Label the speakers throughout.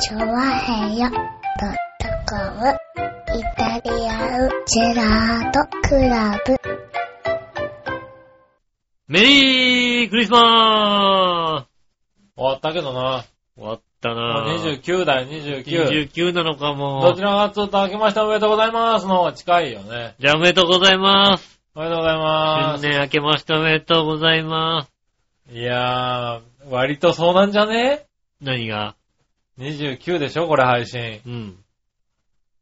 Speaker 1: チョワヘヨドットコムイタリアンジェラートクラブ。
Speaker 2: メリークリスマス
Speaker 3: 終わったけどな。
Speaker 2: 終わった
Speaker 3: も
Speaker 2: な
Speaker 3: う
Speaker 2: ぁ。
Speaker 3: 29だよ、29。
Speaker 2: 29なのか
Speaker 3: ど
Speaker 2: も
Speaker 3: ち。らがちょっと明けましておめでとうございますの方が近いよね。
Speaker 2: じゃあおめでとうございます。
Speaker 3: おめでとうございま
Speaker 2: 新年明けましておめでとうございます。
Speaker 3: す。いやー、割とそうなんじゃね
Speaker 2: 何が
Speaker 3: ?29 でしょこれ配信。
Speaker 2: うん。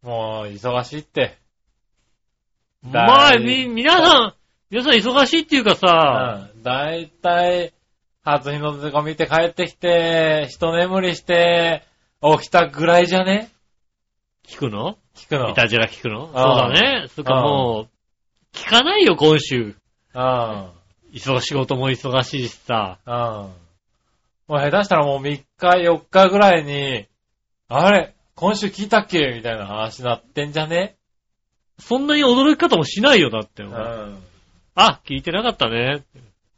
Speaker 3: もう、忙しいって。だい
Speaker 2: まあ、み、皆さん、皆さん忙しいっていうか
Speaker 3: う
Speaker 2: さ、
Speaker 3: ん。だいたい、初日の出を見て帰ってきて、一眠りして、起きたぐらいじゃね
Speaker 2: 聞くの
Speaker 3: 聞くの。
Speaker 2: いたじら聞くのそうだ
Speaker 3: ああ
Speaker 2: ね。そっか
Speaker 3: ああ
Speaker 2: もう、聞かないよ、今週。
Speaker 3: うん。
Speaker 2: 忙しいことも忙しいしさ。
Speaker 3: うん。もう下手したらもう3日、4日ぐらいに、あれ今週聞いたっけみたいな話になってんじゃね
Speaker 2: そんなに驚き方もしないよ、だって。
Speaker 3: うん。
Speaker 2: あ、聞いてなかったね。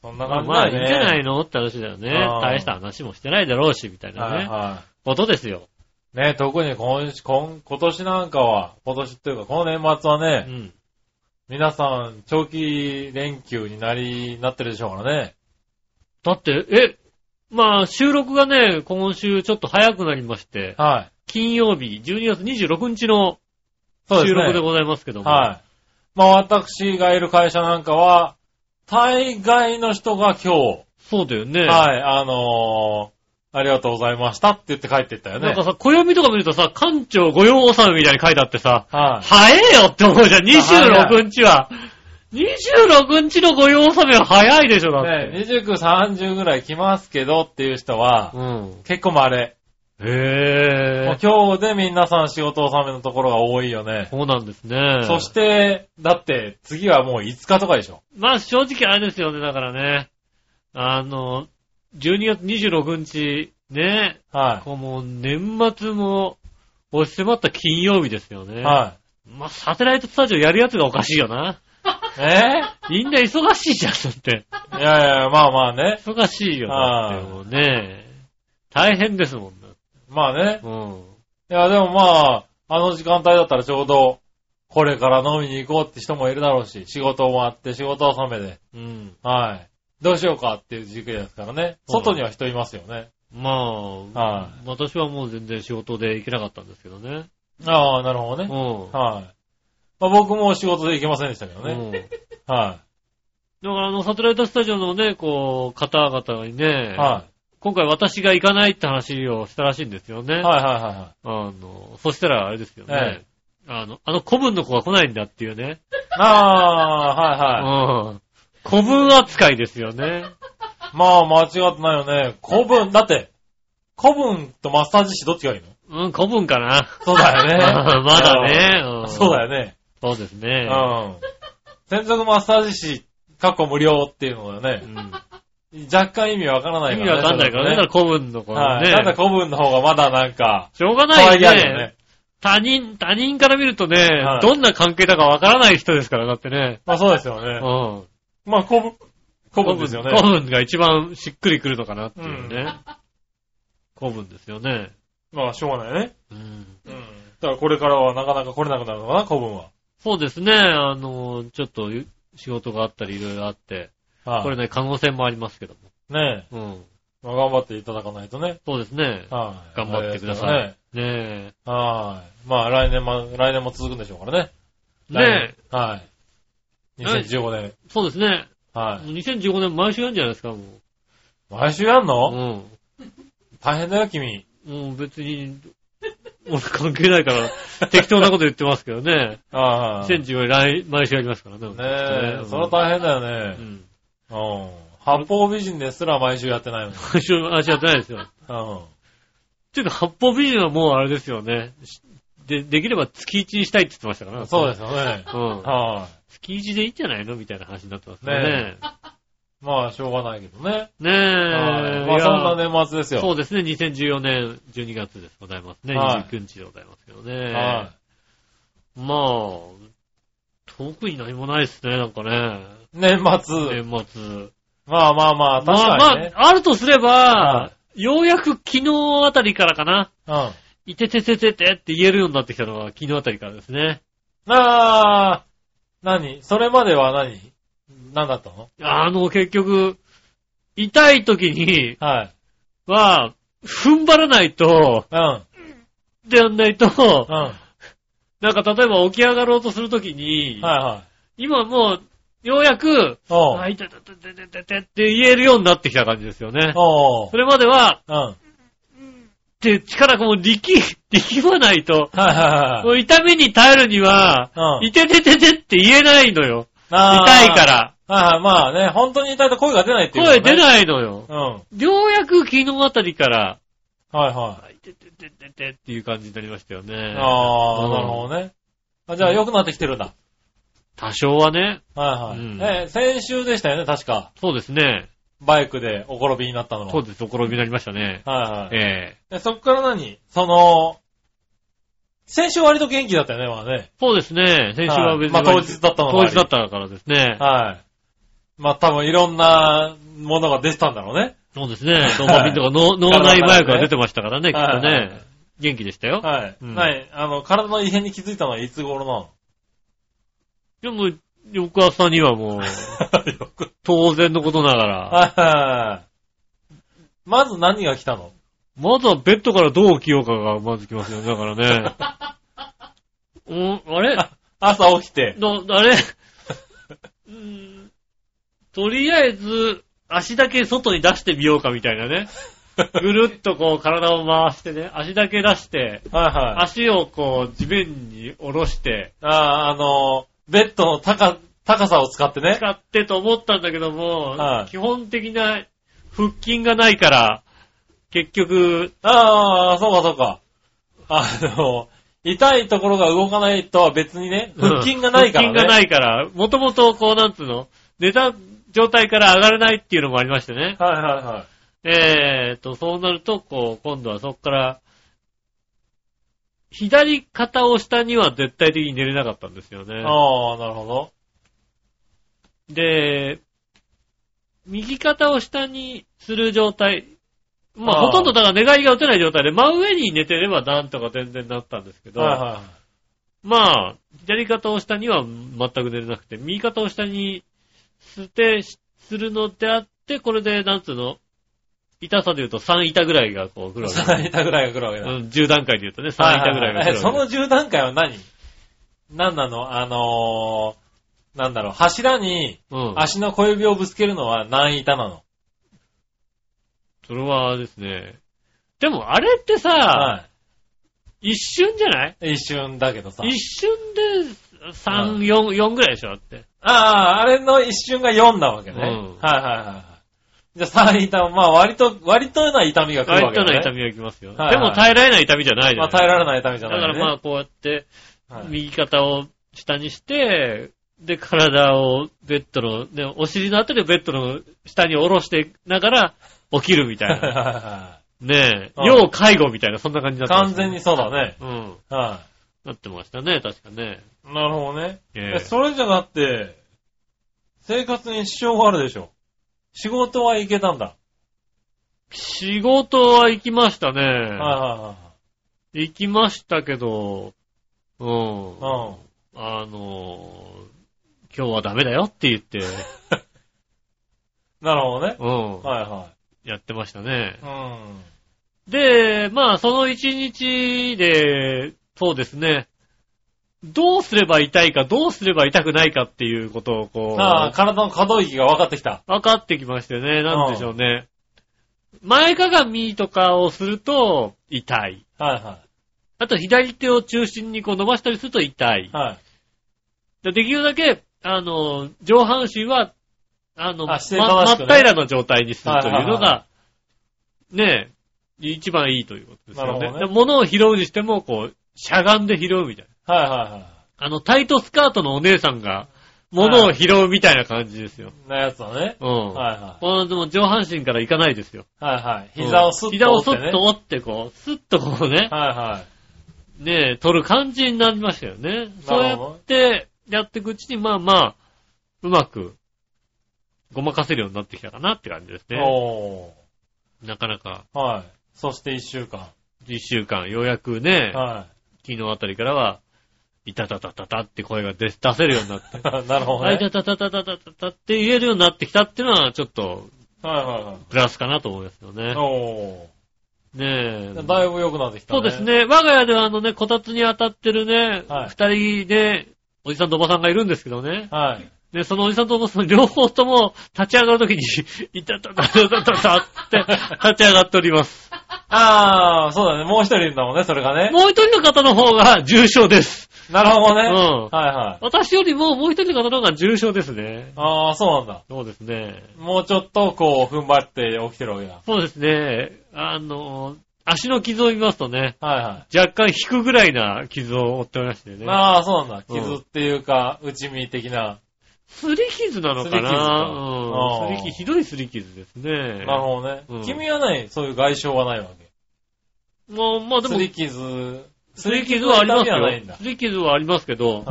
Speaker 3: そんな
Speaker 2: まあ
Speaker 3: 感じ
Speaker 2: まあ、
Speaker 3: だ
Speaker 2: いい
Speaker 3: ね。
Speaker 2: んじゃないのって話だよね。
Speaker 3: あー
Speaker 2: 大した話もしてないだろうし、みたいな
Speaker 3: は
Speaker 2: ね
Speaker 3: い。は
Speaker 2: ことですよ。
Speaker 3: い。ね、特に今週、今今年なんかは、今年っていうか、この年末は
Speaker 2: う
Speaker 3: ね、
Speaker 2: ん。
Speaker 3: 皆さん、長期連休になり、なってるでしょうからね。
Speaker 2: だって、え、まあ、収録がね、今週ちょっと早くなりまして、
Speaker 3: はい。
Speaker 2: 金曜日、12月26日の
Speaker 3: そうです
Speaker 2: 収
Speaker 3: ね。
Speaker 2: 録でございますけども。
Speaker 3: はい。まあ、私がいる会社なんかは、大概の人が今日、
Speaker 2: そうだよね。
Speaker 3: はい、あのー、ありがとうございましたって言って帰ってったよ
Speaker 2: なん
Speaker 3: ね
Speaker 2: か。さ、暦とか見るとさ、館長御用納めみたいに書いてあってさ、
Speaker 3: はい。
Speaker 2: 早えよって思うじゃん、26日は。26日の御用納めは早いでしょ、だって。
Speaker 3: ね、29、30ぐらい来ますけどっていう人は、
Speaker 2: うん。
Speaker 3: 結構まれ。もう
Speaker 2: へえ。
Speaker 3: 今日で皆さん仕事納めのところが多いよね。
Speaker 2: そうなんですね。
Speaker 3: そして、だって次はもう5日とかでしょ。
Speaker 2: まあ正直あれですよね、だからね。あの、12月26日、ね、
Speaker 3: は
Speaker 2: こうもう年末も押し迫った金曜日ですよね。
Speaker 3: い。は
Speaker 2: まあサテライトスタジオやるやつがおかしいよな。
Speaker 3: い。え
Speaker 2: みんな忙しいじゃん、だって。
Speaker 3: ーいやいや、まあまあね。
Speaker 2: 忙しいよ、だって
Speaker 3: はい
Speaker 2: もうね。大変ですもんね。
Speaker 3: まあね。
Speaker 2: うん。
Speaker 3: いや、でもまあ、あの時間帯だったらちょうど、これから飲みに行こうって人もいるだろうし、仕事もあって仕事納めで。
Speaker 2: うん。
Speaker 3: はい。どうしようかっていう時期ですからね。
Speaker 2: そう
Speaker 3: 外には人いますよね。
Speaker 2: まあ、
Speaker 3: は
Speaker 2: 私はもう全然仕事で行けなかったんですけどね。
Speaker 3: ああ、なるほど
Speaker 2: うん
Speaker 3: ね。。はい。まあ、僕も仕事で行けませんでしたけどね。
Speaker 2: うんだ
Speaker 3: は
Speaker 2: からあの、サテライトスタジオのね、こう、方々に
Speaker 3: い。
Speaker 2: ね、
Speaker 3: は
Speaker 2: 今回私が行かないって話をしたらしいんですよね。
Speaker 3: い。はいはいは
Speaker 2: あの、そしたらあれですよね
Speaker 3: え。
Speaker 2: あの、あの古文の子が来ないんだっていうね。
Speaker 3: い。ああ、はい
Speaker 2: う
Speaker 3: はい。
Speaker 2: ん。古文扱いですよね。
Speaker 3: まあ、間違ってないよね。古文、だって、古文とマッサージ師どっちがいいの
Speaker 2: うん、古文かな。
Speaker 3: そうだ よね。
Speaker 2: まだね。
Speaker 3: うん。
Speaker 2: ん
Speaker 3: そうだよね。
Speaker 2: そうです
Speaker 3: う
Speaker 2: ね。
Speaker 3: ん。専属マッサージ師、かっこ無料っていうのだよ
Speaker 2: う
Speaker 3: ね。
Speaker 2: ん
Speaker 3: 若干意味わからな
Speaker 2: 意
Speaker 3: いか
Speaker 2: 味
Speaker 3: らね。
Speaker 2: わかんないからね、だから古文の子は
Speaker 3: はい。
Speaker 2: ね。
Speaker 3: ただ古文の方がまだなんか、
Speaker 2: しょうが
Speaker 3: 可
Speaker 2: な
Speaker 3: 愛
Speaker 2: い
Speaker 3: げあ
Speaker 2: よ
Speaker 3: るよね
Speaker 2: ね。。他人、他人から見るとね
Speaker 3: は、い
Speaker 2: どんな関係だかわからない人ですから、だってね。
Speaker 3: まあそうですよ
Speaker 2: う
Speaker 3: ね。
Speaker 2: ん。
Speaker 3: まあ、古文、古文ですよね。
Speaker 2: 古文が一番しっくりくるのかなっていうね。
Speaker 3: う
Speaker 2: 古文ですよね。
Speaker 3: まあ、しょうがないね。
Speaker 2: うん。
Speaker 3: うん。だからこれからはなかなか来れなくなるのかな、古文は。
Speaker 2: そうですね。あの、ちょっと仕事があったりいろいろあって、
Speaker 3: はい。
Speaker 2: これね、可能性もありますけど
Speaker 3: ねえ。
Speaker 2: も。うん。
Speaker 3: まあ、頑張っていただかないとね。
Speaker 2: そうですね。
Speaker 3: はい。
Speaker 2: 頑張ってくだ
Speaker 3: あ
Speaker 2: さ
Speaker 3: れ
Speaker 2: い
Speaker 3: です。
Speaker 2: ね
Speaker 3: からね。はい。まあ、来年も、来年も続くんでしょうからね。
Speaker 2: え。ねえ。
Speaker 3: え。はい。2015年。
Speaker 2: そうですね。
Speaker 3: はい。
Speaker 2: 2015年毎週やるんじゃないですか、も
Speaker 3: 毎週やん
Speaker 2: う。
Speaker 3: の大変だよ、君。
Speaker 2: うん。もう別に、俺関係ない から、適当なこと言ってますけどね。
Speaker 3: ああ。ね
Speaker 2: 2015年来毎週やりますからね。
Speaker 3: え
Speaker 2: う。ん
Speaker 3: それは大変だよ
Speaker 2: う
Speaker 3: ね。
Speaker 2: ん。
Speaker 3: うん。八方美人ですら毎週やってない
Speaker 2: 毎週、毎週やってないですよ。
Speaker 3: の。うん。
Speaker 2: っていうか、八方美人はもうあれですよね。しで、できれば月一にしたいって言ってましたから。。
Speaker 3: そうですすよね。
Speaker 2: うん。
Speaker 3: は
Speaker 2: 月一でいいんじゃないのみたいな話になってますからね
Speaker 3: ね。い。まあ、しょうがないけどね。
Speaker 2: ねえ。
Speaker 3: はいまあ、
Speaker 2: いや
Speaker 3: そんな年末ですよ。
Speaker 2: そうですね。2014年12月でございますね。
Speaker 3: はい
Speaker 2: 29日でございますけどね。
Speaker 3: は
Speaker 2: まあ、特に何もないですね、なんかね。
Speaker 3: い。年末。
Speaker 2: 年末。
Speaker 3: まあまあまあ、
Speaker 2: まあ
Speaker 3: 確
Speaker 2: ま
Speaker 3: かにね。
Speaker 2: あ、あるとすれば
Speaker 3: は、
Speaker 2: ようやく昨日あたりからかな。
Speaker 3: うん。
Speaker 2: いてててててって言えるようになってきたのが昨日あたりからですね。
Speaker 3: あー、何それまでは何何だったの
Speaker 2: あの、結局、痛い時に
Speaker 3: はい。
Speaker 2: は、踏ん張らないと、
Speaker 3: うん。
Speaker 2: ってやんないと
Speaker 3: うん。、は
Speaker 2: なんか例えば起き上がろうとするときに
Speaker 3: い、はい。
Speaker 2: 今もう、ようやく、
Speaker 3: おう
Speaker 2: あ、痛い痛い痛い痛い痛い痛いって言えるようになってきた感じですよね。
Speaker 3: おう
Speaker 2: それまでは、
Speaker 3: うん。はい
Speaker 2: って力がもう力、力まないと、
Speaker 3: はい
Speaker 2: も
Speaker 3: は
Speaker 2: う痛みに耐えるには、
Speaker 3: い。うん。
Speaker 2: いててててって言えないのよ。
Speaker 3: あー
Speaker 2: 痛いから。
Speaker 3: はいはい。まあね、本当に痛いと声が出ないっていう、
Speaker 2: 声出
Speaker 3: い。
Speaker 2: ないのよ。
Speaker 3: うん。はい
Speaker 2: ようやく昨日あたりから、
Speaker 3: はい。
Speaker 2: あいてててててっていう感じになりましたよね。
Speaker 3: あ
Speaker 2: う
Speaker 3: ー、
Speaker 2: ん
Speaker 3: なるほどね。あじゃあ良くなってきてるんだ。
Speaker 2: 多少はね、
Speaker 3: はいうはい
Speaker 2: ん。
Speaker 3: え、先週でしたよね、確か。
Speaker 2: そうですね。
Speaker 3: バイクでお転びになったのは。
Speaker 2: そうです、お転びになりましたね。
Speaker 3: はいはい。
Speaker 2: ええ
Speaker 3: でそっから何その、先週割と元気だったよね、まあね。
Speaker 2: そうですね。先週は別に。
Speaker 3: はいまあ当日だったのも
Speaker 2: 当
Speaker 3: あり
Speaker 2: 日だったからですね。
Speaker 3: はい。まあ多分いろんなものが出てたんだろうね。
Speaker 2: そうですね。ドーパミンとか脳脳内麻薬が出てましたからね、きっ
Speaker 3: 体
Speaker 2: と
Speaker 3: の中でね
Speaker 2: ね。元気でしたよ。
Speaker 3: はい。
Speaker 2: うん
Speaker 3: はい。あの、体の異変に気づいたのはいつ頃なの
Speaker 2: でも、翌朝にはもう、
Speaker 3: よく。
Speaker 2: 当然のことながら、
Speaker 3: はいはい。まず何が来たの
Speaker 2: まずはベッドからどう起きようかがまず来ますよね。だからね。 うん、あれだ、
Speaker 3: 朝起きて。
Speaker 2: あ れうんとりあえず、足だけ外に出してみようかみたいな ね。ぐるっとこう体を回してね、足だけ出して、
Speaker 3: はいはい。
Speaker 2: 足をこう地面に下ろして、
Speaker 3: あ、あの、ベッドの高、高さを使ってね。
Speaker 2: 使ってと思ったんだけども、
Speaker 3: はい
Speaker 2: 基本的な腹筋がないから、結局、
Speaker 3: ああ、そうかそうか。あの、痛いところが動かないとは別にね、腹筋がないからね。
Speaker 2: 腹筋がないから、もともとこうなんつうの、寝た状態から上がれないっていうのもありましてね。
Speaker 3: はいはいはい。
Speaker 2: えーっと、そうなると、こう、今度はそこから、左肩を下には絶対的に寝れなかったんですよね。
Speaker 3: ああ、なるほど。
Speaker 2: で、右肩を下にする状態。まあ、
Speaker 3: あー
Speaker 2: ほとんどだから寝返りが打てない状態で、真上に寝てればなんとか全然なったんですけど、
Speaker 3: はいは
Speaker 2: まあ、左肩を下には全く寝れなくて、右肩を下にして、しするのであって、これで、なんつうの、痛さで言うと3痛ぐらいがこう来
Speaker 3: い。
Speaker 2: るわけです。
Speaker 3: 3板ぐらいが来るわけだ。
Speaker 2: うん、10段階で言うとね、3痛ぐらいが来るわけです。
Speaker 3: その10段階は何何なのあのー、なんだろう、柱に
Speaker 2: うん。
Speaker 3: 足の小指をぶつけるのは何板なの、
Speaker 2: それはですね。でも、あれってさ、
Speaker 3: は
Speaker 2: 一瞬じゃない
Speaker 3: い。一瞬だけどさ。
Speaker 2: 一瞬で3、4、4ぐらいでしょだって。
Speaker 3: ああー、あれの一瞬が4なわけね。
Speaker 2: うん
Speaker 3: はいはいはいはい。じゃあ3板は、まあ割と、割とな痛みが来る
Speaker 2: ああい
Speaker 3: わ
Speaker 2: っ
Speaker 3: けだ
Speaker 2: た
Speaker 3: ね。
Speaker 2: な痛みがきますよ。
Speaker 3: はいはい
Speaker 2: でも耐えられない痛みじゃないじゃ
Speaker 3: ま
Speaker 2: な
Speaker 3: あ
Speaker 2: い
Speaker 3: 耐えられない痛みじゃ
Speaker 2: だ
Speaker 3: ない、
Speaker 2: か
Speaker 3: ね。
Speaker 2: らまあこうやって、
Speaker 3: はい
Speaker 2: 右肩を下にして、で、体をベッドの、ね、お尻のあたりをベッドの下に下ろしてながら起きるみたい な。ね
Speaker 3: う
Speaker 2: え
Speaker 3: ん、
Speaker 2: 要介護みたいな、そんな感じだった、
Speaker 3: 完全に。そうだね。
Speaker 2: うん。
Speaker 3: は
Speaker 2: なってましたね、確かね。
Speaker 3: い。なるほどね。
Speaker 2: え
Speaker 3: え
Speaker 2: え
Speaker 3: それじゃなくて、生活に支障があるでしょ。仕事は行けたんだ。
Speaker 2: 仕事は行きましたね。
Speaker 3: はいは
Speaker 2: 行きましたけど、うん
Speaker 3: い。はい。うん。
Speaker 2: あのー今日はダメだよって言っ て、
Speaker 3: なるほどね。
Speaker 2: うん。
Speaker 3: は
Speaker 2: やってましたね
Speaker 3: い。はい。うん。
Speaker 2: で、まあ、その一日で、そうですね。どうすれば痛いか、どうすれば痛くないかっていうことをこう、
Speaker 3: ああ、体の可動域が分かってきた。
Speaker 2: 分かってきましてね、なんでしょうね。前かがみとかをすると痛い。
Speaker 3: はいは
Speaker 2: あと左手を中心にこう伸ばしたりすると痛い
Speaker 3: い。。はい。
Speaker 2: でできるだけ、あの、上半身は、あの、
Speaker 3: あ
Speaker 2: ま
Speaker 3: 姿勢正
Speaker 2: 真
Speaker 3: し
Speaker 2: っ
Speaker 3: くね
Speaker 2: 平らな状態にするというの
Speaker 3: は
Speaker 2: が、ねえ、一番いいということですよ
Speaker 3: なる
Speaker 2: ね。
Speaker 3: ほど
Speaker 2: で
Speaker 3: ね
Speaker 2: 物を拾うにしても、こう、しゃがんで拾うみたいな。
Speaker 3: はいは
Speaker 2: あの、タイトスカートのお姉さんが、物を拾うみたいな感じですよ。
Speaker 3: いはい。なやつだね。
Speaker 2: うん。
Speaker 3: はいは
Speaker 2: このでも上半身からいかないですよ。
Speaker 3: い。はいはい。膝をスッと、ね。
Speaker 2: 膝をスッと。折って、こう、スッとこうね、
Speaker 3: はいは
Speaker 2: ねえ、取る感じになりましたよね。そうやって、やっていくうちに、まあまあ、うまく、ごまかせるようになってきたかなって感じです
Speaker 3: い。
Speaker 2: ね。
Speaker 3: お
Speaker 2: なかなか。
Speaker 3: ー。はい。そして一週間。
Speaker 2: 一週間、ようやくね、
Speaker 3: は
Speaker 2: 昨日あたりからは、いたたたたたって声が出出せるようになって、
Speaker 3: い。 なるほど
Speaker 2: あい
Speaker 3: ね。
Speaker 2: たたたたたたたたって言えるようになってきたっていうのは、ちょっと、
Speaker 3: はいは
Speaker 2: プラスかなと思いますよ
Speaker 3: い
Speaker 2: ね。
Speaker 3: はい。
Speaker 2: ねえ
Speaker 3: お。ー。だいぶ良くなってきたね。
Speaker 2: そうです。ね。我が家ではあのね、こたつに当たってるね、二、
Speaker 3: はい
Speaker 2: 人で、おじさんとおばさんがいるんですけどね。
Speaker 3: はい。
Speaker 2: で、そのおじさんとおばさん、両方とも立ち上がるときに、 いたたたたたたたって立ち上がっております。
Speaker 3: あー、そうだね。もう一人いるんだもんね、それがね。
Speaker 2: もう一人の方の方が重症です。
Speaker 3: なるほど
Speaker 2: う
Speaker 3: ね。
Speaker 2: ん。
Speaker 3: はいはい。
Speaker 2: 私よりももう一人の方の方が重症ですね。
Speaker 3: あー、そうなんだ。
Speaker 2: そうですね。
Speaker 3: もうちょっと、こう、踏ん張って起きてるわけだ。
Speaker 2: そうですね。あの、足の傷を見ますとね、
Speaker 3: はいは
Speaker 2: 若干引くぐらいな傷を負っておりまして
Speaker 3: い。
Speaker 2: ね。
Speaker 3: あー、そうなんだ。
Speaker 2: うん
Speaker 3: 傷っていうか、内身的な。
Speaker 2: すり傷なのかな
Speaker 3: 擦り傷かあー
Speaker 2: うん。すり傷、ひどいすり傷ですね。
Speaker 3: なるほどね
Speaker 2: うん。
Speaker 3: 君はない、そういう外傷はないわけ。
Speaker 2: まあ、まあでも
Speaker 3: す、り傷。
Speaker 2: すり傷はあります
Speaker 3: はないんだ
Speaker 2: よ。。すり傷はありますけど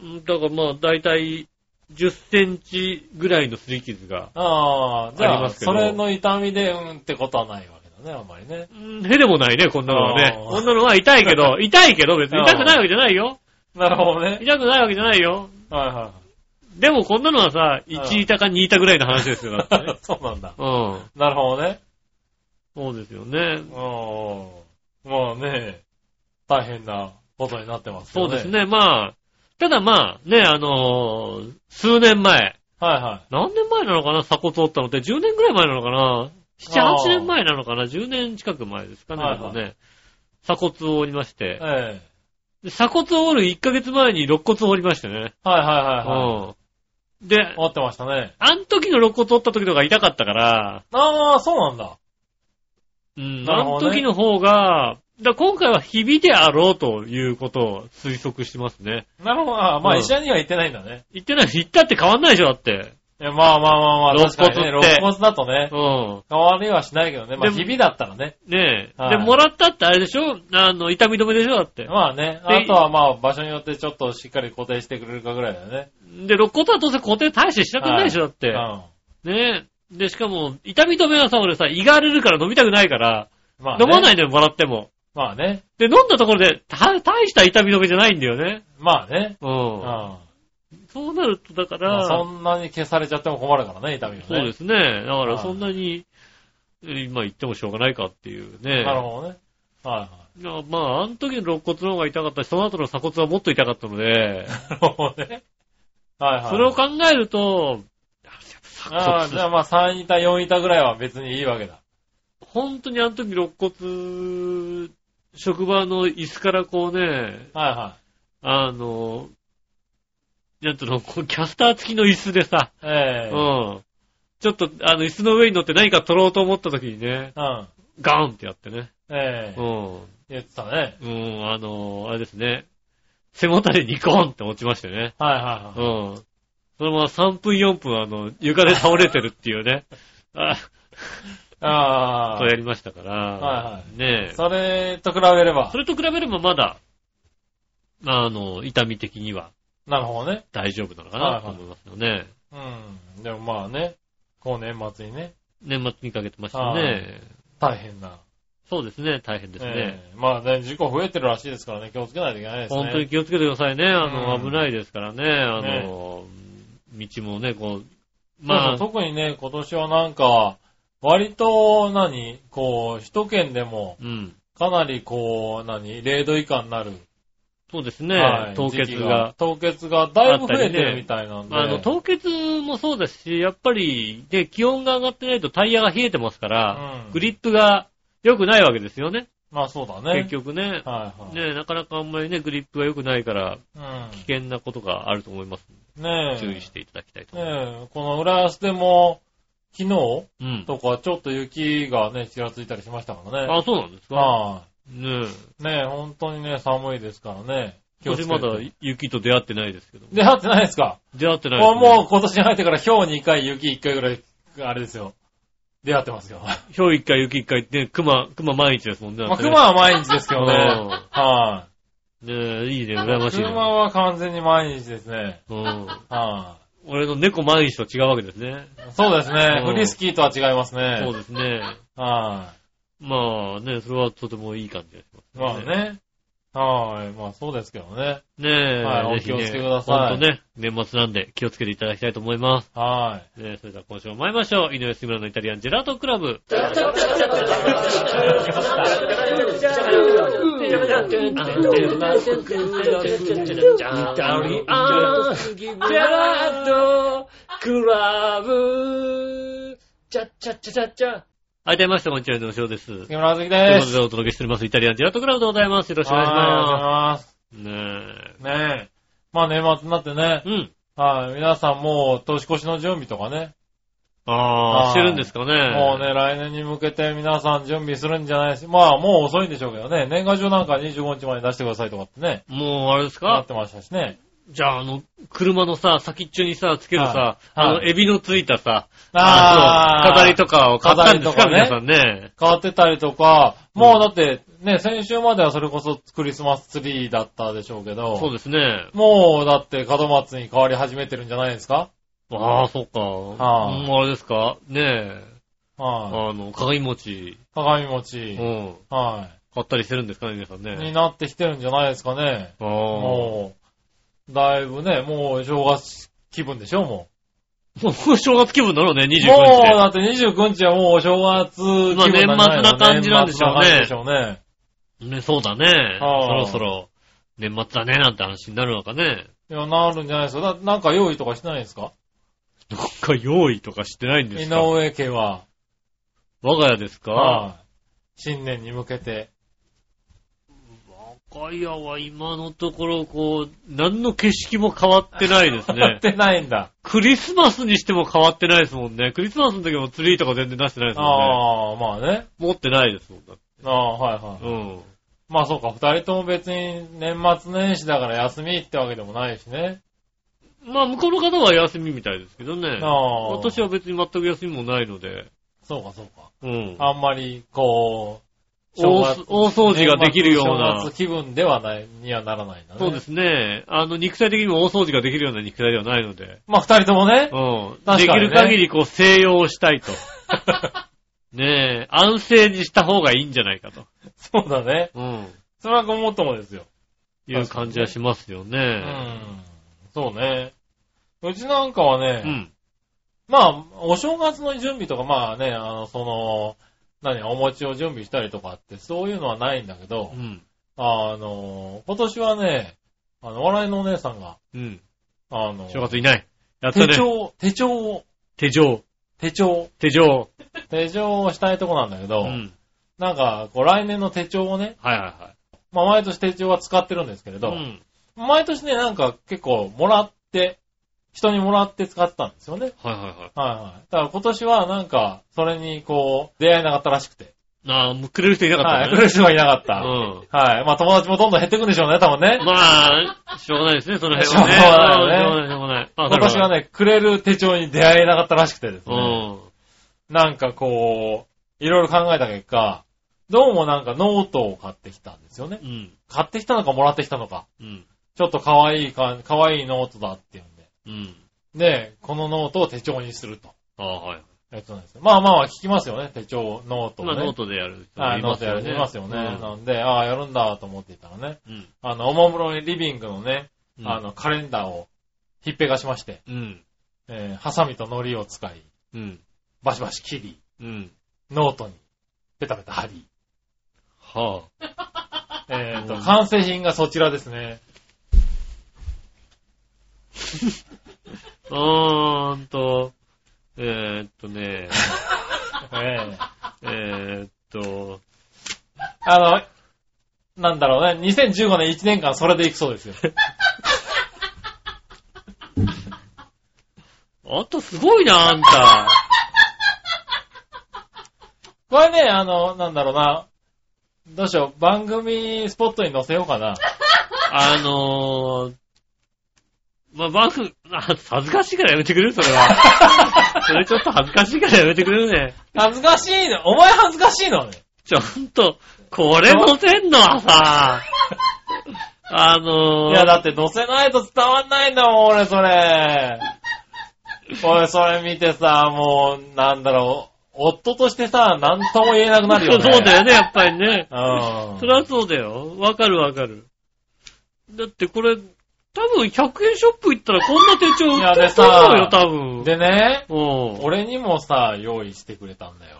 Speaker 3: う、ん。
Speaker 2: うんだからまあ、だいたい10センチぐらいのすり傷が、
Speaker 3: ああ、じ
Speaker 2: あり
Speaker 3: ゃ
Speaker 2: ま
Speaker 3: あ、
Speaker 2: すけど
Speaker 3: それの痛みで、うんってことはないわけだね、あんまりね。
Speaker 2: うんへでもないね、こんなのはね
Speaker 3: あ。ー
Speaker 2: こんなのは痛いけ ど、痛いけど別に痛くないわけじゃないよ。
Speaker 3: なるほどね。
Speaker 2: 痛くないわけじゃないよ。
Speaker 3: はいは
Speaker 2: でもこんなのはさ、1板か2板ぐらいの話ですよ、だってね
Speaker 3: い。そうなんだ。
Speaker 2: うん。
Speaker 3: なるほどね。
Speaker 2: そうですよね。
Speaker 3: うん。まあね、大変なことになってます
Speaker 2: そ
Speaker 3: よ
Speaker 2: う
Speaker 3: ね。
Speaker 2: です。ね、まあ、ただまあ、ね、あのー数年前、
Speaker 3: はいは
Speaker 2: 何年前なのかな、鎖骨折ったのって、10年ぐらい前なのかな、7、
Speaker 3: あー
Speaker 2: 8年前なのかな、10年近く前ですかね、
Speaker 3: はいはい
Speaker 2: でもね鎖骨を折りまし
Speaker 3: い。
Speaker 2: て、
Speaker 3: ええ。
Speaker 2: で鎖骨を折る1ヶ月前に肋骨を折りましてね。
Speaker 3: はいはいはいはい。
Speaker 2: うん。で、
Speaker 3: 思ってましたね。
Speaker 2: あの時の肋骨折った時の方が痛かったから、
Speaker 3: ああ、そうなんだ。
Speaker 2: うん、
Speaker 3: な
Speaker 2: あ
Speaker 3: る
Speaker 2: の
Speaker 3: ほどね
Speaker 2: 時の方が、だ今回はひびであろうということを推測してますね。
Speaker 3: なるほど。ああま
Speaker 2: う
Speaker 3: あ、
Speaker 2: ん
Speaker 3: 医者には行ってないんだね。
Speaker 2: 言ってない、言ったって変わんないでしょ、だって。
Speaker 3: いやまあまあまあまあ、
Speaker 2: 肋
Speaker 3: 確か
Speaker 2: 骨
Speaker 3: にね、
Speaker 2: って
Speaker 3: 肋骨だとね、
Speaker 2: う
Speaker 3: 変わりはしないけどね。まあ、
Speaker 2: でも
Speaker 3: ひびだったらね。
Speaker 2: ん。ねえ。
Speaker 3: はい
Speaker 2: で、もらったってあれでしょあの、痛み止めでしょだって。
Speaker 3: まあね、あとはまあ、場所によってちょっとしっかり固定してくれるかぐらいだよね。
Speaker 2: で、肋骨は当然固定大してしなくないでしょだって。
Speaker 3: うん。
Speaker 2: ねえ。で、しかも、痛み止めはさ、俺さ、胃が荒れるから飲みたくないから、
Speaker 3: まあ、ね、。
Speaker 2: 飲まないいでもらっても。
Speaker 3: まあね。
Speaker 2: で、飲んだところで、た大した痛み止めじゃないんだよね。
Speaker 3: まあね。
Speaker 2: う。
Speaker 3: うんん。
Speaker 2: そうなると、だか
Speaker 3: ま
Speaker 2: ら、
Speaker 3: あそんなに消されちゃっても困るからね、痛みがね。
Speaker 2: そうですね。だから
Speaker 3: はい
Speaker 2: そんなに、今言ってもしょうがないかっていうね。
Speaker 3: なるほどね。はいはい
Speaker 2: やまあ、あの時の肋骨の方が痛かったし、その後の鎖骨はもっと痛かったの で、
Speaker 3: い。なるほどね。はいはい。
Speaker 2: それを考えると、
Speaker 3: ああ、じゃあまあ3板、4板ぐらいは別にいいわけだ。
Speaker 2: 本当にあの時肋骨、職場の椅子からこうね、
Speaker 3: はいは
Speaker 2: あの、なんていうの、こうキャスター付きの椅子でさ、
Speaker 3: い。え
Speaker 2: う
Speaker 3: え
Speaker 2: ん。ちょっと、あの、椅子の上に乗って何か取ろうと思った時にね、
Speaker 3: うん。
Speaker 2: ガーンってやってね。
Speaker 3: ええ
Speaker 2: うん。
Speaker 3: 言ってたね。
Speaker 2: うん、あのあれですね。背もたれにゴンって落ちましてね。
Speaker 3: はいは
Speaker 2: う
Speaker 3: いはい。
Speaker 2: ん。そのまま3分4分、あの、床で倒れてるっていう ね。あ、
Speaker 3: あ
Speaker 2: とやりましたから。。
Speaker 3: はい
Speaker 2: ね
Speaker 3: あ。
Speaker 2: え。
Speaker 3: それと比べれば
Speaker 2: そ。れと比べればまだ、あの、痛み的には
Speaker 3: なるほどね。
Speaker 2: 大丈夫なのか
Speaker 3: はいは
Speaker 2: ないと思いますよね。
Speaker 3: うん。でもまあね、こう年末にね、
Speaker 2: 年末にかけてました
Speaker 3: は
Speaker 2: ね。
Speaker 3: 大変な。
Speaker 2: そうですね、大変ですね。
Speaker 3: ええまあね、事故増えてるらしいですからね、気をつけないといけないですね。
Speaker 2: 本当に気をつけてくださいね。あの、
Speaker 3: うん
Speaker 2: 危ないですからね。あの、道もね、こう、
Speaker 3: ま
Speaker 2: ま
Speaker 3: あ、
Speaker 2: あ、
Speaker 3: 特にね、今年はなんか、割と何、こう、首都圏でも、
Speaker 2: うん。
Speaker 3: かなりこう、何 ?0 度以下になる。
Speaker 2: そうですね、
Speaker 3: はい
Speaker 2: 凍結
Speaker 3: 時期
Speaker 2: が。。
Speaker 3: 凍結がだいぶ増えて
Speaker 2: あったりね
Speaker 3: るみたいなんで。
Speaker 2: あの、凍結もそうですし、やっぱり、で、気温が上がってないとタイヤが冷えてますから、
Speaker 3: うん
Speaker 2: グリップが良くないわけですよね。
Speaker 3: まあそうだね。
Speaker 2: 結局ね。
Speaker 3: はいはい。
Speaker 2: ねなかなかあんまりね、グリップが良くないから、危険なことがあると思います。
Speaker 3: うん。ねえ。
Speaker 2: 注意していただきたいと思いま
Speaker 3: ねえ、この浦安でも、昨日
Speaker 2: す。うん。
Speaker 3: とかちょっと雪がね、ちらついたりしましたからね。
Speaker 2: あ、そうなんですか。
Speaker 3: は
Speaker 2: ね
Speaker 3: い。ねえ、本当にね、寒いですからね。気
Speaker 2: 今
Speaker 3: をつけ
Speaker 2: 年
Speaker 3: て
Speaker 2: まだ雪と出会ってないですけど。
Speaker 3: 出会ってないですか
Speaker 2: 出会ってない
Speaker 3: もう
Speaker 2: です、
Speaker 3: もう今年に入ってから、氷2回、雪1回ぐらい、あれですよ。出会ってますよ。
Speaker 2: う。ひょう一回、雪一回ね、熊、熊毎日ですもんね。
Speaker 3: まあ、熊は毎日ですけどね。
Speaker 2: うん
Speaker 3: は
Speaker 2: ねいいね、
Speaker 3: い、
Speaker 2: 羨ましいね。
Speaker 3: 熊は完全に毎日ですね。
Speaker 2: うん。
Speaker 3: は
Speaker 2: 俺の猫毎日と違うわけですね。
Speaker 3: い、そうですね。
Speaker 2: うん
Speaker 3: フリスキーとは違いますね。
Speaker 2: そうですね。
Speaker 3: はい、
Speaker 2: まあね、それはとてもいい感じがします、
Speaker 3: まあ。ね。はーい。まあそうですけどね。
Speaker 2: ねえ、
Speaker 3: はい
Speaker 2: ぜひね
Speaker 3: お気をつけください
Speaker 2: ほんとね、年末なんで気をつけていただきたいと思います。
Speaker 3: はーい。
Speaker 2: ねえ、それでは今週も参りましょう。井上杉村のイタリアンジェラートクラブ。はい、どうもみなさん、こんにちは、井上翔です。という
Speaker 3: 杉村ずきで
Speaker 2: こ
Speaker 3: す。
Speaker 2: とでお届けしております、イタリアンジェラートクラブでございます。よろしくお願いしま
Speaker 3: は
Speaker 2: す。ね
Speaker 3: いお願いします。ねえ。まあ年末になってね
Speaker 2: え。う。ん。
Speaker 3: はい。皆さんもう年越しの準備とかね。
Speaker 2: あ
Speaker 3: は
Speaker 2: あ、
Speaker 3: い
Speaker 2: してるんですかね。
Speaker 3: もうね、来年に向けて皆さん準備するんじゃないし、まあもう遅いんでしょうけどね。年賀状なんか25日まで出してくださいとかってね。
Speaker 2: もう、あれです
Speaker 3: な
Speaker 2: か
Speaker 3: ってましたしね。
Speaker 2: じゃあ、あの、車のさ、先っちょにさ、つけるさ、
Speaker 3: はい
Speaker 2: あの、
Speaker 3: はい
Speaker 2: エビのついたさ、
Speaker 3: あー
Speaker 2: の飾りとかを買ったんですか、
Speaker 3: 飾り
Speaker 2: 皆
Speaker 3: と
Speaker 2: さ
Speaker 3: か
Speaker 2: んね。
Speaker 3: 変わってたりとか、もうだってね、先週まではそれこそクリスマスツリーだったでしょうけど。
Speaker 2: そうですね。
Speaker 3: もう、だって、門松に変わり始めてるんじゃないですか
Speaker 2: ああ、そっか。
Speaker 3: は
Speaker 2: う
Speaker 3: い
Speaker 2: ん、あれですかねえ。
Speaker 3: はい。
Speaker 2: あの、鏡餅、
Speaker 3: 鏡
Speaker 2: う
Speaker 3: 餅。
Speaker 2: ん、
Speaker 3: は
Speaker 2: 買ったりしてるんですかね、皆さん
Speaker 3: い。に
Speaker 2: ね。
Speaker 3: なってきてるんじゃないですかね。
Speaker 2: ああ。
Speaker 3: もう、だいぶね、もう正月気分でしょ、も
Speaker 2: もう正月気分だろうね、25日
Speaker 3: う。
Speaker 2: で。
Speaker 3: もう、だって29日はもうお正月気分なんじゃないの
Speaker 2: まあ年末な感じなんでしょうね
Speaker 3: 年末な感じでしょうね。
Speaker 2: ね、そうだね。そ
Speaker 3: はあ
Speaker 2: ろそろ、年末だね、なんて話になるのかね。
Speaker 3: いや、なるんじゃないですか。だなんか用意とかしてないですか
Speaker 2: どっか用意とかしてないんで
Speaker 3: 井
Speaker 2: すか
Speaker 3: 上家は。
Speaker 2: 我が家ですか
Speaker 3: はい新年に向けて。
Speaker 2: 我が家は今のところ、こう、何の景色も変わってないです
Speaker 3: やっ
Speaker 2: ね。
Speaker 3: てないんだ。
Speaker 2: クリスマスにしても変わってないですもんね。クリスマスの時もツリーとか全然出してないですもんね。
Speaker 3: ああ、まあね。
Speaker 2: 持ってないですもんだって。
Speaker 3: ああ、はいはい。
Speaker 2: うん。
Speaker 3: まあそうか、二人とも別に年末年始だから休みってわけでもないしね。
Speaker 2: まあ、向こうの方は休みみたいですけどね。
Speaker 3: ああ。
Speaker 2: 私は別に全く休みもないので。
Speaker 3: そうかそうか。
Speaker 2: うん。
Speaker 3: あんまり、こう、
Speaker 2: 大す大掃除ができるよう
Speaker 3: 年末
Speaker 2: な
Speaker 3: 正月。気分ではない、にはならないんだね。
Speaker 2: そうですね。あの、肉体的にも大掃除ができるような肉体ではないので。
Speaker 3: まあ二人ともね。
Speaker 2: うん。で
Speaker 3: 確
Speaker 2: き
Speaker 3: かにね
Speaker 2: る限りこう、静養をしたい と。ねえ、安静にした方がいいんじゃないかと。
Speaker 3: そうだね。
Speaker 2: うん。
Speaker 3: それはごもっともですよ。
Speaker 2: いう感じはしますよ
Speaker 3: う
Speaker 2: ね。
Speaker 3: ん。そうね。うちなんかはね、
Speaker 2: うん。
Speaker 3: まあ、お正月の準備とか、まあね、あの、その、何、お餅を準備したりとかって、そういうのはないんだけど、
Speaker 2: うん。
Speaker 3: あの、今年はね、あの、笑いのお姉さんが、
Speaker 2: うん。
Speaker 3: あの、
Speaker 2: 正月いない。やったね
Speaker 3: 手。帳、手帳を、
Speaker 2: 手錠。
Speaker 3: 手帳、
Speaker 2: 手錠。
Speaker 3: 手帳をしたいとこなんだけ
Speaker 2: う
Speaker 3: ど、
Speaker 2: ん。
Speaker 3: なんか、こう、来年の手帳をね、
Speaker 2: はいは
Speaker 3: まあ、毎年手帳は使ってるんですけれ
Speaker 2: い
Speaker 3: ど、
Speaker 2: はい。ん。
Speaker 3: 毎年ね、なんか結構、もらって、人にもらって使ってたんですよね。
Speaker 2: はいはいは
Speaker 3: はいはい。だから今年はなんか、それにこう、出会えなかったらしくて。
Speaker 2: い。ああ、もうくれる人いなか
Speaker 3: は
Speaker 2: っ
Speaker 3: い。
Speaker 2: た
Speaker 3: 来
Speaker 2: ね。
Speaker 3: る人はいなかった。
Speaker 2: う
Speaker 3: はい。まあ友達もどんどん減ってくんでしょうね、多分ね
Speaker 2: ん。。まあ、しょうがないですね、その辺
Speaker 3: しょう
Speaker 2: は
Speaker 3: が
Speaker 2: ね。
Speaker 3: ない
Speaker 2: うん
Speaker 3: よ
Speaker 2: しょうがない、しょうがない。あ
Speaker 3: 今年は。ね、くれる手帳に出会えなかったらしくてです
Speaker 2: そ
Speaker 3: ね。
Speaker 2: れは
Speaker 3: なんかこう、いろいろ考えた結果、どうもなんかノートを買ってきたんですよね
Speaker 2: う。ん。うん。
Speaker 3: 買ってきたのかもらってきたのか。
Speaker 2: うん。
Speaker 3: ちょっと可愛いか、可愛いノートだっていうんで。
Speaker 2: うん。
Speaker 3: で、このノートを手帳にすると。
Speaker 2: ああ、はい。
Speaker 3: やつなんですよまあまあまあ聞きますよね、手帳、ノートを
Speaker 2: 今
Speaker 3: ね。
Speaker 2: ノートでやる人
Speaker 3: はいい、ノ
Speaker 2: ま
Speaker 3: ー
Speaker 2: す
Speaker 3: トや
Speaker 2: よ
Speaker 3: る
Speaker 2: ね。
Speaker 3: 人いますよね。なんで、ああ、やるんだと思っていたらね、
Speaker 2: うん。
Speaker 3: あの、おもむろにリビングのね、
Speaker 2: うん。
Speaker 3: あの、カレンダーをひっぺがしまして、
Speaker 2: うん。
Speaker 3: えーハサミと糊を使い、
Speaker 2: うん。
Speaker 3: バシバシ切り、
Speaker 2: うん。
Speaker 3: ノートに、ペタペタ貼り。
Speaker 2: はあ。
Speaker 3: えーと、
Speaker 2: うん
Speaker 3: 完成品がそちらですね。
Speaker 2: うーんと、えーっと ね、
Speaker 3: えー
Speaker 2: えーっと、
Speaker 3: あの、なんだろうね、2015年1年間それでいくそう ですよ。
Speaker 2: あんたすごいな、あん た。
Speaker 3: これね、あの、なんだろうな、どうしよう、番組スポットに載せよう かな。
Speaker 2: あのー、まあ、バフ、あ恥ずかしいからやめてくれるそれ は。それちょっと恥ずかしいからやめてくれるね。
Speaker 3: 恥ずかしいの、お前恥ずかしいのね。
Speaker 2: ちょっと、これ載せんのは さ、あのー、
Speaker 3: いや、だって載せないと伝わんないんだもん、俺、それ。俺、それ見てさ、もう、なんだろう、夫としてさ、なんとも言えなくなるよね。
Speaker 2: そうだよね、やっぱりね。
Speaker 3: うん。
Speaker 2: それはそうだよ。わかるわかる。だってこれ、多分100円ショップ行ったらこんな手帳売ってると思うよ、多分。
Speaker 3: でね、
Speaker 2: うん。
Speaker 3: 俺にもさ、用意してくれたん だよ。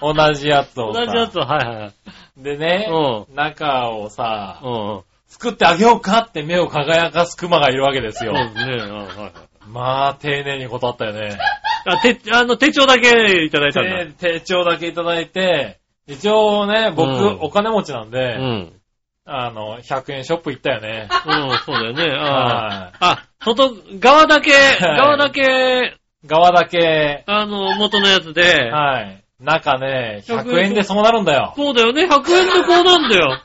Speaker 3: 同じやつを
Speaker 2: 同
Speaker 3: さ。
Speaker 2: じやつは、はいはいはい。
Speaker 3: でね、
Speaker 2: う
Speaker 3: 中をさ、
Speaker 2: ん。うん。
Speaker 3: 作ってあげようかって目を輝かすクマがいるわけです
Speaker 2: そう
Speaker 3: よ。
Speaker 2: ですね。うんはいはい
Speaker 3: まあ、丁寧に断ったよね。
Speaker 2: あ、手、あの、手帳だけいただいたんだ。
Speaker 3: 手手帳だけいただいて、一応ね、僕、
Speaker 2: うん
Speaker 3: お金持ちなんで、
Speaker 2: うん。
Speaker 3: あの、100円ショップ行ったよね。
Speaker 2: うん、そうだよね。あ
Speaker 3: は
Speaker 2: あ。あ、外、側だけ、
Speaker 3: はい
Speaker 2: 側だけ、
Speaker 3: い。側だけ、
Speaker 2: あの、元のやつで、
Speaker 3: はい。中ね、
Speaker 2: 100
Speaker 3: 100円でそうなるんだよ。
Speaker 2: そうだよね、100円でこうなんだよ。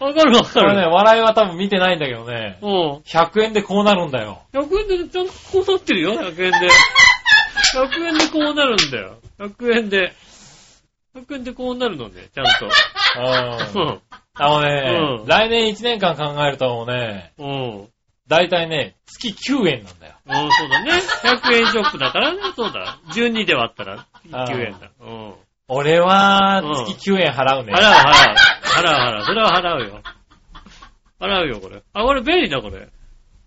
Speaker 2: わかるわか
Speaker 3: これね、
Speaker 2: る。
Speaker 3: 笑いは多分見てないんだけどね、
Speaker 2: うん。
Speaker 3: 100円でこうなるんだ よ。
Speaker 2: 100円でちゃんとこうなってるよ、100円で。100円でこうなるんだよ。100円で。100円でこうなるのね、ちゃん
Speaker 3: う
Speaker 2: と。
Speaker 3: ん。あのね、
Speaker 2: うん
Speaker 3: 来年1年間考えるともうね、
Speaker 2: うん。うん。
Speaker 3: だいたいね、月9円なんだよ。
Speaker 2: うん、そうだね。100円ショップだからね、そうだ。12で割ったら、9円だ。うん。
Speaker 3: 俺は、月9円払うね。
Speaker 2: 払う払う。払う払う。それは払うよ。払うよ、これ。あ、これ便利だ、これ。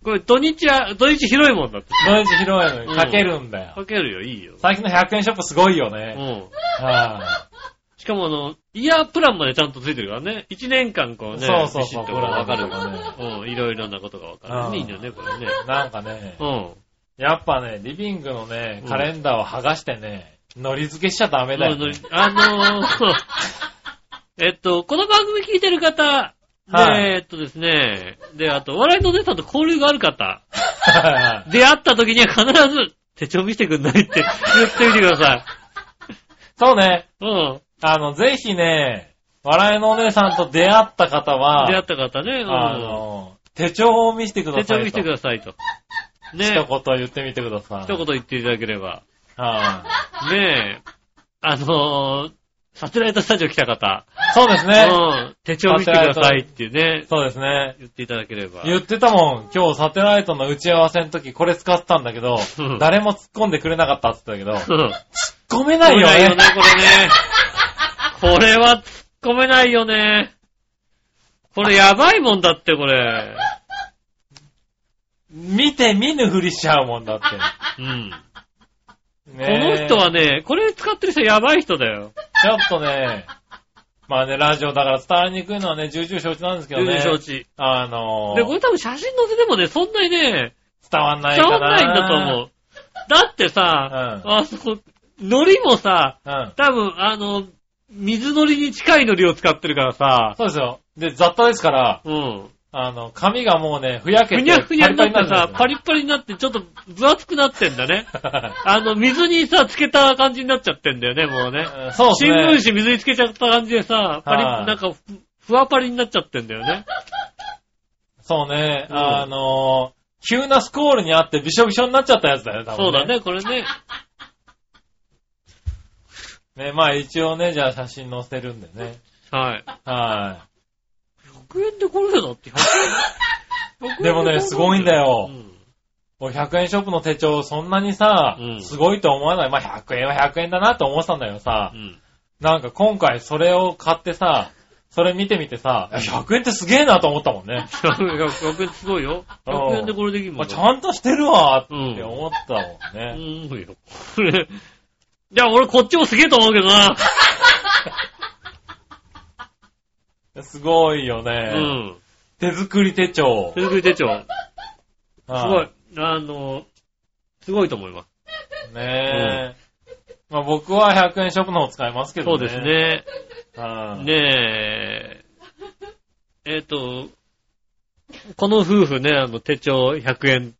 Speaker 2: これ土日は、土日広いもんだって。
Speaker 3: 毎日広いのにかけるんだよ。
Speaker 2: かけるよ、いいよ。
Speaker 3: 最近の100円ショップすごいよ
Speaker 2: う
Speaker 3: ね。
Speaker 2: ん。
Speaker 3: は
Speaker 2: しかもあの、イヤープランまでちゃんとついてるからね。1年間こう
Speaker 3: い。
Speaker 2: ね、
Speaker 3: そうそう
Speaker 2: ビシ
Speaker 3: そ
Speaker 2: ッ
Speaker 3: う、
Speaker 2: とこ
Speaker 3: プ
Speaker 2: う
Speaker 3: ラ
Speaker 2: わ
Speaker 3: ン
Speaker 2: か
Speaker 3: と
Speaker 2: る
Speaker 3: かね。
Speaker 2: うん、いろいろなことがわか
Speaker 3: う
Speaker 2: る。
Speaker 3: ん
Speaker 2: いいんだよね、これね。
Speaker 3: なんかね
Speaker 2: う、ん。
Speaker 3: やっぱね、リビングのね、カレンダーを剥がしてね、のり付けしちゃダメだよね。
Speaker 2: あのー、 えっと、この番組聞いてる方、で、
Speaker 3: はい
Speaker 2: えっとですね、で、あと、笑いのお姉さんと交流がある方、
Speaker 3: はいはい
Speaker 2: 出会った時には必ず、手帳見せてくんないって言ってみてください。
Speaker 3: そうね、
Speaker 2: うん。
Speaker 3: あの、ぜひね、笑いのお姉さんと出会った方は、
Speaker 2: 出会った方ね、
Speaker 3: あ
Speaker 2: う
Speaker 3: の、手帳を見せてく
Speaker 2: ん。手
Speaker 3: ださ
Speaker 2: 帳
Speaker 3: いと。
Speaker 2: 見せてくださいと。ね
Speaker 3: 一言言ってみてください。
Speaker 2: 一言言っていただければ。
Speaker 3: はい
Speaker 2: ねえ、あのー、サテライトスタジオ来た方、
Speaker 3: そうです
Speaker 2: う
Speaker 3: ね。
Speaker 2: ん、手帳見せてくださいっていうね、
Speaker 3: そうですね。
Speaker 2: 言っていただければ。
Speaker 3: 言ってたもん。今日サテライトの打ち合わせの時これ使ってたんだけど
Speaker 2: うん、
Speaker 3: 誰も突っ込んでくれなかったって言ってたけど、
Speaker 2: うん
Speaker 3: 突っ込めないよ
Speaker 2: 突っ込め
Speaker 3: ね。
Speaker 2: これね。これは突っ込めないよね。これやばいもんだって、これ。
Speaker 3: 見て見ぬふりしちゃうもんだ って。
Speaker 2: うん。こ
Speaker 3: ね
Speaker 2: の
Speaker 3: え
Speaker 2: 人はね、これ使ってる人やばい人だよ。
Speaker 3: ちょっとね、まあね、ラジオだから伝わりにくいのはね、重々承知なんですけど
Speaker 2: 全
Speaker 3: ね
Speaker 2: 然。承知。
Speaker 3: あの
Speaker 2: で、これ多分写真載せてもね、そんなにね、
Speaker 3: 伝わんない
Speaker 2: 伝
Speaker 3: か
Speaker 2: わ
Speaker 3: な。
Speaker 2: んないんだと思う。だってさ、
Speaker 3: う
Speaker 2: あそこ、海苔もさ、
Speaker 3: うん。
Speaker 2: 多分、あの、水海苔に近い海苔を使ってるからさ、
Speaker 3: そうですよ。で、雑多ですから、
Speaker 2: うん。
Speaker 3: あの、髪がもうね、ふやけ
Speaker 2: ふ
Speaker 3: て、
Speaker 2: にゃふにゃになってさ、パ
Speaker 3: パリ
Speaker 2: リッパリになって、ちょっと分厚くなってんだ ね。
Speaker 3: パリになるんですよ。
Speaker 2: あの、水にさ、つけた感じになっちゃってんだよね、もうね。
Speaker 3: うん そうです
Speaker 2: 新
Speaker 3: ね。
Speaker 2: 聞紙水につけちゃった感じでさ、パリ、
Speaker 3: はい
Speaker 2: なんかふ、ふわパリになっちゃってんだよね。
Speaker 3: そうね、
Speaker 2: うん
Speaker 3: あのー、急なスコールにあってびしょびしょになっちゃったやつだよ、多分、ね。
Speaker 2: そうだ。ね、これね。
Speaker 3: ね、まあ一応ね、じゃあ写真載せるんでね。
Speaker 2: はい。
Speaker 3: は
Speaker 2: 100円でこれだって、100円100円
Speaker 3: い。でもね、すごいんだ
Speaker 2: よ。
Speaker 3: よ
Speaker 2: う。ん
Speaker 3: 俺100円ショップの手帳、そんなにさ、
Speaker 2: うん
Speaker 3: すごいと思わない。まあ100円は100円だなって思ってたんだよさ
Speaker 2: う。ん。
Speaker 3: なんか今回それを買ってさ、それ見てみてさ、いや100円ってすげえなと思ったもんね。
Speaker 2: 100円すごいよ。100円でこれできるも
Speaker 3: まあ
Speaker 2: ん
Speaker 3: ち
Speaker 2: ね。
Speaker 3: ゃんとしてるわって思ったもん
Speaker 2: う
Speaker 3: ね。
Speaker 2: ん、そうよ。 これ。じゃあ俺こっちもすげえと思うけどな。
Speaker 3: すごいよ
Speaker 2: う
Speaker 3: ね。
Speaker 2: ん。
Speaker 3: 手作り手帳。
Speaker 2: 手作り手帳。す
Speaker 3: す
Speaker 2: ごい。あの、すごいと思います。
Speaker 3: ねえ。まあ僕は100円ショップの方使いますけ
Speaker 2: そ
Speaker 3: ど
Speaker 2: う
Speaker 3: ね。
Speaker 2: です。ね。
Speaker 3: うん。
Speaker 2: ねえ、えっ、と、この夫婦ね、あの手帳100円、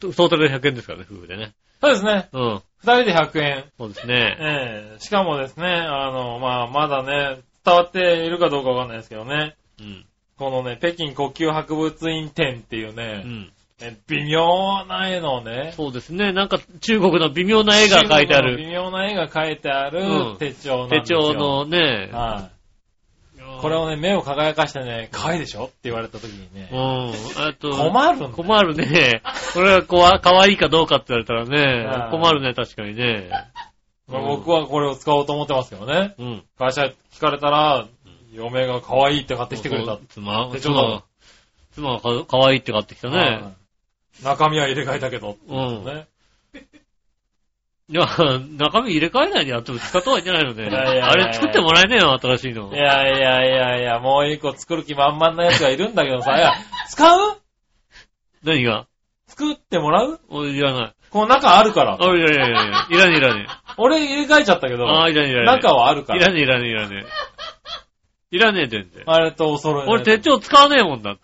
Speaker 2: トータルで100円ですからね、夫婦でね。
Speaker 3: そうですね。
Speaker 2: うん、
Speaker 3: 二人で100円。
Speaker 2: そうですね。
Speaker 3: ええしかもですね、あの、まあまだね、伝わっているかどうかわかんないですけどね。
Speaker 2: うん、
Speaker 3: このね、北京呼吸博物院展っていう
Speaker 2: う
Speaker 3: ね、
Speaker 2: ん。
Speaker 3: え微妙な絵のね、
Speaker 2: そうですね、なんか中国の微妙な絵が描いてあ
Speaker 3: 微
Speaker 2: る
Speaker 3: 妙な絵が描いて
Speaker 2: う
Speaker 3: あ
Speaker 2: ん
Speaker 3: る手帳なんで
Speaker 2: 手
Speaker 3: すよ。
Speaker 2: 帳のね、
Speaker 3: はい
Speaker 2: や
Speaker 3: これをね、目を輝かしてね、可愛いでしょって言われた時に
Speaker 2: う
Speaker 3: ね、
Speaker 2: ん。あと、
Speaker 3: 困るんだよ。
Speaker 2: 困るね。これはこわ、可愛いかどうかって言われたら
Speaker 3: あ
Speaker 2: ね
Speaker 3: あ、
Speaker 2: 困るね、確かにね。
Speaker 3: まあ僕はこれを使おうと思ってますけどね。
Speaker 2: うん。
Speaker 3: 会社聞かれたら、嫁が可愛いって買ってきてくれた。
Speaker 2: 妻、
Speaker 3: 手帳だ
Speaker 2: 妻、妻がか可愛いって買ってきた
Speaker 3: は
Speaker 2: ね。
Speaker 3: い中身は入れ替えたけど。
Speaker 2: うん。
Speaker 3: ね。
Speaker 2: いや、中身入れ替えないでやっても使った方がいいんじゃないのね。
Speaker 3: いやいやいや
Speaker 2: あれ作ってもらえねえよ、新しいの
Speaker 3: い。やいやいやいや、もう一個作る気満々なやつがいるんだけどさ、いや、使う
Speaker 2: 何が
Speaker 3: 作ってもらう
Speaker 2: 俺いらない。
Speaker 3: この中あるから。
Speaker 2: あ、いらねえいらねえいらねえいらねえ
Speaker 3: 俺入れ替えちゃったけど、
Speaker 2: あーいらねえいらねえ
Speaker 3: 中はあるか
Speaker 2: い
Speaker 3: ら。
Speaker 2: らねえいらねえいらねえ。いらねえ全然。
Speaker 3: あれとお揃いのや
Speaker 2: 俺
Speaker 3: つ
Speaker 2: 手帳使わねえもんだっ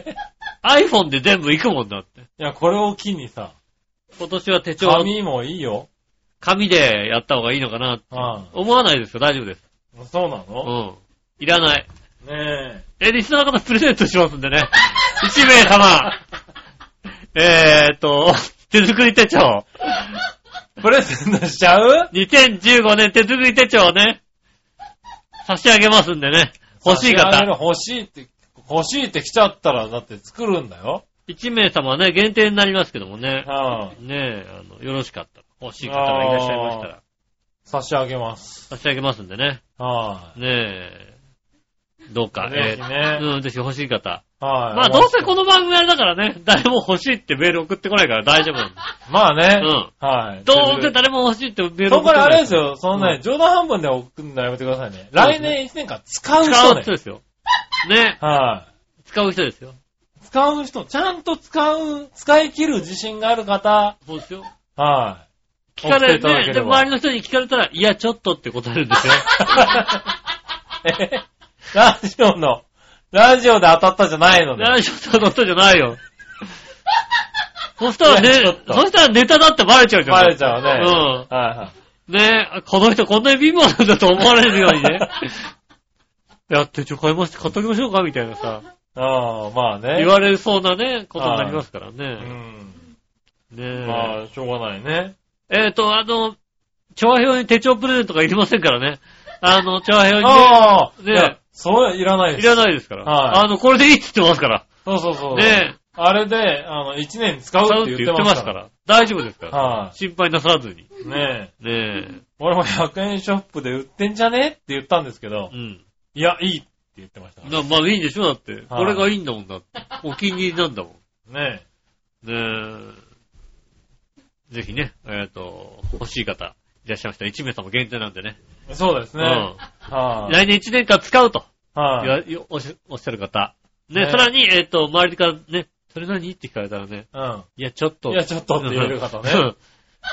Speaker 2: て。iPhone で全部行くもんだって。
Speaker 3: いや、これを機にさ、
Speaker 2: 今年は手帳、
Speaker 3: 紙もいいよ。
Speaker 2: 紙でやった方がいいのかなって。
Speaker 3: う
Speaker 2: 思わないですよ、大丈夫です。
Speaker 3: ん。そうな
Speaker 2: う
Speaker 3: の
Speaker 2: ん。いらない。
Speaker 3: ね
Speaker 2: え、リスナーの方プレゼントしますんでね。1名様。えーっと、手作り手帳。
Speaker 3: え。プレゼントしちゃう
Speaker 2: 2015年手作り手帳をね、差し上げますんでね。欲しい
Speaker 3: 差上げる
Speaker 2: 方。
Speaker 3: 欲しいって、欲しいって来ちゃったら、だって作るんだよ。
Speaker 2: 1名様はね、限定になりますけどもね
Speaker 3: う。ん。
Speaker 2: ねえ、あの、よろしかったら。欲しい方がいらっしゃいましたら、
Speaker 3: 差し上げます。
Speaker 2: 差し上げますんでね。
Speaker 3: は
Speaker 2: ねえ。どうか、
Speaker 3: い。
Speaker 2: え
Speaker 3: ぜひ
Speaker 2: ー
Speaker 3: ね。
Speaker 2: うん、ぜひ欲しい方。
Speaker 3: はい。
Speaker 2: まあ、どうせこの番組あれだからね、 誰も欲しいってメール送ってこないから大丈夫 なんだ。
Speaker 3: まあね。
Speaker 2: うん。
Speaker 3: はい。
Speaker 2: どうせ誰も欲しいってメール
Speaker 3: そ
Speaker 2: 送って
Speaker 3: こからあれです
Speaker 2: よ。
Speaker 3: よ、そのね、冗談半分で送るのやめてくださいね。来年1年間使う
Speaker 2: 使
Speaker 3: 人
Speaker 2: う
Speaker 3: ね
Speaker 2: 人。ですよ。ね。
Speaker 3: は
Speaker 2: 使う人ですよ。
Speaker 3: い。使う人、ちゃんと使う、使い切る自信がある方。
Speaker 2: そうですよ。
Speaker 3: は
Speaker 2: 聞か
Speaker 3: 送って
Speaker 2: れ
Speaker 3: いただ
Speaker 2: て、
Speaker 3: け
Speaker 2: で、
Speaker 3: れば
Speaker 2: 周りの人に聞かれたら、いや、ちょっとって答えるん ですよ。
Speaker 3: い。えへへラジオの、ラジオで当たったじゃないのね。
Speaker 2: 何ちょっとの人じゃないよ。 そしたら
Speaker 3: いやちょ
Speaker 2: ね
Speaker 3: っ、と
Speaker 2: そしたらネタだってバレちゃうじゃん。
Speaker 3: バレちゃうね。
Speaker 2: うん。
Speaker 3: はいはい。
Speaker 2: ねえ、この人こんなに貧乏なんだと思われるように ね。やって、ちょ、買いまして、買っときましょうかみたいなさ、
Speaker 3: ああ、まあね。
Speaker 2: 言われそうなね、ことになりますから
Speaker 3: う
Speaker 2: ね。
Speaker 3: ん。
Speaker 2: ね
Speaker 3: まあ、しょうがないね。
Speaker 2: え。えっと、あの、調和表に手帳プレゼントがいりませんからね。あの、調和表にね、
Speaker 3: ああ、
Speaker 2: ね
Speaker 3: いやそういらないで
Speaker 2: い
Speaker 3: す。
Speaker 2: らないですから。
Speaker 3: はい
Speaker 2: あの、これでいいって言ってますから。
Speaker 3: そうそうそう。
Speaker 2: ねえ、
Speaker 3: あれで、あの、1年使う
Speaker 2: 買う
Speaker 3: っ
Speaker 2: ってて
Speaker 3: 言
Speaker 2: 言っ
Speaker 3: っ
Speaker 2: てて
Speaker 3: ま
Speaker 2: ますすか
Speaker 3: か。
Speaker 2: らら。大丈夫ですから。
Speaker 3: はい
Speaker 2: 心配なさらずに。
Speaker 3: ねえ。
Speaker 2: ね
Speaker 3: 俺も100円ショップで売ってんじゃねって言ったんですけど
Speaker 2: え。う、ん。
Speaker 3: いや、いいって言ってましたから。
Speaker 2: なまあいいんでしょだって。これがいいんだもんだって。お気に入りなんだもん。
Speaker 3: ね
Speaker 2: ねえ。ぜひね、えっ、と、欲しい方、いらっしゃいましたら。1名様限定なんでね。
Speaker 3: え。そうですね。
Speaker 2: うん。
Speaker 3: はい。
Speaker 2: 来年1年間使うと、い
Speaker 3: はい。
Speaker 2: わよおっしおっしゃる方。ね、
Speaker 3: ね
Speaker 2: さらに、えっ、と、周りからね、それ何って聞かれたらね、
Speaker 3: う
Speaker 2: いや、ちょっと。
Speaker 3: ん。いや、ちょっとって言える方ね。
Speaker 2: うん。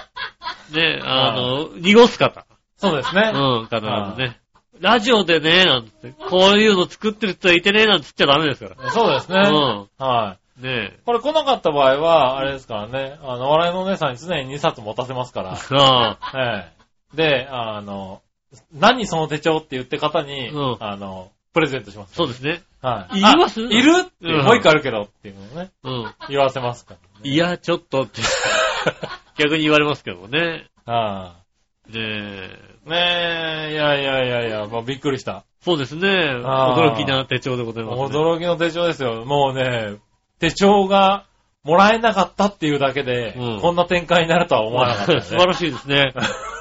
Speaker 2: ねあの、濁す方。
Speaker 3: そうです
Speaker 2: う
Speaker 3: ね。
Speaker 2: ん、必ずね。ラジオでね、なんつって、こういうの作ってる人はいてね、なんつっちゃダメですから。
Speaker 3: そうですね。
Speaker 2: う
Speaker 3: はい。
Speaker 2: ん。ねえ。
Speaker 3: これ来なかった場合は、あれですからね、あの、笑いのお姉さんに常に2冊持たせます から。
Speaker 2: ああ。
Speaker 3: ええ。で、あの、何その手帳って言って方に、
Speaker 2: うん
Speaker 3: あの、プレゼントします。
Speaker 2: そうですね。
Speaker 3: はい。
Speaker 2: いります
Speaker 3: あいるって、
Speaker 2: うん
Speaker 3: もう一個あるけどっていうのをね、
Speaker 2: うん。
Speaker 3: 言わせますから。
Speaker 2: いや、ちょっと って、逆に言われますけどもね。
Speaker 3: は
Speaker 2: ねえ。
Speaker 3: い。ねえ、いやいやいやいや、もうびっくりした。
Speaker 2: そうですね。
Speaker 3: あー
Speaker 2: 驚きな手帳でございます、ね。
Speaker 3: 驚きの手帳ですよ。もうね、手帳がもらえなかったっていうだけで、
Speaker 2: うん
Speaker 3: こんな展開になるとは思わなかった、ね。
Speaker 2: 素晴らしいですね。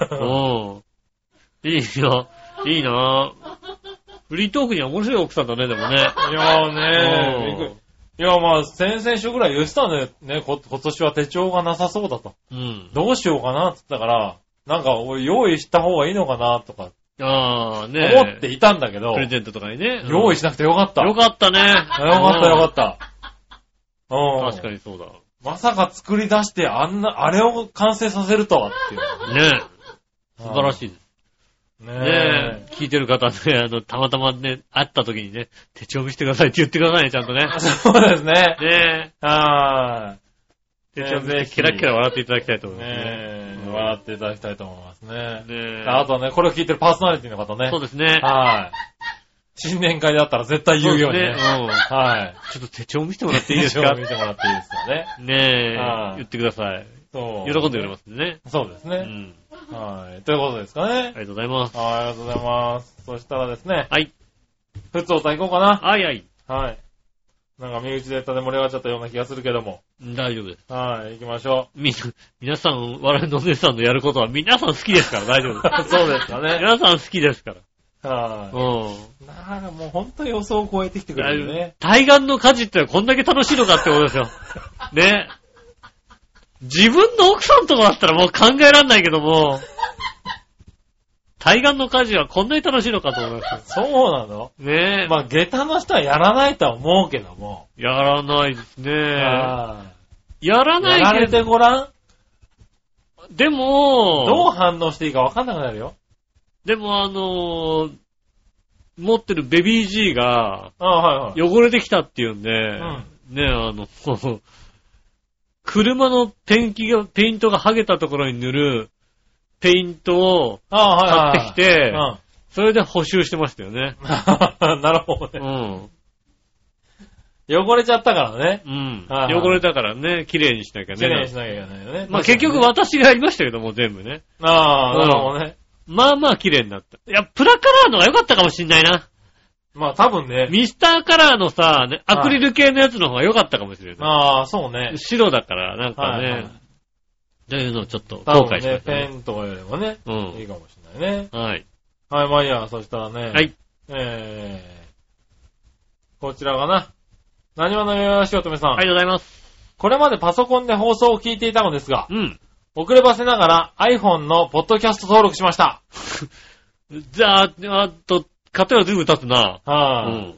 Speaker 3: し
Speaker 2: うん。いいよ。いいなフリートークには面白い奥さんだね、でもね。
Speaker 3: い。いやーねびっくり
Speaker 2: う
Speaker 3: いや、まあ、先々週ぐらい言ってたんだよね、こ今年は手帳がなさそうだと。
Speaker 2: ん。
Speaker 3: どうしようかなって言ったから、なんか、おい用意した方がいいのかなとか
Speaker 2: ああ、ね
Speaker 3: 思っていたんだけど、
Speaker 2: プレゼントとかにね。うん
Speaker 3: 用意しなくてよかった。
Speaker 2: よ
Speaker 3: よか
Speaker 2: かったね。よ
Speaker 3: った、よかった。うん。
Speaker 2: 確かにそうだ。
Speaker 3: まさか作り出して、あんな、あれを完成させるとはっていう。
Speaker 2: ね素晴らしいです。
Speaker 3: い。ね
Speaker 2: ね聞いてる方ね、あの、たまたまね、会った時にね、手帳見せてくださいって言ってくださいね、ちゃんとね。
Speaker 3: え。そうですね。
Speaker 2: ね
Speaker 3: は
Speaker 2: え。
Speaker 3: ね
Speaker 2: 手帳見
Speaker 3: ぜ
Speaker 2: せて
Speaker 3: ひ
Speaker 2: キラキラ笑っていただきたいと
Speaker 3: い。
Speaker 2: 思いますね。
Speaker 3: ねえ。笑っていただきたいと思いますね。
Speaker 2: ねえ。
Speaker 3: あとね、これを聞いてるパーソナリティの方ね
Speaker 2: そう。ですね。
Speaker 3: はい。新年会だったら絶対言うように
Speaker 2: そです
Speaker 3: ね。
Speaker 2: うん
Speaker 3: はい。
Speaker 2: ちょっと手帳見せてもらっていいですか
Speaker 3: 一応見てもらっていいですかね。
Speaker 2: ねえ
Speaker 3: ああ、
Speaker 2: 言ってください。
Speaker 3: そう。
Speaker 2: 喜んでくれますんでね。
Speaker 3: す。そうです
Speaker 2: う
Speaker 3: ね。
Speaker 2: ん。
Speaker 3: はい。ということですか
Speaker 2: あ
Speaker 3: ね。
Speaker 2: りがとうございます。
Speaker 3: はいありがとうございます。そしたらですね、
Speaker 2: はい。
Speaker 3: ふつおた行こうか
Speaker 2: あいあい。
Speaker 3: な。はい。なんか身内でネタで盛り上がっちゃったような気がするけども。
Speaker 2: 大丈夫です。
Speaker 3: はい、行きましょ
Speaker 2: みんな、皆さん、笑いのお姉さんのやることは皆さん好きですから大丈夫で す。
Speaker 3: そうですかね
Speaker 2: 皆さん好きですから。
Speaker 3: う。は
Speaker 2: う
Speaker 3: い。なんかもう本当予想を超えてきてくれるよ
Speaker 2: ん
Speaker 3: ね。。
Speaker 2: 対岸の火事ってのはこんだけ楽しいのかってことですよ。ね。自分の奥さんとかだったらもう考えらんないけども、対岸の火事はこんなに楽しいのかと思いますよ。
Speaker 3: そうなの
Speaker 2: ねえ。
Speaker 3: まあ、下駄の人はやらないとは思うけども。
Speaker 2: やらないですね。や
Speaker 3: は
Speaker 2: ら
Speaker 3: いやら
Speaker 2: ないけ
Speaker 3: れて
Speaker 2: ど、
Speaker 3: ごらん。
Speaker 2: でも、
Speaker 3: どう反応していいかわかんなくなるよ。
Speaker 2: でもあのー持ってるベビー G が
Speaker 3: あはいはい。
Speaker 2: 汚れてきたっていうんで、
Speaker 3: ん
Speaker 2: ね、あの、 車のペンキが、ペイントが剥げたところに塗るペイントを
Speaker 3: あはい
Speaker 2: 買
Speaker 3: はい。
Speaker 2: ってきて、
Speaker 3: うん。
Speaker 2: それで補修してましたよね。
Speaker 3: なるほ
Speaker 2: う
Speaker 3: どね。
Speaker 2: ん。
Speaker 3: 汚れちゃったからね。
Speaker 2: うん。
Speaker 3: はいはい
Speaker 2: 汚れたからね、綺麗にしなきゃ
Speaker 3: 綺麗にし
Speaker 2: ね。
Speaker 3: なきゃいけないよね。
Speaker 2: まあ結局
Speaker 3: は。
Speaker 2: 私がやりましたけども、全部ね。
Speaker 3: ああ、
Speaker 2: うん
Speaker 3: なるほどね。
Speaker 2: まあまあ綺麗になった。いや、プラカラーのが良かったかもしんないな。
Speaker 3: まあ多分ね。
Speaker 2: ミスターカラーのさ、ねアクリル系のやつの方が良かったかもしれない。
Speaker 3: ああ、そうね。
Speaker 2: 白だから、なんか
Speaker 3: はいはい
Speaker 2: ね、というのをちょっと
Speaker 3: 多
Speaker 2: 後
Speaker 3: 分
Speaker 2: 悔しま
Speaker 3: ね
Speaker 2: し、た
Speaker 3: ペ
Speaker 2: ね。
Speaker 3: ンとかよりもね、
Speaker 2: う
Speaker 3: いい
Speaker 2: ん。
Speaker 3: かもしれないね。
Speaker 2: はい。
Speaker 3: はい、まあいいや、そしたらね。
Speaker 2: はい。
Speaker 3: えー、こちらかな。何話のよしおとめさん。
Speaker 2: ありがとうございます。
Speaker 3: これまでパソコンで放送を聞いていたのですが、
Speaker 2: うん。
Speaker 3: 遅ればせながら iPhone のポッドキャスト登録しました。
Speaker 2: じゃあ、あと、買っては随分経つな。う
Speaker 3: はい、
Speaker 2: ん。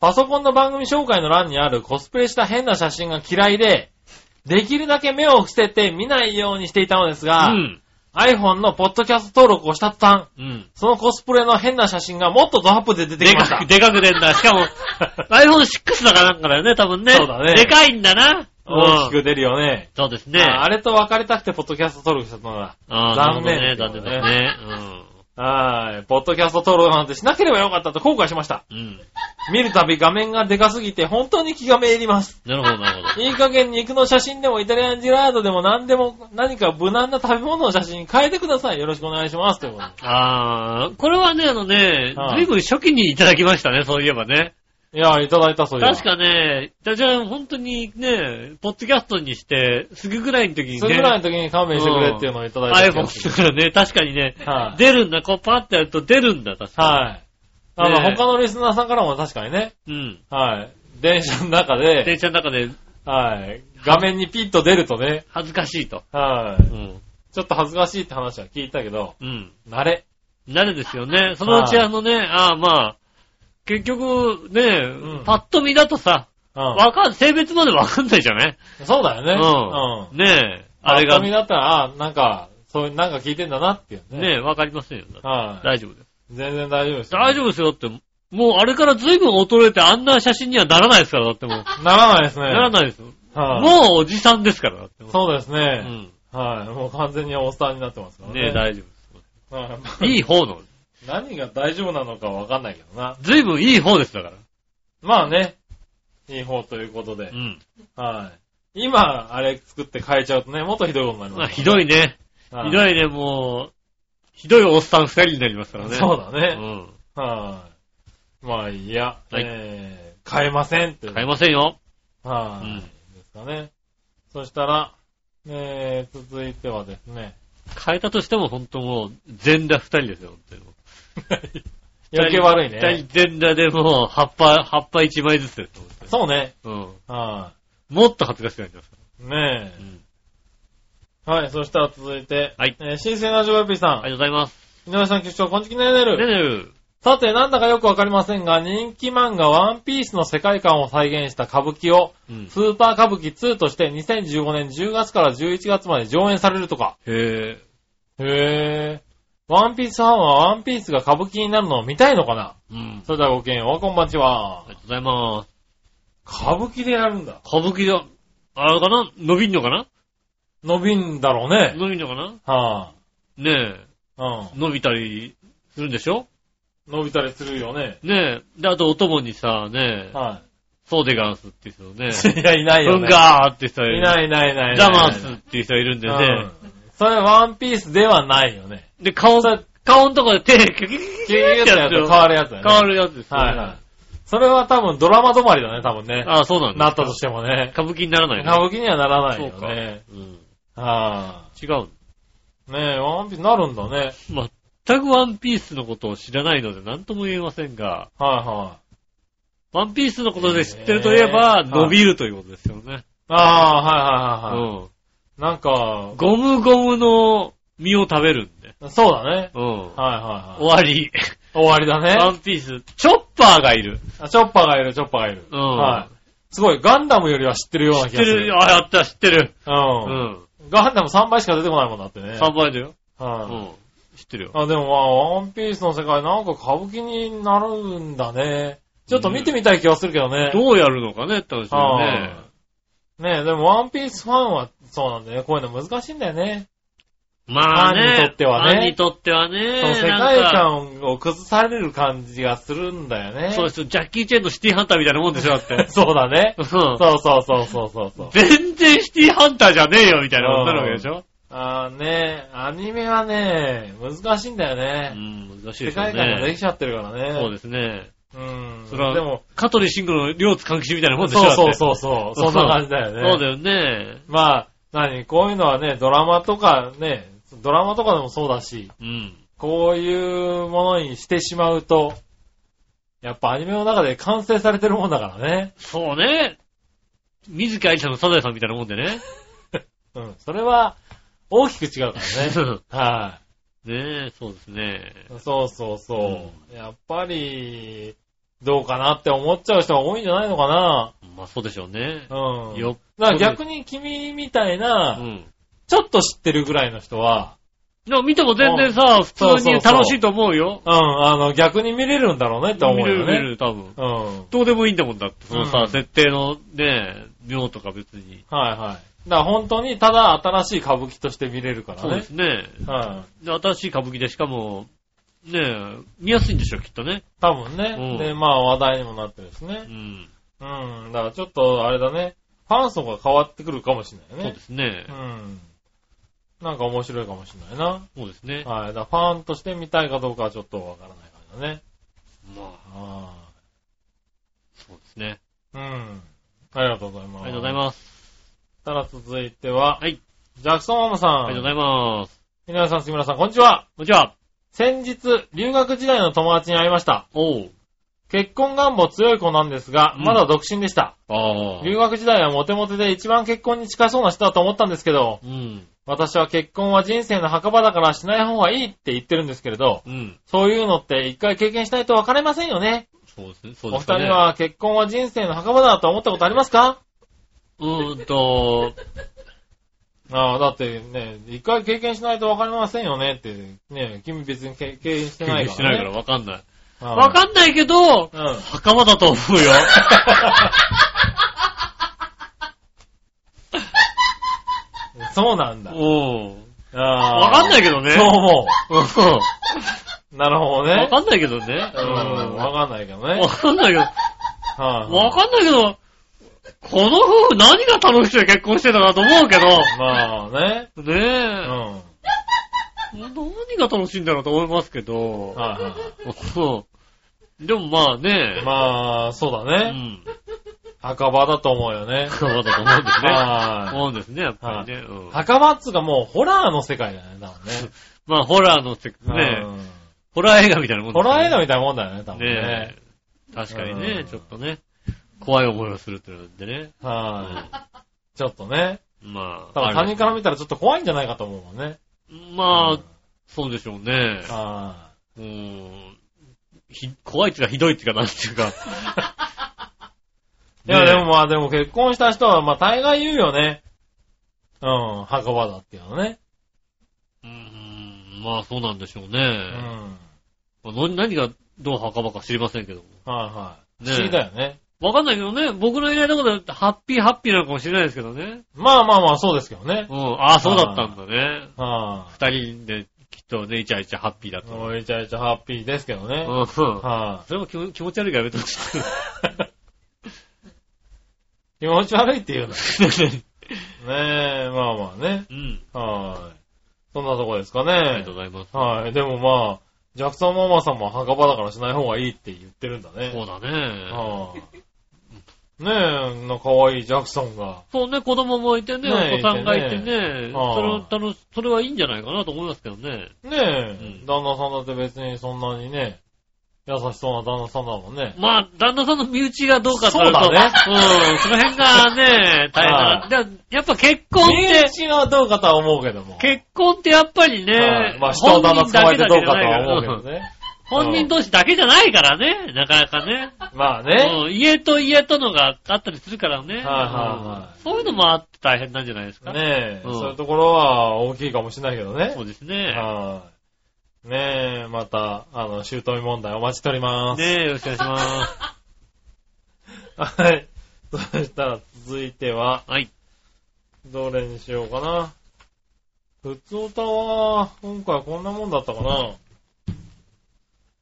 Speaker 3: パソコンの番組紹介の欄にあるコスプレした変な写真が嫌いで、できるだけ目を伏せて見ないようにしていたのです
Speaker 2: う
Speaker 3: が、
Speaker 2: ん。
Speaker 3: iPhone のポッドキャスト登録をした途端、
Speaker 2: うん。
Speaker 3: そのコスプレの変な写真がもっとドアップで出て
Speaker 2: で
Speaker 3: きました
Speaker 2: かく、。でかく出んだ。しか も、iPhone6 だかなんかだよね、多分ね。
Speaker 3: そうだね
Speaker 2: でかいんだな。
Speaker 3: 大き
Speaker 2: うん。
Speaker 3: く出るよね。
Speaker 2: そうですね。
Speaker 3: ああれと別れたくてポッドキャスト登録したのだ。
Speaker 2: あー
Speaker 3: 残念
Speaker 2: なるほどね、残念ですね。
Speaker 3: はーい。ポッドキャスト登録なんてしなければよかったと後悔しました。
Speaker 2: うん。うん。
Speaker 3: 見るたび画面がでかすぎて本当に気がめいります。
Speaker 2: なるほど、なるほど。
Speaker 3: いい加減肉の写真でもイタリアンジェラードでも何でも何か無難な食べ物の写真に変えてください。よろしくお願いします。ということで
Speaker 2: あー、これはね、あのね
Speaker 3: は、
Speaker 2: 随
Speaker 3: い
Speaker 2: 分初期にいただきましたね、そういえばね。
Speaker 3: いやー、いただいたそういう。
Speaker 2: 確かね、じゃじゃあ本当にね、ポッドキャストにして、すぐぐらいの時にね、
Speaker 3: それぐらいの時に勘弁してくれっていうのをいただいた気がす
Speaker 2: iPhone
Speaker 3: る。
Speaker 2: だからね、確かにね、
Speaker 3: はい
Speaker 2: 出るんだ、こうパってやると出るんだ、確か
Speaker 3: はい。あの、
Speaker 2: ねえ
Speaker 3: 他のリスナーさんからも確かにね、
Speaker 2: に。うん。
Speaker 3: はい。電車の中で、
Speaker 2: 電車の中で
Speaker 3: はい。画面にピッと出るとね、
Speaker 2: 恥ずかしいと。
Speaker 3: は
Speaker 2: う
Speaker 3: い。
Speaker 2: ん。
Speaker 3: ちょっと恥ずかしいって話は聞いたけど、
Speaker 2: うん。
Speaker 3: 慣れ。
Speaker 2: 慣れですよね。そのうち
Speaker 3: はい
Speaker 2: あのね、ああまあ、結局ね、
Speaker 3: ん
Speaker 2: パッと見だとさ、
Speaker 3: うん。
Speaker 2: わかん、性別までわかんないじゃない
Speaker 3: そうだよね。
Speaker 2: う
Speaker 3: うん。
Speaker 2: ん。ねえ、あれが、
Speaker 3: 髪
Speaker 2: ね
Speaker 3: だったら、あなんか、そういう、なんか聞いてんだなっていうね。
Speaker 2: え、わかりませんよ。
Speaker 3: はい。
Speaker 2: 大丈夫です。
Speaker 3: 全然大丈夫ですよ。
Speaker 2: 大丈夫ですよって、もうあれから随分衰えてあんな写真にはならないですから、だってもう。
Speaker 3: ならないですね。
Speaker 2: ならないですよ。
Speaker 3: はい。
Speaker 2: もうおじさんですから、だってもう。
Speaker 3: そうです
Speaker 2: う
Speaker 3: ね。
Speaker 2: ん。
Speaker 3: はい。もう完全におっさんになってますからね。
Speaker 2: ねえ、大丈夫です。
Speaker 3: はい
Speaker 2: いい方の。
Speaker 3: 何が大丈夫なのかわかんないけどな。
Speaker 2: ずいぶんいい方ですだから。
Speaker 3: まあね。いい方ということで
Speaker 2: う。ん。
Speaker 3: はい。今、あれ作って変えちゃうとね、もっとひどいことになり
Speaker 2: ま
Speaker 3: ま
Speaker 2: あ、
Speaker 3: す。
Speaker 2: ひどいね。
Speaker 3: は
Speaker 2: ひどいね、もう、ひどいおっさん二人になりますからね。
Speaker 3: そうだ
Speaker 2: う
Speaker 3: ね。
Speaker 2: ん。
Speaker 3: はい。まあ、いいや。
Speaker 2: はい
Speaker 3: えー変えませんって。
Speaker 2: 買えませんよ。
Speaker 3: は
Speaker 2: う
Speaker 3: い
Speaker 2: ん。
Speaker 3: ですかね。そしたら、えー、続いてはですね。
Speaker 2: 変えたとしても本当もう、全裸二人ですよ、本当にもう
Speaker 3: 余計悪い
Speaker 2: 二
Speaker 3: ね。
Speaker 2: 人全裸でもう、葉っぱ、葉っぱ一枚ずつですよ、本当に
Speaker 3: そうね。
Speaker 2: うん。
Speaker 3: は
Speaker 2: もっと恥ずかしくなりますか
Speaker 3: い。ね
Speaker 2: ら。うん。
Speaker 3: え。はい、そしたら続いて。
Speaker 2: はい
Speaker 3: えー、新鮮なジョーピーさん。
Speaker 2: ありがとうございます。
Speaker 3: 井上さん、局長、こんちきねね
Speaker 2: ね
Speaker 3: る。
Speaker 2: ねる。
Speaker 3: さて、なんだかよくわかりませんが、人気漫画ワンピースの世界観を再現した歌舞伎を、
Speaker 2: うん。
Speaker 3: スーパー歌舞伎2として2015年10月から11月まで上演されるとか。
Speaker 2: へえ。
Speaker 3: へぇー。ワンピースファンはワンピースが歌舞伎になるのを見たいのかな
Speaker 2: うん。
Speaker 3: それではごきげんよう、こんばんちは
Speaker 2: あり。がとうございます。
Speaker 3: 歌舞伎でやるんだ。
Speaker 2: 歌舞伎だ。あれかな伸びんのかな
Speaker 3: 伸びんだろうね。
Speaker 2: 伸びんのかな
Speaker 3: は
Speaker 2: ねえ。
Speaker 3: あ、
Speaker 2: 伸びたりするんでしょ
Speaker 3: うん。伸びたりするよね。
Speaker 2: ねえ。で、あと、お供にさ、ねえ、
Speaker 3: は
Speaker 2: そうでガンスっていう人ね、
Speaker 3: い。いや、いないよ
Speaker 2: フン
Speaker 3: ね。
Speaker 2: ガーって人がいる。
Speaker 3: いないいないいないいな
Speaker 2: ダ
Speaker 3: い。
Speaker 2: マスっていう人がいるんで
Speaker 3: う
Speaker 2: ね
Speaker 3: ん。。それワンピースではないよね。
Speaker 2: で、顔、顔のとこで手、キュキュキュキュキュ
Speaker 3: キュキ
Speaker 2: っ
Speaker 3: ュってて
Speaker 2: や
Speaker 3: や
Speaker 2: つ
Speaker 3: つ
Speaker 2: よ
Speaker 3: 変わるやつだよね。
Speaker 2: 変わるやつですよね。
Speaker 3: はいはい。それは多分ドラマ止まりだね、多分ね。
Speaker 2: ああ、そうなんだ。
Speaker 3: なったとしてもね。
Speaker 2: 歌舞伎にならない
Speaker 3: 歌
Speaker 2: ね。
Speaker 3: 舞伎にはならない
Speaker 2: そう
Speaker 3: よ
Speaker 2: か。
Speaker 3: ね。
Speaker 2: うん。
Speaker 3: は
Speaker 2: 違う。
Speaker 3: い。ねえ、ワンピースなるんだね。
Speaker 2: 全くワンピースのことを知らないので何とも言えませんが、
Speaker 3: はいはい。
Speaker 2: ワンピースのことで知ってるといえば、
Speaker 3: えー
Speaker 2: 伸びるということですよね。
Speaker 3: ああ、はいはいはいは
Speaker 2: う
Speaker 3: い。なんか
Speaker 2: ん。、ゴムゴムの実を食べるんで。
Speaker 3: そうだね。
Speaker 2: うん。
Speaker 3: はいはい
Speaker 2: 終
Speaker 3: はい。
Speaker 2: わり。
Speaker 3: 終わりだね。
Speaker 2: ワンピース、チョッパーがいる。
Speaker 3: あチョッパーがいる、チョッパーがいる。
Speaker 2: うん
Speaker 3: はい。すごい、ガンダムよりは知ってるような
Speaker 2: 知っ
Speaker 3: 気
Speaker 2: て
Speaker 3: がする。
Speaker 2: る。あ、やった、知ってる。う
Speaker 3: うん。
Speaker 2: ん。
Speaker 3: ガンダム3倍しか出てこないもんだってね。
Speaker 2: 3倍だよ。う
Speaker 3: はい
Speaker 2: ん。知ってるよ。
Speaker 3: あ、でもまあ、ワンピースの世界なんか歌舞伎になるんだね。ちょっと見てみたい気がするけどね。
Speaker 2: どうやるのかねって話だよね。
Speaker 3: ねえ、でもワンピースファンはそうなんだよね。こういうの難しいんだよね。
Speaker 2: まあね。
Speaker 3: ファンにとってはね
Speaker 2: ファンにとってはね。
Speaker 3: その世界
Speaker 2: なんか
Speaker 3: 観を崩される感じがするんだよね。
Speaker 2: そうですよ。ジャッキー・チェンのシティハンターみたいなもんでしょ、だ って。
Speaker 3: そうだね。
Speaker 2: うん
Speaker 3: そうそうそうそうそうそう。
Speaker 2: 全然シティハンターじゃねえよ、みたいなことになるわけでしょ。
Speaker 3: あーねえ、アニメはね、難しいんだよ
Speaker 2: う
Speaker 3: ね。
Speaker 2: ん、難しいで
Speaker 3: 世
Speaker 2: すよ
Speaker 3: 界観がで
Speaker 2: ね
Speaker 3: き。ちゃってるからね。
Speaker 2: そうですね。
Speaker 3: うん。
Speaker 2: それは
Speaker 3: でも、
Speaker 2: 香取慎吾の両津換気みたいなもんでしょ、
Speaker 3: そうそう
Speaker 2: う
Speaker 3: そうそう。そんな感じだよね。
Speaker 2: そうだよね。
Speaker 3: まあ、何、こういうのはね、ドラマとかね、ドラマとかでもそうだし、
Speaker 2: うん。
Speaker 3: こういうものにしてしまうと、やっぱアニメの中で完成されてるもんだからね。
Speaker 2: そうね。水木愛さんのサザエさんみたいなもんでね。
Speaker 3: うん。それは、大きく違うから ね。は
Speaker 2: ねえ、そうですね。
Speaker 3: い。そうそうそう。やっぱり、どうかなって思っちゃう人が多いんじゃないのかな。
Speaker 2: まあそうでしょうね。
Speaker 3: うん。
Speaker 2: よっ
Speaker 3: だから逆に君みたいうな、
Speaker 2: ん。
Speaker 3: ちょっと知ってるぐらいの人は、
Speaker 2: でも見ても全然さ、普通
Speaker 3: そうそう
Speaker 2: に
Speaker 3: そう
Speaker 2: 楽しいと思うよ。
Speaker 3: うん、あの、逆に見れるんだろうねって思
Speaker 2: 見
Speaker 3: う
Speaker 2: れる
Speaker 3: よ
Speaker 2: 見れ
Speaker 3: ね。
Speaker 2: る、多分。
Speaker 3: うん。
Speaker 2: どうでもいいんだもんだって。そのさ、
Speaker 3: うん
Speaker 2: 設定のね、妙とか別に。
Speaker 3: はいはい。だから本当にただ新しい歌舞伎として見れるから
Speaker 2: そうで
Speaker 3: ね
Speaker 2: す。ね。
Speaker 3: うん。
Speaker 2: で新しい歌舞伎でしかも、ねえ、見やすいんでしょ、きっとね。
Speaker 3: 多分ね。
Speaker 2: うん
Speaker 3: で、まあ話題にもなってるし
Speaker 2: う
Speaker 3: ね。
Speaker 2: ん。
Speaker 3: うん。だからちょっとあれだね。ファン層が変わってくるかもしれない
Speaker 2: そう
Speaker 3: ね
Speaker 2: で。すね
Speaker 3: う。ん。なんか面白いかもしれないな。
Speaker 2: そうですね。
Speaker 3: はい。だからファンとして見たいかどうかはちょっとわからないからね。
Speaker 2: まあ、
Speaker 3: あ
Speaker 2: そうですね。
Speaker 3: あ。うん。ありがとうございます。
Speaker 2: ありがとうございま
Speaker 3: す。
Speaker 2: す。
Speaker 3: たら続いては、
Speaker 2: はい。
Speaker 3: ジャクソンママさん。
Speaker 2: ありがとうございます。
Speaker 3: 皆さん、杉村さん、こんにちは。
Speaker 2: こんにちは。
Speaker 3: 先日、留学時代の友達に会いました。
Speaker 2: おう。
Speaker 3: 結婚願望強い子なんですが、
Speaker 2: うん
Speaker 3: まだ独身でした。
Speaker 2: ああ。
Speaker 3: 留学時代はモテモテで一番結婚に近そうな人だと思ったんですけど、
Speaker 2: うん。
Speaker 3: 私は結婚は人生の墓場だからしない方がいいって言ってるんですけれど、
Speaker 2: うん。
Speaker 3: そういうのって一回経験しないと分かれませんよね。
Speaker 2: そうですね。そ
Speaker 3: お
Speaker 2: う
Speaker 3: 二
Speaker 2: ですね。
Speaker 3: 人は結婚は人生の墓場だと思ったことありますか
Speaker 2: うーんと、
Speaker 3: ああ、だってね、一回経験しないと分かりませんよねって、ね、君別に経経験して
Speaker 2: 経
Speaker 3: ないか
Speaker 2: 験し
Speaker 3: ら、ね。
Speaker 2: てないからわかんない。
Speaker 3: ら
Speaker 2: わかんないけど、
Speaker 3: うん。うん。
Speaker 2: 袴だと思う よ。
Speaker 3: そうなんだ。
Speaker 2: うん。わ
Speaker 3: わ
Speaker 2: かんないいけどね。
Speaker 3: そう思
Speaker 2: う
Speaker 3: う。なるほ
Speaker 2: ん。
Speaker 3: ど
Speaker 2: わ
Speaker 3: ね。
Speaker 2: かんないけどね。
Speaker 3: うん、わかんないけどね。
Speaker 2: わかんないけど。
Speaker 3: はい
Speaker 2: わかんないけど、この夫婦何が楽しくて結婚してたかと思うけど、
Speaker 3: まあね。
Speaker 2: ね
Speaker 3: うん。
Speaker 2: え、何が楽しいんだろうと思いますけど、
Speaker 3: はいは
Speaker 2: うんでもまあね
Speaker 3: い。、まあ、そう
Speaker 2: う
Speaker 3: だね。
Speaker 2: ん、
Speaker 3: 墓場だと思うよね。
Speaker 2: そうだと思うんですね。
Speaker 3: は
Speaker 2: 思うんですね、やっぱりね。うん
Speaker 3: い。墓場っつうかもうホラーの世界だよね、多
Speaker 2: まあホラーのせ、
Speaker 3: 分ね。
Speaker 2: ね
Speaker 3: うん
Speaker 2: ホラー映画みたいなもん
Speaker 3: ホラー映画
Speaker 2: み
Speaker 3: みたいなもんだよね、多分
Speaker 2: ね
Speaker 3: ね。
Speaker 2: え。確かに
Speaker 3: う
Speaker 2: ね
Speaker 3: ん、
Speaker 2: ちょっとね、怖い思いをするってなんでね。う
Speaker 3: は
Speaker 2: ん
Speaker 3: い。ちょっとね。
Speaker 2: まあ、
Speaker 3: 多分他人から見たらちょっと怖いんじゃないかと思うもんね。
Speaker 2: ま
Speaker 3: う
Speaker 2: あ
Speaker 3: ん、
Speaker 2: そうでしょうね。
Speaker 3: は
Speaker 2: うーんひ、怖いっていうかひどいっていうかなんていうか。
Speaker 3: い。いや、
Speaker 2: ねえ
Speaker 3: でもまあ、でも結婚した人は、まあ、大概言うよね。うん、墓場だっていうのね。
Speaker 2: うーん、まあそうなんでしょう
Speaker 3: うん。
Speaker 2: ね。
Speaker 3: はい
Speaker 2: まあの何がどう墓場か知りませんけども。
Speaker 3: はい。
Speaker 2: ねえ
Speaker 3: 不思議だよね。
Speaker 2: わかんないけどね、僕のいないところでハッピーハッピーなのかもしれないですけどね。
Speaker 3: まあまあまあ、そうですけどね
Speaker 2: う。ん、ああ、そうだったんだね。
Speaker 3: は
Speaker 2: 二人できっとね、イチャイチャハッピーだ
Speaker 3: い。
Speaker 2: と。
Speaker 3: もうイチャイチャハッピーですけど
Speaker 2: う
Speaker 3: ね。
Speaker 2: ん、うん。そ
Speaker 3: は
Speaker 2: れも気持気持ち悪いからやめてほ しい。
Speaker 3: い。気持ち悪いって言うの。ねえ、まあまあね。
Speaker 2: うん。
Speaker 3: はい。そんなとこですか
Speaker 2: ありが
Speaker 3: ね
Speaker 2: とう。ございます。
Speaker 3: はい。でもまあ、ジャクソンママさんも墓場だからしない方がいいって言ってるんだね。
Speaker 2: そうだね。
Speaker 3: うんねえ、の可愛いジャクソンが。
Speaker 2: そうね、子供もいてね、
Speaker 3: ね
Speaker 2: お子さんがいてね、
Speaker 3: いてね
Speaker 2: それは楽し、それはいいんじゃないかなと思いますけどね。
Speaker 3: ねえ、
Speaker 2: うん
Speaker 3: 旦那さんだって別にそんなにね、優しそうな旦那さんだもんね。
Speaker 2: まあ、旦那さんの身内がどうかとなると、
Speaker 3: そうだね
Speaker 2: うん、その 辺がね、大変だな。でやっぱ結婚っ
Speaker 3: 身
Speaker 2: て、
Speaker 3: 内はどうかとは思うけども。
Speaker 2: 結婚ってやっぱり
Speaker 3: はい
Speaker 2: ね、
Speaker 3: まあ人を旦那捕まえてどうかとは思
Speaker 2: 本人だ
Speaker 3: うけ
Speaker 2: けだけじゃないから
Speaker 3: どね。
Speaker 2: 本人同士だけじゃないからね、なかなかね。
Speaker 3: まあね。
Speaker 2: うん家と家とのがあったりするからね。
Speaker 3: は
Speaker 2: うんそういうのもあって大変なんじゃないですか。
Speaker 3: ねえ、
Speaker 2: うん
Speaker 3: そういうところは大きいかもしれないけどね
Speaker 2: そ。うですね。
Speaker 3: はい。ねえ、また、あの、姑問題お待ちしております。
Speaker 2: ねえ、よろしくお願いします。
Speaker 3: はい。そしたら続いては、
Speaker 2: はい。
Speaker 3: どれにしようかな。普通歌は、今回こんなもんだったかな。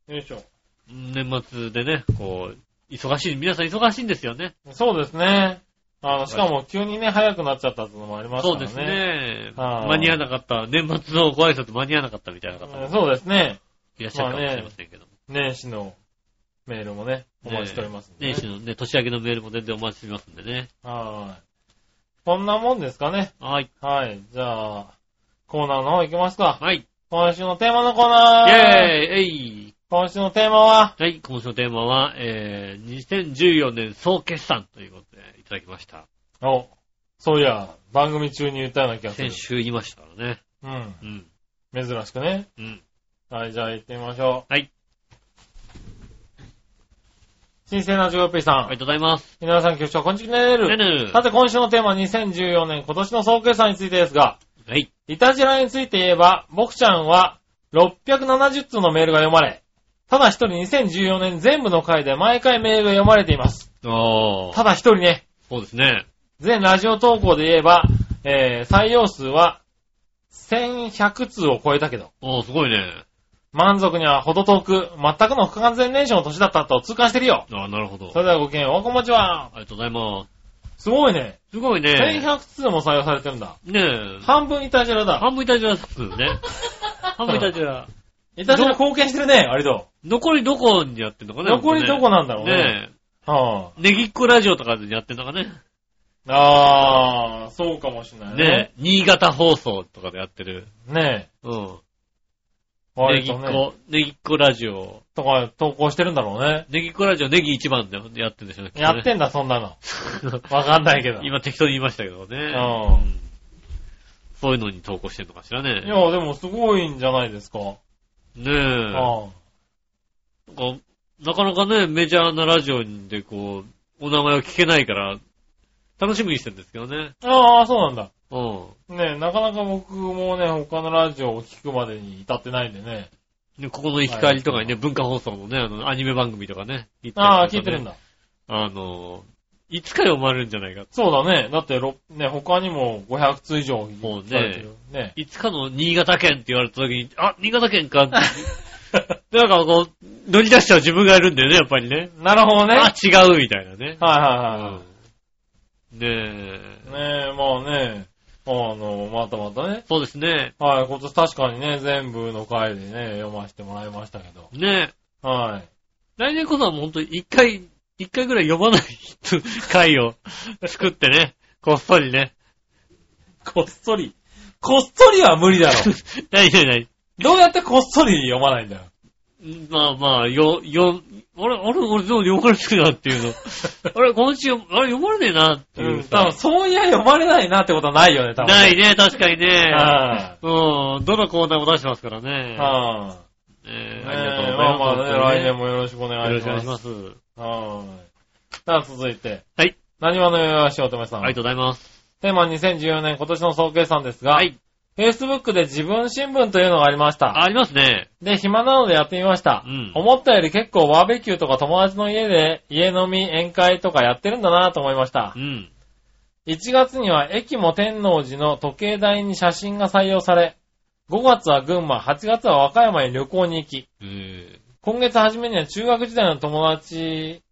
Speaker 3: よいしょ。
Speaker 2: 年末でね、こう、忙しい、皆さん忙しいんですよね。
Speaker 3: そうですね。あの、しかも急にね、早くなっちゃったってのもありますか
Speaker 2: そう
Speaker 3: らね。
Speaker 2: です。ね。
Speaker 3: はい
Speaker 2: 間に合わなかった。年末のご挨拶間に合わなかったみたいな方も
Speaker 3: そうですね。
Speaker 2: いらっしゃるかもしれませんけども。
Speaker 3: 年始のメールもね、お待ちしておりますんでね、
Speaker 2: 年始のね、年明けのメールも全然お待ちしてますんでね。
Speaker 3: はい。こんなもんですかね。
Speaker 2: はい。
Speaker 3: はい。じゃあ、コーナーの方行きますか。
Speaker 2: はい。イ
Speaker 3: 今週のテーマのコーナ
Speaker 2: ェーイ
Speaker 3: ー
Speaker 2: えい
Speaker 3: 今週のテーマは、
Speaker 2: はい、今週のテーマは、えー、2014年総決算ということでいただきました。
Speaker 3: お、そういや、番組中に言ったような気がする
Speaker 2: 先。週言いましたからね。
Speaker 3: うん。
Speaker 2: うん。
Speaker 3: 珍しくね。
Speaker 2: うん。
Speaker 3: はい、じゃあ行ってみましょう。
Speaker 2: はい。
Speaker 3: 新鮮なジョーピーさ
Speaker 2: ありが
Speaker 3: ん。
Speaker 2: とうございます。
Speaker 3: 皆さん局長、こんにちは。ね
Speaker 2: ね
Speaker 3: る。
Speaker 2: ぬ
Speaker 3: さて、今週のテーマ、2014年今年の総決算についてですが、
Speaker 2: はい。
Speaker 3: いたじらについて言えば、僕ちゃんは670通のメールが読まれ、ただ一人2014年全部の回で毎回メールが読まれています。
Speaker 2: ああ。
Speaker 3: ただ一人ね、
Speaker 2: そうですね。
Speaker 3: 全ラジオ投稿で言えば、えー、採用数は1100通を超えたけど、
Speaker 2: おー、すごいね。
Speaker 3: 満足には程遠く、全くの不完全燃焼の年だったと痛感してるよ。
Speaker 2: ああ、なるほど。
Speaker 3: それではごきげんよう、おこもちは。
Speaker 2: ありがとうございます。
Speaker 3: すごいね。
Speaker 2: すごいね。
Speaker 3: 1100通も採用されてるんだ。
Speaker 2: ねえ。
Speaker 3: 半分イタジラだ。
Speaker 2: 半分いたじらです ね。半分いたじら。
Speaker 3: イタジラ貢献してるね、あれと。
Speaker 2: 残りどこにやってんのかね
Speaker 3: 残りどこ
Speaker 2: な
Speaker 3: なんだろうね。
Speaker 2: ね
Speaker 3: は
Speaker 2: え。ネギっこラジオとかでやってんのかね
Speaker 3: あ、あー、そうかもしれない
Speaker 2: ね
Speaker 3: ね。
Speaker 2: え。新潟放送とかでやってる。
Speaker 3: ね
Speaker 2: うん。
Speaker 3: え。
Speaker 2: ネ
Speaker 3: 割
Speaker 2: ギっ
Speaker 3: とね。
Speaker 2: こ、ネギっこラジオ。
Speaker 3: とか投稿してるんだろうね。
Speaker 2: ネギっこラジオネギ一番でやってるんでしょうね。きと
Speaker 3: や
Speaker 2: ね
Speaker 3: ってんだ、そんなの。わかんないけど。
Speaker 2: 今適当に言いましたけどね。
Speaker 3: うん
Speaker 2: んそういうのに投稿してるのかしらね。
Speaker 3: いや、でもすごいんじゃないですか。
Speaker 2: ねえ。なんか
Speaker 3: あ
Speaker 2: なかなかね、メジャーなラジオでこう、お名前を聞けないから、楽しみにしてるんですけどね。
Speaker 3: あああ、そうなんだ。
Speaker 2: うん。
Speaker 3: ねえ、なかなか僕もね、他のラジオを聞くまでに至ってないんでね。
Speaker 2: でここの行き帰りとかにね、文化放送のね、あの、アニメ番組とかね。行ったりとかね
Speaker 3: ああ、聞いてるん。だ。
Speaker 2: あの、いつか読まれるんじゃないか。
Speaker 3: そうだね。だってろ、ね、他にも500通以上
Speaker 2: もうね
Speaker 3: 聞かれてる。ね。
Speaker 2: いつかの新潟県って言われた時に、あ、新潟県かって。 でなんかこう、乗り出しちゃう自分がいるんだよね、やっぱりね。
Speaker 3: なるほどね。はい
Speaker 2: あ、違うみたいなね。
Speaker 3: はいは
Speaker 2: うんね
Speaker 3: い。
Speaker 2: え。
Speaker 3: ねえ、まあね、あの、またまたね。
Speaker 2: そうですね。
Speaker 3: はい、今年確かにね、全部の回でね、読ませてもらいましたけど。
Speaker 2: ねえ。
Speaker 3: はい。
Speaker 2: 来年こそはもう本当に一回、一回ぐらい読まない回を作ってね、こっそりね。
Speaker 3: こっそり。こっそりは無理だ ろ。
Speaker 2: 何何何
Speaker 3: どうやってこっそり読まないんだよ。
Speaker 2: まあまあ、よ、よ、あれ、あれ、俺、でも読まれてるなっていうの。 あれ、今週、あれ、読まれねえなっていう
Speaker 3: 多
Speaker 2: さ
Speaker 3: 分、そういや読まれないなってことはないよね、多分。
Speaker 2: ない
Speaker 3: ね。
Speaker 2: ね、確かにね。
Speaker 3: は
Speaker 2: うん、どのコーナーも出してますから
Speaker 3: い。
Speaker 2: ね。
Speaker 3: は
Speaker 2: え
Speaker 3: い。ね
Speaker 2: ー
Speaker 3: え
Speaker 2: ありがとうござい
Speaker 3: まあ
Speaker 2: ます。
Speaker 3: まあね、来年
Speaker 2: も
Speaker 3: もよろしくお願
Speaker 2: よろ
Speaker 3: い
Speaker 2: し
Speaker 3: し
Speaker 2: くお願
Speaker 3: ま
Speaker 2: いし
Speaker 3: す。
Speaker 2: ます。
Speaker 3: はい。さあ、続いて。
Speaker 2: はい。
Speaker 3: 何話のよしおとめさん。
Speaker 2: ありがとうございます。
Speaker 3: テーマ2014年今年の総計算ですが、
Speaker 2: はい。
Speaker 3: Facebook で自分新聞というのがありました。
Speaker 2: ありますね。
Speaker 3: で、暇なのでやってみました。
Speaker 2: うん
Speaker 3: 思ったより結構バーベキューとか友達の家で、家飲み、宴会とかやってるんだなと思いました
Speaker 2: う。ん。
Speaker 3: 1月には駅も天王寺の時計台に写真が採用され、5月は群馬、8月は和歌山へ旅行に行き、
Speaker 2: え
Speaker 3: 今月初めには中学時代の友達、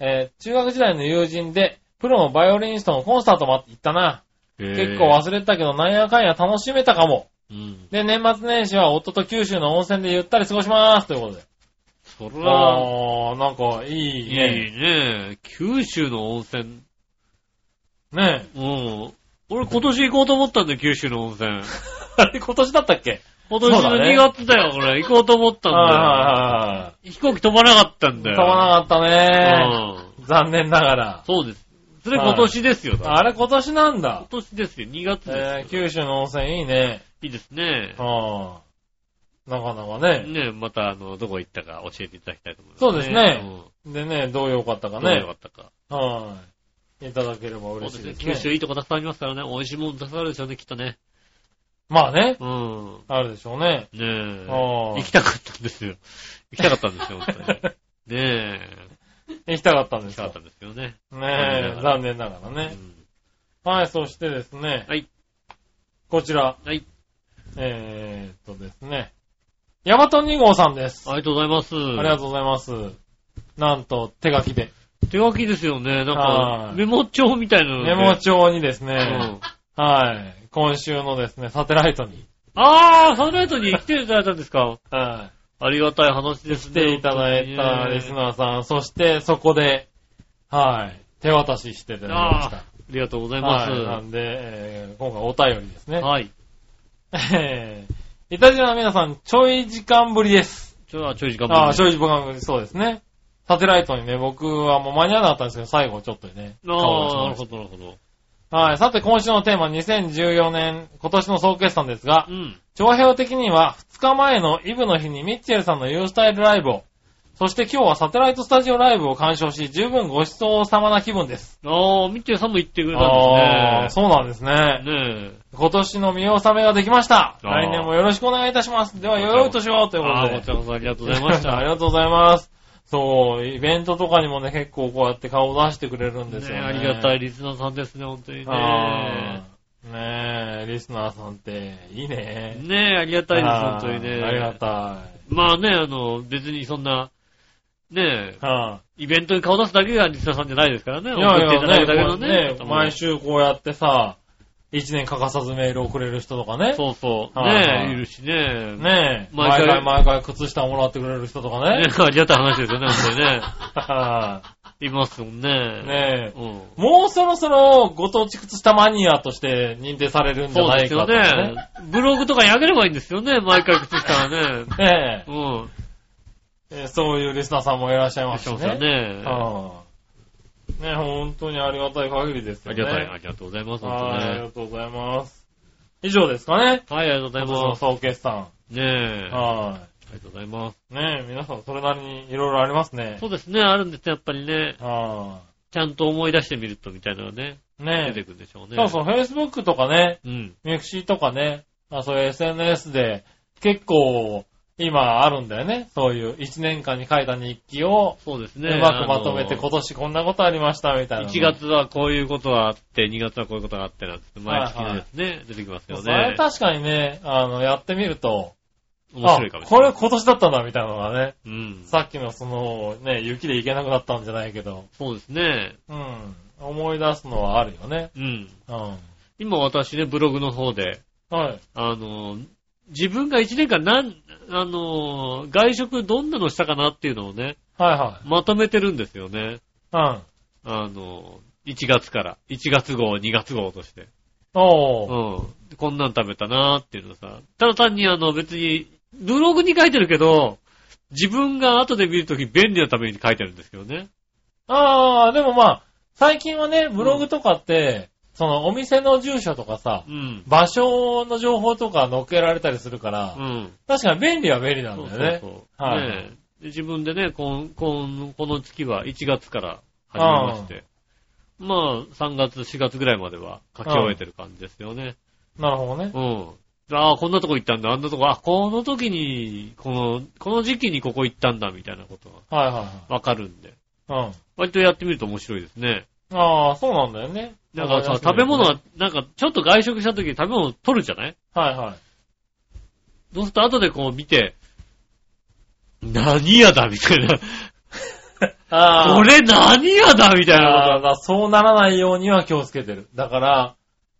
Speaker 3: えー中学時代の友人で、プロのバイオリニストのコンサートも行ったな。
Speaker 2: ー、
Speaker 3: 結構忘れてたけど、なんやかんや楽しめたかも。
Speaker 2: うん。
Speaker 3: で、年末年始は夫と九州の温泉でゆったり過ごしますということで。
Speaker 2: それは、
Speaker 3: あー、なんかい
Speaker 2: い
Speaker 3: い
Speaker 2: い
Speaker 3: ね。
Speaker 2: ね。九州の温泉。
Speaker 3: ねえ。
Speaker 2: うん。俺今年行こうと思ったんだよ、九州の温 泉。
Speaker 3: あれ 今年だったっけ
Speaker 2: 今年の
Speaker 3: そうだね
Speaker 2: 2月だよ、これ。行こうと思ったんだ
Speaker 3: は
Speaker 2: よ。飛行機飛ばなかったん
Speaker 3: いはいはいは
Speaker 2: だよ。
Speaker 3: い。飛ばなかったね。
Speaker 2: うん。
Speaker 3: 残念ながら。
Speaker 2: そうです。それ今年ですよ、だから
Speaker 3: あれ今年なんだ
Speaker 2: 今。年ですよ、2月ですよ。
Speaker 3: えー、九州の温泉いいね。
Speaker 2: いいですね。
Speaker 3: ああ。なかなかね。
Speaker 2: ねまた、あの、どこ行ったか教えていただきたいと思います、
Speaker 3: そうですね。でね、どうよかった
Speaker 2: う
Speaker 3: か
Speaker 2: ん。どうよ
Speaker 3: ね
Speaker 2: か。ったか。
Speaker 3: はい。いただければ
Speaker 2: そうで
Speaker 3: 嬉し
Speaker 2: す
Speaker 3: い
Speaker 2: ね
Speaker 3: で。すね。
Speaker 2: 九州いいとこたくさんありますからね。美味しいものたくさんあるでしょうね、きっとね。
Speaker 3: まあね。
Speaker 2: うん。
Speaker 3: あるでしょうね。
Speaker 2: ねえ。
Speaker 3: ああ
Speaker 2: 行きたかったんですよ。行きたかったんですよ、本 当に。ねえ。
Speaker 3: 行きたかったんで
Speaker 2: 行き
Speaker 3: す
Speaker 2: たかっ
Speaker 3: か
Speaker 2: たんですよね。
Speaker 3: ねえ、残念ながら
Speaker 2: う
Speaker 3: ね。
Speaker 2: ん
Speaker 3: はい、そしてですね。
Speaker 2: はい。
Speaker 3: こちら。
Speaker 2: はい。
Speaker 3: えーっとですね。ヤマト2号さんです。
Speaker 2: ありがとうございます。あ
Speaker 3: ありがとうございます。なんと、手書きで。
Speaker 2: 手書きですよね。なん
Speaker 3: は
Speaker 2: か
Speaker 3: い、
Speaker 2: メモ帳みたいなので
Speaker 3: メモ帳にです
Speaker 2: う
Speaker 3: ね、
Speaker 2: ん。
Speaker 3: はい。今週のですね、サテライトに、
Speaker 2: ああ、サンライトに来ていただいたんですか。
Speaker 3: は
Speaker 2: ありがたい話で
Speaker 3: い。
Speaker 2: す
Speaker 3: 来
Speaker 2: ね。
Speaker 3: ていただいたリスナーさん、そしてそこで、はい。手渡ししていただきま
Speaker 2: あ
Speaker 3: し
Speaker 2: あ
Speaker 3: た。
Speaker 2: ありがとうございます。
Speaker 3: はい。なんで、えー今回お便りですね。
Speaker 2: はい。
Speaker 3: えーイタジアの皆さん、ちょい時間ぶりです。
Speaker 2: ちょ、あちょい時間
Speaker 3: ああ、ち
Speaker 2: ょい。
Speaker 3: ょい時間ぶり、そうですね。サテライトにね、僕はもう間に合わなかったんですけど、最後ちょっとね。
Speaker 2: ああ、な
Speaker 3: 顔出
Speaker 2: る
Speaker 3: しま
Speaker 2: ほど、なるほど。
Speaker 3: したはい。さて、今週のテーマ、2014年、今年の総決算ですが
Speaker 2: う、ん。
Speaker 3: 長編的には、2日前のイブの日にミッチェルさんのユースタイルライブを、そして今日はサテライトスタジオライブを鑑賞し、十分ごちそうさまな気分です。
Speaker 2: ああ、みっちゃんさんも言ってくれた
Speaker 3: あ
Speaker 2: ん
Speaker 3: あ、
Speaker 2: です
Speaker 3: そうなんですね
Speaker 2: ね。。ね
Speaker 3: 今年の見納めができました。
Speaker 2: あー
Speaker 3: 来年もよろしくお願いいたします。では、よいお年をと
Speaker 2: え。
Speaker 3: いうこ
Speaker 2: ああ、こ
Speaker 3: とで
Speaker 2: ち。らこそありがとうございまし た。
Speaker 3: ありがとうございます。そう、イベントとかにもね、結構こうやって顔を出してくれるんですよ
Speaker 2: ね
Speaker 3: ね。
Speaker 2: ありがたい
Speaker 3: い。
Speaker 2: リスナーさんですね、本当にね
Speaker 3: ね。え、リスナーさんって、いいね。
Speaker 2: ねえ、ありがたいです、本当にね。
Speaker 3: あーありがた
Speaker 2: まあね、あの、別にそんな、ねえ
Speaker 3: い。、は
Speaker 2: イベントに顔出すだけがリスナーさんじゃないですからね。
Speaker 3: い。いやい
Speaker 2: 送っていただくだけ
Speaker 3: や
Speaker 2: の
Speaker 3: ね、
Speaker 2: ね。
Speaker 3: ね毎週こうやってさ、一年欠かさずメールをくれる人とかね。
Speaker 2: そうそう。
Speaker 3: はいは
Speaker 2: ね
Speaker 3: い
Speaker 2: え、いるしね。ね
Speaker 3: ねえ、
Speaker 2: 毎
Speaker 3: 毎
Speaker 2: 回
Speaker 3: 回毎回靴下をもらってくれる人とかね。
Speaker 2: ありがたい話ですよね、本当に ね。
Speaker 3: はい
Speaker 2: ますもん
Speaker 3: い
Speaker 2: ね。
Speaker 3: ねえ。
Speaker 2: うん。
Speaker 3: もうそろそろご当地靴下マニアとして認定されるんじゃ
Speaker 2: そう
Speaker 3: な
Speaker 2: で
Speaker 3: い
Speaker 2: す
Speaker 3: か
Speaker 2: よ
Speaker 3: と
Speaker 2: ね。ブログとかにあげればいいんですよね、毎回靴下はね。
Speaker 3: ね。ねえ
Speaker 2: う。ん。
Speaker 3: えーそういうリスナーさんもいらっしゃいますし
Speaker 2: そ
Speaker 3: ね。
Speaker 2: うですよね。あ
Speaker 3: はいね、本当にありがたい限りですよね。
Speaker 2: りがたい、ありがとうございます、本当
Speaker 3: はいあり
Speaker 2: ね。
Speaker 3: がとうございます。以上ですかね。
Speaker 2: はい、ありがとう
Speaker 3: 今
Speaker 2: ござ
Speaker 3: 年
Speaker 2: い
Speaker 3: の
Speaker 2: ます。
Speaker 3: 総決算。
Speaker 2: ねえ。あ
Speaker 3: は
Speaker 2: りがとうございます。
Speaker 3: い。ね皆さんそれなりにいろいろありますね
Speaker 2: そ。うですね、あるんですね、やっぱりね。
Speaker 3: は
Speaker 2: ちゃんと思い出してみると、みたいなのがね、
Speaker 3: い。
Speaker 2: 出て
Speaker 3: ね
Speaker 2: くるでしょうね。
Speaker 3: そうそう、Facebook とかね、
Speaker 2: う。うん。
Speaker 3: ミクシーとかね、まあそういう SNS で結構今あるんだよね。そういう1年間に書いた日記を
Speaker 2: そうです
Speaker 3: う
Speaker 2: ね。
Speaker 3: まくまとめ
Speaker 2: あ
Speaker 3: て
Speaker 2: の
Speaker 3: 今年こんなことありましたみたいな。
Speaker 2: 1月はこういうことがあって、2月はこういうことがあってなんつって、毎月のやつね、出てきますよ
Speaker 3: そうあれ
Speaker 2: ね。
Speaker 3: 確かにね、あの、やってみると、
Speaker 2: 面白いかもし
Speaker 3: あ
Speaker 2: れな
Speaker 3: これ
Speaker 2: い。
Speaker 3: 今年だったんだみたいなのがね、
Speaker 2: うん。
Speaker 3: さっきのその、ね、雪で行けなくなったんじゃないけど、
Speaker 2: そうですね。
Speaker 3: うん、思い出すのはあるよね。
Speaker 2: うん。
Speaker 3: うん。
Speaker 2: 今私ね、ブログの方で、
Speaker 3: はい。
Speaker 2: あの、自分が1年間なん、あの、外食どんなのしたかなっていうのをね、
Speaker 3: は
Speaker 2: まとめてるんですよね。
Speaker 3: いはい。
Speaker 2: あの、1月から、1月号、2月号として。
Speaker 3: うん。お
Speaker 2: う
Speaker 3: ー。
Speaker 2: ん。こんなん食べたなーっていうのさ。ただ単にあの別に、ブログに書いてるけど、自分が後で見るとき便利なために書いてるんですけどね。
Speaker 3: あー、でもまあ、最近はね、ブログとかって、そのお店の住所とかさ
Speaker 2: う、ん。
Speaker 3: 場所の情報とか載っけられたりするか
Speaker 2: う
Speaker 3: ら、
Speaker 2: ん。
Speaker 3: 確かに便利は便利なん
Speaker 2: そうそ
Speaker 3: だよ
Speaker 2: う
Speaker 3: ね。
Speaker 2: そう。
Speaker 3: はい
Speaker 2: ねえで自分でね、こんこんこの月は1月から始めまして。まあ、3月、4月ぐらいまでは書き終えてる感じですよね。
Speaker 3: なるほどね。
Speaker 2: うん。ああ、こんなとこ行ったんだ、あんなとこ、あ、この時に、この、この時期にここ行ったんだ、みたいなことが
Speaker 3: はいはい
Speaker 2: わかるんで。
Speaker 3: はい。うん。
Speaker 2: 割とやってみると面白いですね。
Speaker 3: ああ、そうなんだよね。
Speaker 2: なんかさ、食べ物
Speaker 3: は
Speaker 2: は、なんかちょっと外食した時に食べ物取るじゃない
Speaker 3: はいはい。
Speaker 2: そうすると後でこう見て、何屋だみたいな。
Speaker 3: あ
Speaker 2: これ何屋だみたい
Speaker 3: あ
Speaker 2: な
Speaker 3: ーだそうならないようには気をつけてる。だから、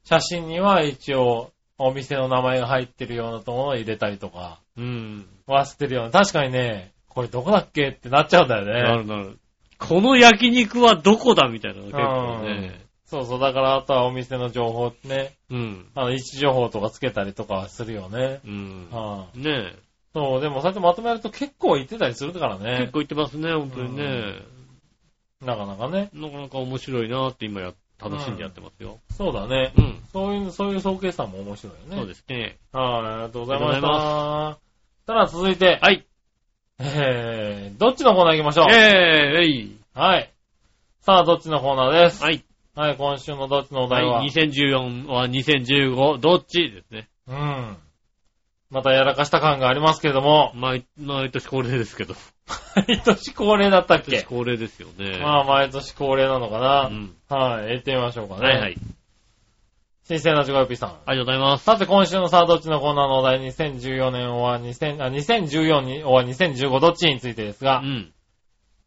Speaker 3: 写真には一応、お店の名前が入ってるようなとものを入れたりとか、
Speaker 2: うん。
Speaker 3: 忘れてるような。確かにね、これどこだっけってなっちゃうんだ
Speaker 2: な
Speaker 3: よね。
Speaker 2: るなる。この焼肉はどこだみたいなのが結構ね。
Speaker 3: そうそう。だから、あとはお店の情報ね、
Speaker 2: うん。
Speaker 3: あの、位置情報とかつけたりとかするよね。
Speaker 2: うん。
Speaker 3: はあ、
Speaker 2: ね
Speaker 3: そう、でもそうやってまとめると結構言ってたりするから
Speaker 2: え。
Speaker 3: ね
Speaker 2: 結。構行ってますね、本当にね。
Speaker 3: なかなかね。
Speaker 2: なかなか面白いなって今や、楽しんでやってますよ。
Speaker 3: そうだね。
Speaker 2: うん。
Speaker 3: そういう、そういう総計算も面白いよね。
Speaker 2: そうですね。
Speaker 3: はい、ありがとうございま
Speaker 2: あ
Speaker 3: し
Speaker 2: り
Speaker 3: た。
Speaker 2: がとうご
Speaker 3: ただ続いて、
Speaker 2: はい。
Speaker 3: えー、どっちのコーナー行きましょう、
Speaker 2: えー、えい。
Speaker 3: はい。さあ、どっちのコーナーです。
Speaker 2: はい。
Speaker 3: はい、今週のどっちのお題は、
Speaker 2: はい。2014は2015、どっちですね。
Speaker 3: うん。またやらかした感がありますけれども、
Speaker 2: 毎、毎年恒例ですけど。
Speaker 3: 毎年恒例だったっ
Speaker 2: 毎年
Speaker 3: け
Speaker 2: 恒例ですよね。
Speaker 3: まあ、毎年恒例なのか
Speaker 2: あ
Speaker 3: な
Speaker 2: う。ん。
Speaker 3: はい、行ってみましょうかね。
Speaker 2: はいはい。
Speaker 3: 新鮮なジョガヨピーさん。
Speaker 2: ありがとうございます。
Speaker 3: さて、今週のさあ、どっちのコーナーのお題、2014年は2000、あ、2014に、は2015どっちについてです
Speaker 2: う
Speaker 3: が、
Speaker 2: ん。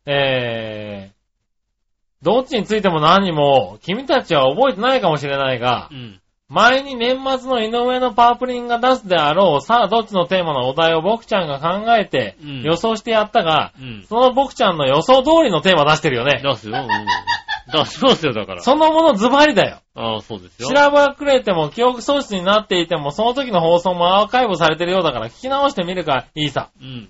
Speaker 3: えー、どっちについても何も、君たちは覚えてないかもしれないが
Speaker 2: う、ん。
Speaker 3: 前に年末の井上のパープリンが出すであろう、さあ、どっちのテーマのお題を僕ちゃんが考えて
Speaker 2: うん、
Speaker 3: 予想してやったが、
Speaker 2: うん。
Speaker 3: その僕ちゃんの予想通りのテーマ出してるよね。
Speaker 2: 出すよ。うん。出しますよ、だから。
Speaker 3: そのものズバリだよ。
Speaker 2: ああ、そうですよ。
Speaker 3: 調ばくれても記憶喪失になっていても、その時の放送もアーカイブされてるようだから聞き直してみるかいいさ。
Speaker 2: うん。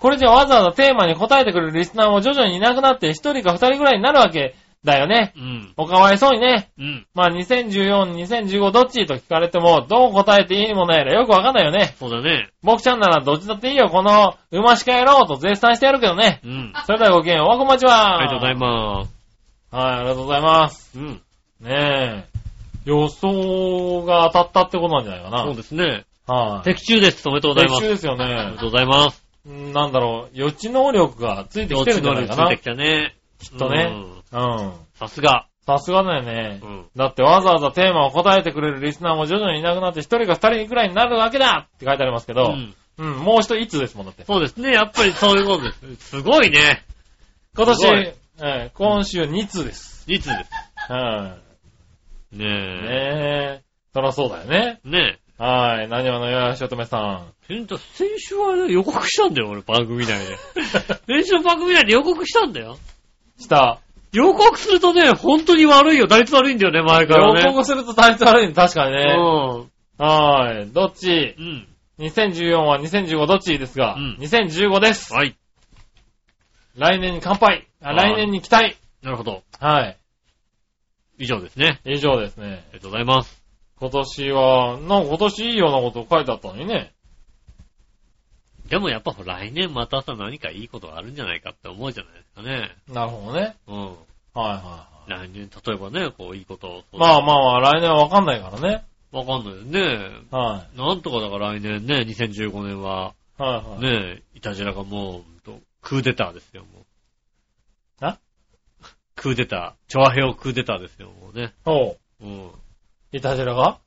Speaker 3: これじゃわざわざテーマに答えてくれるリスナーも徐々にいなくなって一人か二人ぐらいになるわけだよね。
Speaker 2: うん。
Speaker 3: おかわいそうにね。
Speaker 2: うん。
Speaker 3: まあ2014、2015どっちと聞かれても、どう答えていいものやらよくわかんないよね。
Speaker 2: そうだね。
Speaker 3: 僕ちゃんならどっちだっていいよ、この馬しかやろうと絶賛してやるけどね。
Speaker 2: うん。
Speaker 3: それではごきげんよう、おわこまちは。
Speaker 2: ありがとうございます。
Speaker 3: ます。はい、ありがとうございま
Speaker 2: う
Speaker 3: す。
Speaker 2: ん。
Speaker 3: ねえ。予想が当たったってことなんじゃないかな。
Speaker 2: そうですね。
Speaker 3: はい、
Speaker 2: 的中です。おめでとうございます。
Speaker 3: 練習ですよ
Speaker 2: あり
Speaker 3: ね
Speaker 2: が。とうございます。
Speaker 3: うんなんだろう、予知能力がついて
Speaker 2: ど
Speaker 3: き
Speaker 2: って
Speaker 3: るん
Speaker 2: ち
Speaker 3: じゃ
Speaker 2: の
Speaker 3: ない
Speaker 2: りつ
Speaker 3: か
Speaker 2: い
Speaker 3: な
Speaker 2: て。きたね。き
Speaker 3: っとね。うん。
Speaker 2: さすが。
Speaker 3: さすがだよね
Speaker 2: う。ん。
Speaker 3: だってわざわざテーマを答えてくれるリスナーも徐々にいなくなって一人か二人くらいになるわけだって書いてありますけ
Speaker 2: う
Speaker 3: ど、
Speaker 2: ん
Speaker 3: うん、もう一人いつですもんだって。
Speaker 2: そうですね。やっぱりそういうことです。すごいね。
Speaker 3: 今
Speaker 2: す
Speaker 3: 年
Speaker 2: ごい、
Speaker 3: えー今週2通です。
Speaker 2: いつです。
Speaker 3: は
Speaker 2: ね
Speaker 3: い。
Speaker 2: え。
Speaker 3: ねえ。そらそうだよね。
Speaker 2: ね
Speaker 3: はい。何話のよしおとめさん。
Speaker 2: え。先週はね予告したんだよ、俺、番組内で。先週の番組内で予告したんだよ。
Speaker 3: した。
Speaker 2: 予告するとね、本当に悪いよ。打率悪いんだよね、前から
Speaker 3: 報
Speaker 2: ね。
Speaker 3: 告すると体調悪いね。確かにね。はい。どっち
Speaker 2: うん。うん。
Speaker 3: 2014は2015どっちですが、
Speaker 2: うん
Speaker 3: 2015です。
Speaker 2: はい。
Speaker 3: 来年に乾杯。
Speaker 2: は
Speaker 3: あ
Speaker 2: い
Speaker 3: 来年に期待。
Speaker 2: なるほど。
Speaker 3: はい。
Speaker 2: 以上ですね。
Speaker 3: 以上ですね
Speaker 2: あ。りがとうございます。
Speaker 3: 今年は、なんか今年いいようなこと書いてあったのにね。
Speaker 2: でもやっぱ来年またさ何かいいことがあるんじゃないかって思うじゃないですかね。
Speaker 3: なるほどね。
Speaker 2: うん。
Speaker 3: はいはいは
Speaker 2: 来年、例えばね、こういいこと
Speaker 3: い。まあまあまあ、来年はわかんないからね。
Speaker 2: あ。わかんないよね。
Speaker 3: は
Speaker 2: なんとかだから来年ね、2015年は、
Speaker 3: い。はいはい。
Speaker 2: ねえ、いたじらがもう、とクーデターですよ、もう。
Speaker 3: あ
Speaker 2: クーデター。チョアヘオクーデターですよ、もうね。
Speaker 3: おう。
Speaker 2: うん。
Speaker 3: いたじらが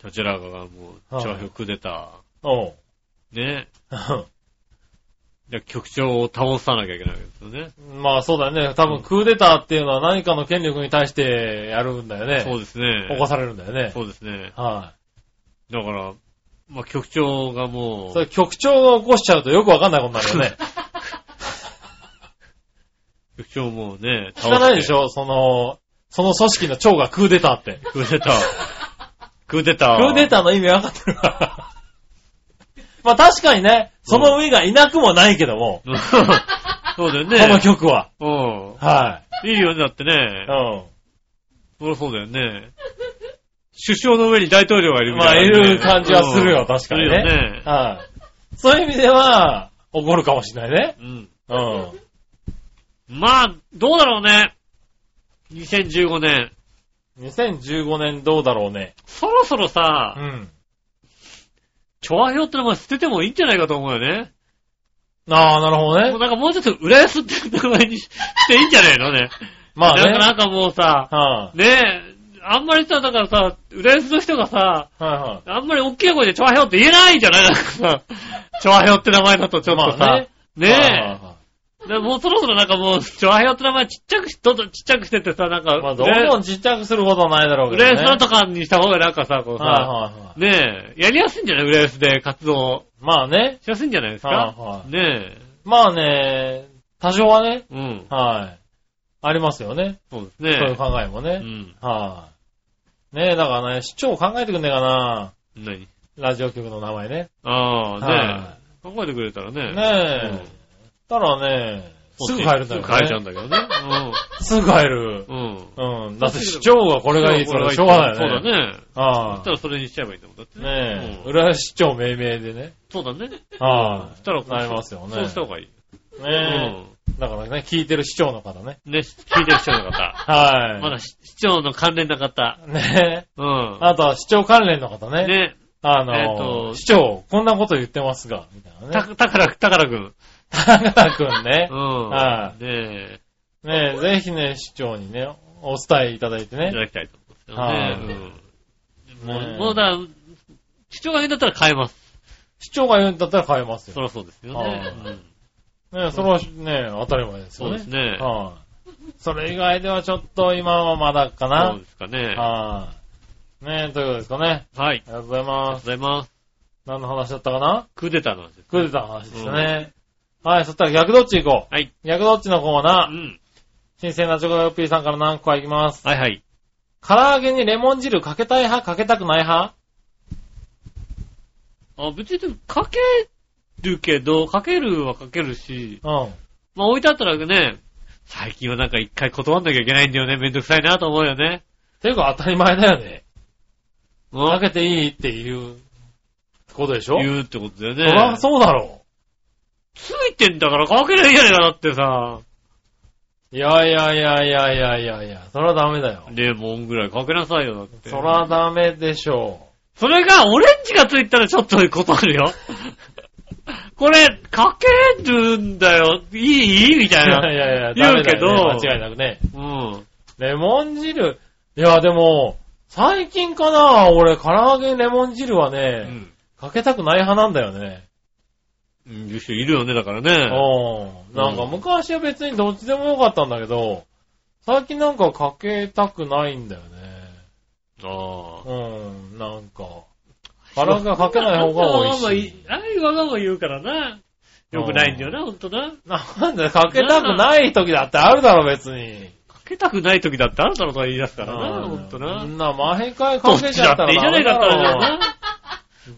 Speaker 2: イタジラがもう、
Speaker 3: はい
Speaker 2: チョアヘオクーデタ
Speaker 3: おう。
Speaker 2: ー。ねえ。で局長を倒さなきゃいけないわけですよね。
Speaker 3: まあそうだよね。多分クーデターっていうのは何かの権力に対してやるんだよね。
Speaker 2: そうですね。
Speaker 3: 起こされるんだよね。
Speaker 2: そうですね。
Speaker 3: は
Speaker 2: だから、まあ、局長が
Speaker 3: い。
Speaker 2: も
Speaker 3: そうれ、局長が起こしちゃうとよくわかんないことになるよね。
Speaker 2: 局長もね、
Speaker 3: 聞かないでし
Speaker 2: ょ
Speaker 3: ょ その、その組織の長がクーデターって。
Speaker 2: クーデター。 クーデター。
Speaker 3: クーデターの意味わかってるから。 まあ確かにね、その上がいなくもないけども、
Speaker 2: うん そうだよね。
Speaker 3: この曲は。
Speaker 2: う
Speaker 3: は
Speaker 2: ん。いいよね、だって
Speaker 3: い。
Speaker 2: ね。
Speaker 3: う
Speaker 2: そりゃそうだよね。首相の上に大統領がいる
Speaker 3: ん。
Speaker 2: みた
Speaker 3: まあい
Speaker 2: いな、
Speaker 3: る感じはする
Speaker 2: う
Speaker 3: よ、
Speaker 2: ん
Speaker 3: 確かに
Speaker 2: するよ
Speaker 3: ね
Speaker 2: ね。
Speaker 3: はい。そういう意味では、怒るかもしれないね。
Speaker 2: うん。
Speaker 3: うん。
Speaker 2: まあ、どうだろうね。2015年。
Speaker 3: 2015年どうだろうね。
Speaker 2: そろそろ
Speaker 3: う
Speaker 2: さ、
Speaker 3: ん。
Speaker 2: チョアヘヨって名前捨ててもいいんじゃないかと思うよね。
Speaker 3: ああ、なる
Speaker 2: も
Speaker 3: ほど
Speaker 2: う
Speaker 3: ね。
Speaker 2: なんかもうちょっと浦安っていう名前に していいんじゃないのね。
Speaker 3: まあね。
Speaker 2: なんかなんかもうさ、
Speaker 3: は
Speaker 2: ねえ、あんまりさ、だからさ、浦安の人がさ、
Speaker 3: いはいは
Speaker 2: あんまり大きい声でチョアヘヨって言えないじゃないなんかさ、チョアヘヨって名前だとちょっとさ、
Speaker 3: まあね
Speaker 2: ね
Speaker 3: い。はいはいはい
Speaker 2: え、でもうそろそろなんかもう、ちょ、あやって名前ちっちゃくし、どんどんちっちゃくしてってさ、なんか、
Speaker 3: まあ、どんどんちっちゃくすることはないだろうけど
Speaker 2: レ
Speaker 3: ね。
Speaker 2: ースなんとかにした方がなんかさ、こうさ、
Speaker 3: はいはいはい。
Speaker 2: ねえ、やりやすいんじゃないレースで活動
Speaker 3: まあね。
Speaker 2: しやすいんじゃないですか、
Speaker 3: はいはい
Speaker 2: ね
Speaker 3: まあね、多少はね、
Speaker 2: え、うん。
Speaker 3: はい。ありますよね。
Speaker 2: そうです
Speaker 3: そうい
Speaker 2: ね
Speaker 3: う。考えも
Speaker 2: う
Speaker 3: ね。
Speaker 2: ん。
Speaker 3: はい。ねえ、だからね、市長考えてくんねえかな。
Speaker 2: 何
Speaker 3: ラジオ局の名前ね。
Speaker 2: ああ
Speaker 3: は、
Speaker 2: ねえ、考えてくれたらね。う
Speaker 3: ね
Speaker 2: ん
Speaker 3: え。たらね、すぐ帰るんだよ
Speaker 2: す
Speaker 3: ね。
Speaker 2: ぐ変えちゃうんだけどね。
Speaker 3: すぐ帰る。
Speaker 2: うん。 うん。
Speaker 3: うん。だって市長がこれがいいって
Speaker 2: これ
Speaker 3: のは
Speaker 2: が
Speaker 3: しょうがないよね。
Speaker 2: そうだね。そ
Speaker 3: あ
Speaker 2: し
Speaker 3: あ
Speaker 2: た。らそれにしちゃえばいいと思うんだって
Speaker 3: ねえ、
Speaker 2: うん
Speaker 3: 浦安市長命名でね。
Speaker 2: そうだね。
Speaker 3: は
Speaker 2: そしたらこう
Speaker 3: なりますよね
Speaker 2: そうした方がいい。
Speaker 3: い。ねえ、だからね、聞いてる市長の方ね。
Speaker 2: うん。ね、聞いてる 人の方。
Speaker 3: はい。
Speaker 2: まだ市市長の関連な方。
Speaker 3: ねえ、
Speaker 2: うん。
Speaker 3: あとは市長関連の方ね。
Speaker 2: ね、
Speaker 3: あの、
Speaker 2: えーと
Speaker 3: 市長、こんなこと言ってますが、みたいな
Speaker 2: た、
Speaker 3: ね。
Speaker 2: たから、たからくん。
Speaker 3: 高田くんね
Speaker 2: う。ん。
Speaker 3: は
Speaker 2: ね
Speaker 3: ねえ、ぜひね、市長にね、お伝えいただい
Speaker 2: え、
Speaker 3: て
Speaker 2: いた
Speaker 3: ね。
Speaker 2: だきたいと思いますけどね。うん。も
Speaker 3: ね
Speaker 2: う、
Speaker 3: え
Speaker 2: もうだ、市長が言うんだったら変えます。
Speaker 3: 市長が言うんだったら変えます
Speaker 2: そ
Speaker 3: よ。
Speaker 2: りゃそうですよ
Speaker 3: はい
Speaker 2: ね。うん
Speaker 3: ねえ、それはね、当たり前です
Speaker 2: そ
Speaker 3: よ
Speaker 2: うで
Speaker 3: ね。
Speaker 2: すね。
Speaker 3: はい、それ以外ではちょっと今はまだかな。
Speaker 2: そうですかね。はい。
Speaker 3: はい、ねえ、ということですかね。
Speaker 2: あり
Speaker 3: ありがとうござい
Speaker 2: がとう
Speaker 3: ま
Speaker 2: ご
Speaker 3: す。
Speaker 2: ざいます。
Speaker 3: 何の話だったかな
Speaker 2: クーデターの話です。
Speaker 3: クーデターの話でしたね。はい、そしたら逆どっち行こ
Speaker 2: はい。
Speaker 3: う。逆どっちのコー
Speaker 2: う
Speaker 3: ナー。
Speaker 2: ん。
Speaker 3: 新鮮なチョコヨッピーさんから何個か行きます。
Speaker 2: はいはい。
Speaker 3: 唐揚げにレモン汁かけたい派かけたくない派
Speaker 2: あ、別にでもかけるけど、かけるはかけるし、
Speaker 3: うん。
Speaker 2: まあ置いてあったらね、最近はなんか一回断んなきゃいけないんだよね。めんどくさいなと思うよね。
Speaker 3: ていうか当たり前だよね。
Speaker 2: うん
Speaker 3: かけていいっていうことでしょ
Speaker 2: 言うってことだよ
Speaker 3: そら
Speaker 2: ね。
Speaker 3: そうだろ
Speaker 2: ついてんだからかけりゃいいじゃねえかだってさ。
Speaker 3: う。いやいやいやいやいやいやいや、そらダメだよ。
Speaker 2: レモンぐらいかけなさいよ、だって。
Speaker 3: そらダメでしょ
Speaker 2: それがオレンジがついたらちょっと断るよ。 これ、かけるんだよ。いいいいみ
Speaker 3: う。
Speaker 2: た
Speaker 3: い
Speaker 2: い
Speaker 3: や
Speaker 2: な。
Speaker 3: いやい や、
Speaker 2: 言うけど
Speaker 3: ダメだよね間違いなくね。
Speaker 2: うん。
Speaker 3: レモン汁。いや、でも、最近かな、俺、唐揚げにレモン汁は
Speaker 2: う
Speaker 3: ね、
Speaker 2: ん。
Speaker 3: かけたくない派なんだよね。
Speaker 2: いう人いるよね、だからね。
Speaker 3: うん。なんか昔は別にどっちでもよかったんだけど、最近なんかかけたくないんだよね。
Speaker 2: ああ。
Speaker 3: うん、なんか。唐揚げはかけない方が美味し い。
Speaker 2: ああいうわがまま言うからな。よくないんだよな、ほんとな。
Speaker 3: なんだよ、かけたくない時だってあるだろ、別に。
Speaker 2: かけたくない時だってあるだろうとか言い出すから
Speaker 3: う
Speaker 2: な、ほんとな
Speaker 3: そ。んな、毎回
Speaker 2: ど
Speaker 3: か
Speaker 2: っ
Speaker 3: け
Speaker 2: ち
Speaker 3: ちゃ
Speaker 2: だ
Speaker 3: っ
Speaker 2: ったていいじゃ
Speaker 3: ら
Speaker 2: ねえかったんだよ
Speaker 3: ダメだろ
Speaker 2: な。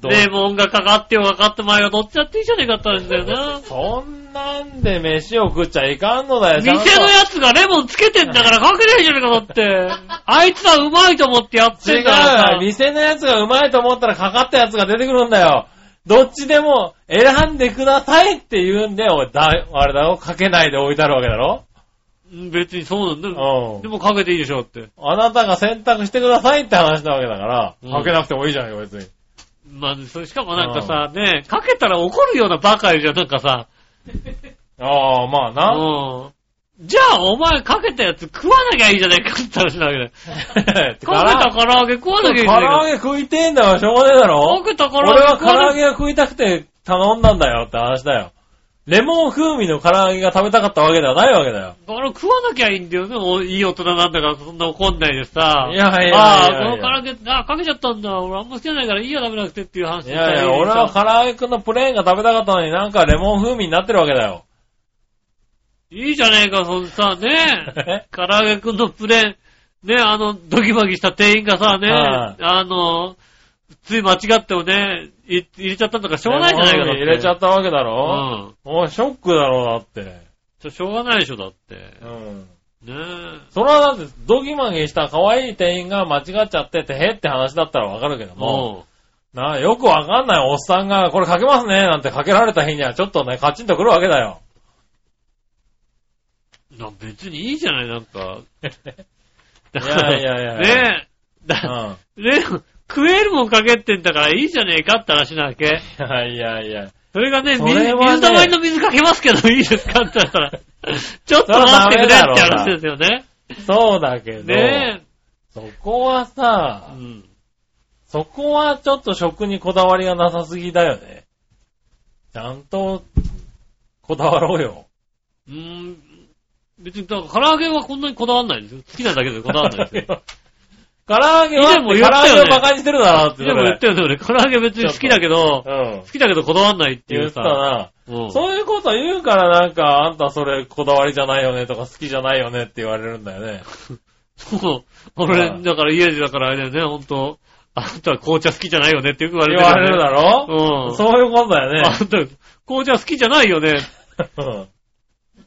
Speaker 2: レモンがかかってよかかった前はどっちだっていいじゃねえかったんだよな。
Speaker 3: そんなんで飯を食っちゃいかんのだよ、ちゃんと
Speaker 2: 店のやつがレモンつけてんだからかけりゃいいじゃねえかだって。あいつはうまいと思ってやって
Speaker 3: 違
Speaker 2: んだから
Speaker 3: う店のやつがうまいと思ったらかかったやつが出てくるんだよ。どっちでも選んでくださいって言うんで、おいだ、あれだろかけないで置いてあるわけだろ
Speaker 2: うん別にそうなんだよ。
Speaker 3: う
Speaker 2: で
Speaker 3: ん。
Speaker 2: もかけていいでしょって。
Speaker 3: あなたが選択してくださいって話なわけだから、
Speaker 2: うん
Speaker 3: かけなくてもいいじゃないか、別に。
Speaker 2: まあ、それしかもなんかさ、ねかけたら怒るようなバカいるじゃん、なんかさ。
Speaker 3: ああ、まあ
Speaker 2: う
Speaker 3: な。
Speaker 2: ん。じゃあ、お前かけたやつ食わなきゃいいじゃねえかって話なわ けだよ。
Speaker 3: て
Speaker 2: かけた唐揚げ食わなきゃいいじゃ
Speaker 3: 唐揚
Speaker 2: ねえか。
Speaker 3: げ食いてえんだよ、しょうがねえだろ
Speaker 2: かけた唐揚げ
Speaker 3: 俺は
Speaker 2: 食
Speaker 3: 唐
Speaker 2: わな
Speaker 3: 揚げが食いたくて頼んだんだよって話だよ。レモン風味の唐揚げが食べたかったわけではないわけだよ。
Speaker 2: あの、食わなきゃいいんだよね。おいい大人なんだから、そんな怒んないでさ。
Speaker 3: いやいやいやいや
Speaker 2: ああ、この唐揚げ、ああ、かけちゃったんだ。俺あんま好きじゃないからいいよ、食べなくてっていう話
Speaker 3: いやいや、俺は
Speaker 2: は
Speaker 3: 唐揚げくんのプレーンが食べたかったのになんかレモン風味になってるわけだよ。
Speaker 2: いいじゃねえか、そのさ、ね。
Speaker 3: え
Speaker 2: 唐揚げくんのプレーン、ね、あの、ドギマギした店員がさ、ね、
Speaker 3: はい
Speaker 2: あの、つい間違ってもね、い入れちゃったんだからしょうがないじゃないかだって
Speaker 3: 入れちゃったわけだ
Speaker 2: う
Speaker 3: ろ、
Speaker 2: ん。
Speaker 3: おい、ショックだろ、だって。
Speaker 2: ちょしょうがないでしょ、だって。
Speaker 3: うん。
Speaker 2: ねえ。
Speaker 3: それはだって、ドギマギした可愛い店員が間違っちゃっててへって話だったらわかるけども、
Speaker 2: も
Speaker 3: なあ、よくわかんないおっさんが、これかけますね、なんてかけられた日にはちょっとね、カチンとくるわけだ よ。
Speaker 2: う、な別にいいじゃない、なんか。
Speaker 3: いやいやいや
Speaker 2: ねえ。
Speaker 3: う
Speaker 2: だ
Speaker 3: ん。
Speaker 2: ね、食えるもんかけてんだからいいじゃねえかって話なわけ。
Speaker 3: いやいやいや。
Speaker 2: それがね、
Speaker 3: そ
Speaker 2: 水
Speaker 3: れはね
Speaker 2: 水溜まりの水かけますけどいいですかって言ったら、 ちょっと待ってくれって話ですよね。
Speaker 3: そうだけど、
Speaker 2: ね
Speaker 3: そこは
Speaker 2: え。
Speaker 3: さ
Speaker 2: う、ん。
Speaker 3: そこはちょっと食にこだわりがなさすぎだよね。ちゃんと、こだわろうよ。
Speaker 2: うーん。別に、だから唐揚げはこんなにこだわんないんですよ。好きなだけでこだわんない ですよ。
Speaker 3: 唐揚げ
Speaker 2: 以
Speaker 3: は、
Speaker 2: 前も
Speaker 3: 唐
Speaker 2: 言ったよね
Speaker 3: 揚げを馬鹿にしてるだろって
Speaker 2: でも言ったよね、俺。唐揚げ別に好きだけど、
Speaker 3: うん
Speaker 2: 好。きだけどこだわんないってい
Speaker 3: 言っ
Speaker 2: うさ。
Speaker 3: たな。
Speaker 2: うん
Speaker 3: そういうこと言うからなんか、あんたそれこだわりじゃないよねとか好きじゃないよねって言われるんだよね。
Speaker 2: そう。
Speaker 3: う
Speaker 2: 俺、
Speaker 3: ん
Speaker 2: だから家でだからあれだよね、ほんと。あんた紅茶好きじゃないよねってよく言われ
Speaker 3: 言
Speaker 2: てよ
Speaker 3: わ
Speaker 2: ね
Speaker 3: れるだろ
Speaker 2: うん。
Speaker 3: そういうことだよ
Speaker 2: あんた、紅茶好きじゃないよね。
Speaker 3: ね。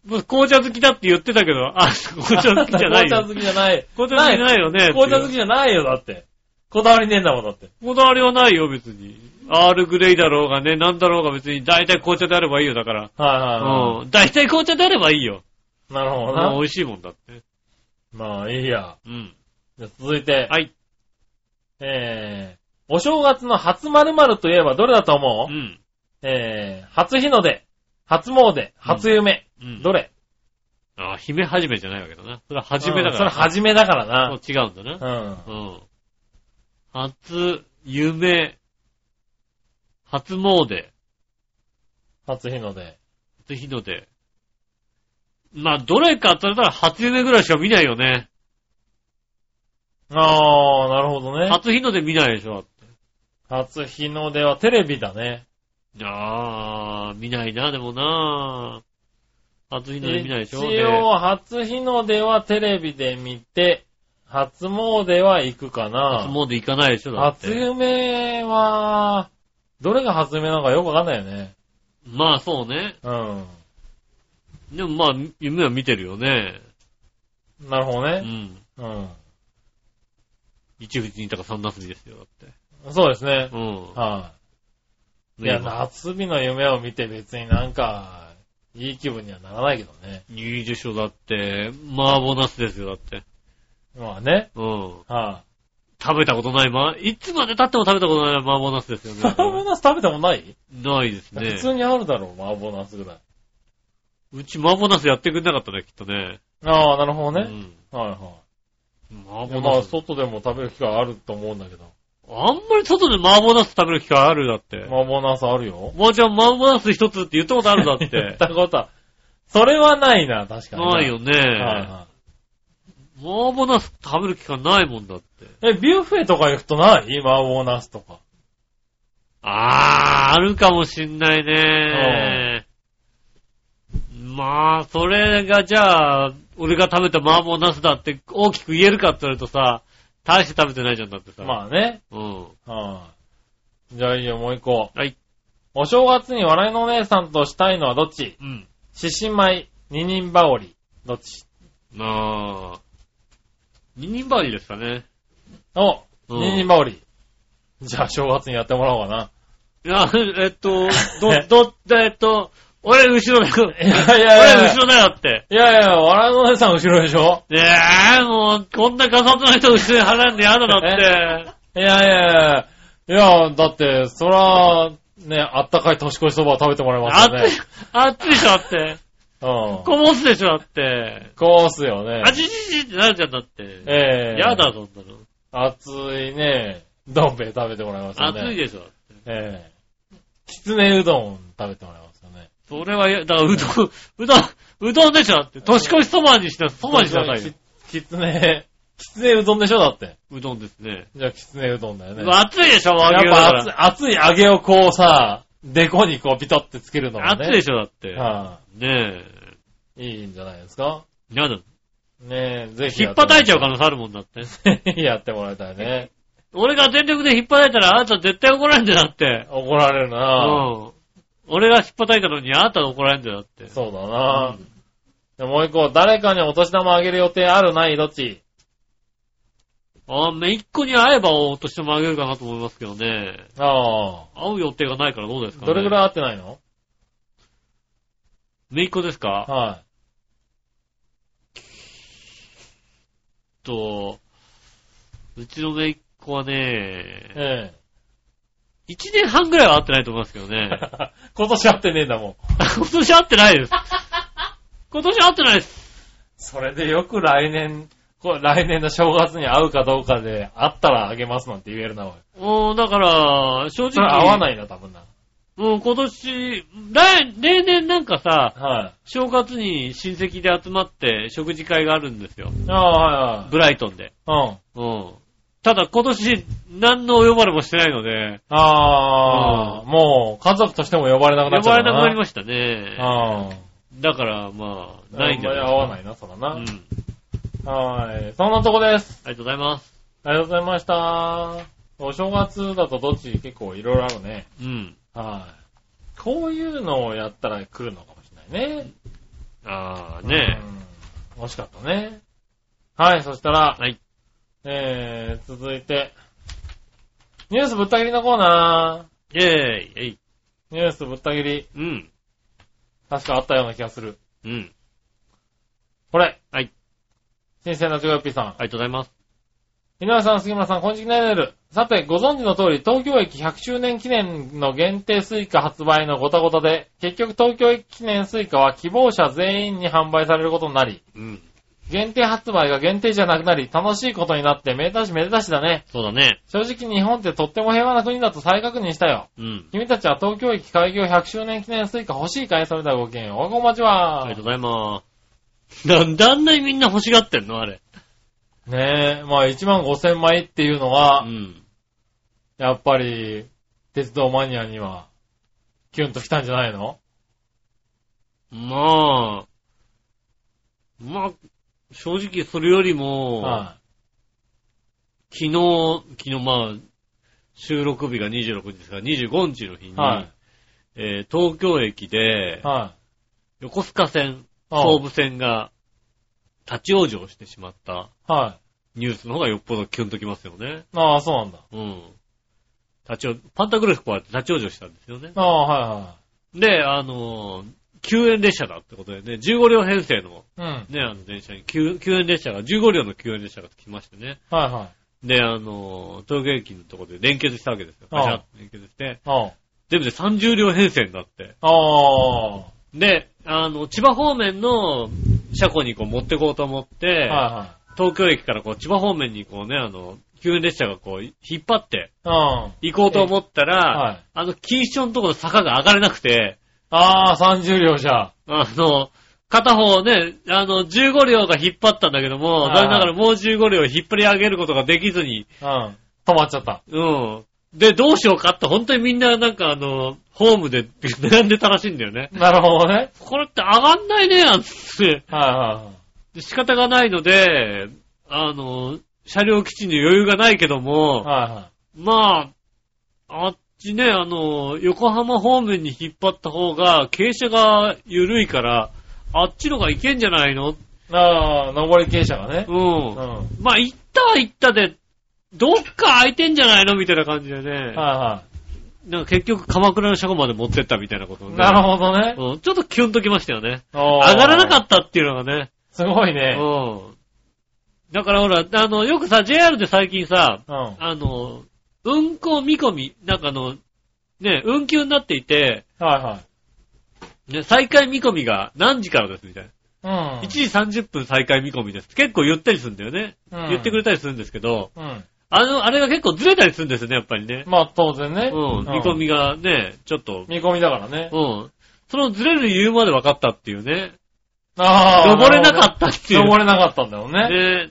Speaker 2: 僕紅茶好きだって言ってたけど、あ、紅茶好きじゃない
Speaker 3: 紅茶
Speaker 2: よ。
Speaker 3: 好きじゃ ない。
Speaker 2: 紅茶好きじゃないよね。
Speaker 3: 紅茶好きじゃないよ、だって。こだわりねえんだもん、だって。
Speaker 2: こだわりはないよ、別に。アールグレイだろうがね、なんだろうが別に、大体紅茶であればいいよ、だから。
Speaker 3: はいはいは
Speaker 2: うん。大体紅茶であればいいよ。
Speaker 3: い。なるほど
Speaker 2: もう
Speaker 3: な
Speaker 2: 美。味しいもんだって。
Speaker 3: まあ、いいや。
Speaker 2: うん。
Speaker 3: じゃあ続いて、
Speaker 2: はい。
Speaker 3: えー、お正月の初〇〇といえばどれだと思
Speaker 2: う
Speaker 3: う、
Speaker 2: ん。
Speaker 3: えー、初日の出、初詣、初夢、
Speaker 2: うん。
Speaker 3: どれ
Speaker 2: あ、姫はじめじゃないわけだな。それははじめだ
Speaker 3: うん
Speaker 2: か
Speaker 3: それ
Speaker 2: ら。
Speaker 3: 初めだからな。
Speaker 2: そう違うんだな。
Speaker 3: うん。
Speaker 2: うん。初、夢、初詣、
Speaker 3: 初日の出。
Speaker 2: 初日の出。まあ、どれか当たれたら初夢ぐらいしか見ないよね。
Speaker 3: あー、なるほどね。
Speaker 2: 初日の出見ないでしょ。
Speaker 3: 初日の出はテレビだね。
Speaker 2: ああ、見ないな、でもな。初日の出見ないでしょ。
Speaker 3: 一応、初日の出はテレビで見て、初詣は行くか
Speaker 2: で初
Speaker 3: な。
Speaker 2: 詣行かないでしょ、だっ
Speaker 3: 初
Speaker 2: て。
Speaker 3: 夢は、どれが初夢なのかよくわかんないよね。
Speaker 2: まあ、そうね。
Speaker 3: うん。
Speaker 2: でもまあ、夢は見てるよね。
Speaker 3: なるほど
Speaker 2: う
Speaker 3: ね。
Speaker 2: ん。
Speaker 3: うん。
Speaker 2: 一富士二鷹三なすびですよ、だって。
Speaker 3: そうですね。
Speaker 2: うん。
Speaker 3: は
Speaker 2: ね
Speaker 3: い。いや、夏日の夢を見て別になんか、いい気分にはならないけどね。
Speaker 2: いいでしょ、だって。麻婆ナスですよ、だって。
Speaker 3: まあね。
Speaker 2: うん。
Speaker 3: は
Speaker 2: 食べたことないま、いつまで経っても食べたことない麻婆ナスですよ
Speaker 3: い。麻婆
Speaker 2: ね。
Speaker 3: ナス食べたことない
Speaker 2: ないです
Speaker 3: 普
Speaker 2: ね。
Speaker 3: 通にあるだろう、麻婆ナスぐらい。
Speaker 2: うち麻婆ナスやってくれなかったね、きっとね。
Speaker 3: ああ、なるほどね。
Speaker 2: ね。
Speaker 3: はいはい。
Speaker 2: うん。
Speaker 3: い
Speaker 2: 麻
Speaker 3: や
Speaker 2: 婆
Speaker 3: ま
Speaker 2: ナ
Speaker 3: あ、
Speaker 2: ス。
Speaker 3: 外でも食べる機会あると思うんだけど。
Speaker 2: あんまり外で麻婆ナス食べる機会あるだって。
Speaker 3: 麻婆ナスあるよ。
Speaker 2: おばあちゃん麻婆ナス一つって言ったことあるだっ。
Speaker 3: 言ってたことは、それはないな、確かに。
Speaker 2: ないよね。
Speaker 3: はいは
Speaker 2: 麻婆ナス食べる機会ないもんだって。
Speaker 3: い。え、ビュッフェとか行くとない麻婆ナスとか。
Speaker 2: あー、あるかもしんないね。まあ、それがじゃあ、俺が食べた麻婆茄子だって大きく言えるかって言われるとさ、大して食べてないじゃんだってさ。
Speaker 3: まあね。
Speaker 2: うん。
Speaker 3: はい。じゃあいいよ、もう一個。
Speaker 2: はい。
Speaker 3: お正月に笑いのお姉さんとしたいのはどっち
Speaker 2: うん。
Speaker 3: 獅子舞、二人羽織。どっち
Speaker 2: まあ、二人羽織ですかね。
Speaker 3: お、
Speaker 2: うん
Speaker 3: 二人羽織。じゃあ正月にやってもらおうかな。
Speaker 2: いや、えっと、 ど、ど、えっと、俺後ろだよ。
Speaker 3: いやいやい
Speaker 2: 俺
Speaker 3: や
Speaker 2: 後。ろだよって。
Speaker 3: いやいや、笑いのお姉さん後ろでしょ
Speaker 2: ねえ、もう、こんなガサツな人後ろに払うんでやだだって。
Speaker 3: いやいやいや、いや、だって、そら、ね、あったかい年越しそばを食べてもらいますよ
Speaker 2: 熱
Speaker 3: ね
Speaker 2: い。、熱いでしょだって。
Speaker 3: うん。
Speaker 2: こぼすでしょだって。
Speaker 3: こうすよね
Speaker 2: あ。ちちちってなるじゃんだって。
Speaker 3: ええ
Speaker 2: やだ。そんなの。
Speaker 3: 暑いね、どん兵衛食べてもらいますよね。
Speaker 2: 熱い
Speaker 3: で。
Speaker 2: でしょ。
Speaker 3: ええきつねうどん食べてもらいますよね。
Speaker 2: それはや、だからうどん、 うどん、うどんでしょだって。年越しそばにしな、そばにしなさいよ
Speaker 3: き。きつね、きつねうどんでしょだって。
Speaker 2: うどんですね。
Speaker 3: じゃあきつねうどんだよね。
Speaker 2: うわ熱いでしょ和
Speaker 3: や
Speaker 2: 牛
Speaker 3: っ
Speaker 2: だ
Speaker 3: ぱ
Speaker 2: から。
Speaker 3: 熱い、熱い揚げをこうさ、デコにこうピタってつけるのもね。
Speaker 2: 熱いでしょだって。
Speaker 3: は
Speaker 2: ね
Speaker 3: い、いいんじゃないですか。
Speaker 2: え。やだ。
Speaker 3: ねえ、ぜひ。
Speaker 2: 引っ叩いちゃう可能性あるもんだって。
Speaker 3: やってもらいたいね。
Speaker 2: 俺が全力で引っ叩いたら、あなた絶対怒られんじゃなって。
Speaker 3: 怒られる
Speaker 2: う。
Speaker 3: なん
Speaker 2: 俺が引っ叩いたのに、あなたが怒られんじゃなって。
Speaker 3: そうだな、でもう一個、誰かにお年玉あげる予定あるないどっち
Speaker 2: ああ、めいっ子に会えばお年玉あげるかなと思いますけどね。
Speaker 3: ああ。
Speaker 2: 会う予定がないからどうですかね。
Speaker 3: どれぐら
Speaker 2: い
Speaker 3: い会ってないの
Speaker 2: めいっ子ですか
Speaker 3: は。
Speaker 2: と、うちのめいっ子はいね、
Speaker 3: え
Speaker 2: 1年半ぐらいは会ってないと思いますけどね
Speaker 3: え。。 今年会ってねえんだもん。
Speaker 2: 今年会ってないです。今年会ってないです。
Speaker 3: それでよく来年、こ来年の正月に会うかどうかで、会ったらあげますなんて言えるな、おい。
Speaker 2: もう、だから、正直。
Speaker 3: それ会わないな、多分な。
Speaker 2: もう今年、来、例年なんかさ、
Speaker 3: は
Speaker 2: 正月に親戚で集まって食事会があるんですよ。
Speaker 3: い。ああ、はい
Speaker 2: ブライトンで。
Speaker 3: はい。うん。
Speaker 2: うん。ただ今年、何の呼ばれもしてないので、
Speaker 3: ああ、もう、家族としても呼ばれなくな
Speaker 2: 呼
Speaker 3: っちゃ
Speaker 2: ば
Speaker 3: っ
Speaker 2: れ
Speaker 3: た
Speaker 2: なくなり
Speaker 3: し
Speaker 2: ましたね。
Speaker 3: た。
Speaker 2: だから、ま
Speaker 3: う
Speaker 2: あ、
Speaker 3: ん。
Speaker 2: ないんじゃない
Speaker 3: あんまり合わないな、そら
Speaker 2: うん。あ
Speaker 3: な
Speaker 2: り。
Speaker 3: はい。そんなとこです。
Speaker 2: がとうございます。
Speaker 3: ありがとうございました。お正月だとどっち結構いろいろあるね。
Speaker 2: うん。
Speaker 3: はい。こういうのをやったら来るのかもしれないね。
Speaker 2: あーね
Speaker 3: うん。惜しかったね。はい、そしたら、
Speaker 2: はい。
Speaker 3: えー、続いて、ニュースぶった切りのコーナ
Speaker 2: え。イェーイ。えい。
Speaker 3: ー。ニュースぶった切り、
Speaker 2: うん。
Speaker 3: 確かあったような気がする。
Speaker 2: うん。
Speaker 3: これ。
Speaker 2: はい。
Speaker 3: 新鮮なジョヨッピーさん。
Speaker 2: ありがとうございます。
Speaker 3: 井上さん、杉村さん、こんにちは。さて、ご存知の通り、東京駅100周年記念の限定スイカ発売のごたごたで、結局東京駅記念スイカは希望者全員に販売されることになり、
Speaker 2: うん。
Speaker 3: 限定発売が限定じゃなくなり、楽しいことになって、めでたしめでたしだね。
Speaker 2: そうだね。
Speaker 3: 正直日本ってとっても平和な国だと再確認したよ。
Speaker 2: うん。
Speaker 3: 君たちは東京駅開業100周年記念スイカ欲しいかいそれではごきげんよう。おはこんばんち
Speaker 2: あ
Speaker 3: は
Speaker 2: りがとう。ございます。だ、だんだんみんな欲しがってんのあれ。
Speaker 3: ねえ、まあ1万5千枚っていうの
Speaker 2: う
Speaker 3: は、
Speaker 2: ん。
Speaker 3: やっぱり、鉄道マニアには、キュンときたんじゃないの
Speaker 2: まあ、まあ、正直それよりも、
Speaker 3: は
Speaker 2: 昨日、昨日まあ、収録日が26日ですから、25日の日に、
Speaker 3: い。は
Speaker 2: えー東京駅で
Speaker 3: い。、は
Speaker 2: 横須賀線、
Speaker 3: い。うん
Speaker 2: 東武線が立ち往生してしまった
Speaker 3: はい。
Speaker 2: ニュースの方がよっぽどキュンときますよね。
Speaker 3: ああ、そうなんだ。
Speaker 2: うん。立ち往、パンタグラフこうやって立ち往生したんですよね。
Speaker 3: ああ、
Speaker 2: で、あのー救援列車だってことでね、15両編成の
Speaker 3: はいはい。
Speaker 2: ね、あの電車に救、救援列車が、15両の救援列車が来ましてね。
Speaker 3: うん。はいはい。
Speaker 2: で、あのー東京駅のところで連結したわけですよ。
Speaker 3: ああ
Speaker 2: ガチャッと連結して。
Speaker 3: あ
Speaker 2: 全部で30両編成になって。
Speaker 3: あ。あ
Speaker 2: で、あの、千葉方面の車庫にこう持ってこうと思って、
Speaker 3: あ。は
Speaker 2: 東京駅からこう千葉方面にこうね、あの、救援列車がこう引っ張って
Speaker 3: いはい。うん。
Speaker 2: 行こうと思ったら、
Speaker 3: はい。
Speaker 2: あの、キーションのところの坂が上がれなくて、
Speaker 3: ああ、30両じゃ。
Speaker 2: あの、片方ね、あの、15両が引っ張ったんだけども、
Speaker 3: はい
Speaker 2: 残念ながらもう15両を引っ張り上げることができずに、
Speaker 3: うん。止まっちゃった。
Speaker 2: うん。で、どうしようかって、本当にみんななんかあの、ホームで 悩んでたらしいんだよね。
Speaker 3: なるほどね。
Speaker 2: これって上がんないね、なんつって。
Speaker 3: はいはい。
Speaker 2: で仕方がないので、あの、車両基地に余裕がないけども、
Speaker 3: はいは
Speaker 2: まあ、あっちね、あの、横浜方面に引っ張った方が、傾斜が緩いから、あっちのがいけんじゃないの
Speaker 3: い。ああ、上り傾斜がね
Speaker 2: う。。
Speaker 3: うんん。は
Speaker 2: まあ、行ったは行ったで、どっか空いてんじゃないのみたいな感じでね
Speaker 3: い、は
Speaker 2: なんか結局鎌倉の車庫まで持ってったみたいなことを
Speaker 3: い。
Speaker 2: ね
Speaker 3: なるほどね。
Speaker 2: うん、ちょっとキュンときましたよね。
Speaker 3: 上
Speaker 2: 上がらなか
Speaker 3: た。
Speaker 2: ったっていうのがね。
Speaker 3: すごいね。
Speaker 2: うん。だからほら、あの、よくさ、JR で最近さ、
Speaker 3: うん。はい
Speaker 2: あの、運行見込み、なんかあの、ね、運休になっていて、
Speaker 3: は
Speaker 2: ね、再開見込みが何時からですみたいな。
Speaker 3: い。
Speaker 2: 1時30分再開見込みです。結構言ったりするんだよね。
Speaker 3: うん。
Speaker 2: 言ってくれたりするんですけど、
Speaker 3: うん。
Speaker 2: あの、あれが結構ずれたりするんですよね、やっぱりね。
Speaker 3: まあ当然ね。
Speaker 2: うん、見込。みがね、ちょっと、
Speaker 3: 見込みだからね。
Speaker 2: うん。そのずれる理由まで分かったっていうね。
Speaker 3: ああ。
Speaker 2: 登れなかったっていう。
Speaker 3: 登れなかったんだよね。
Speaker 2: ね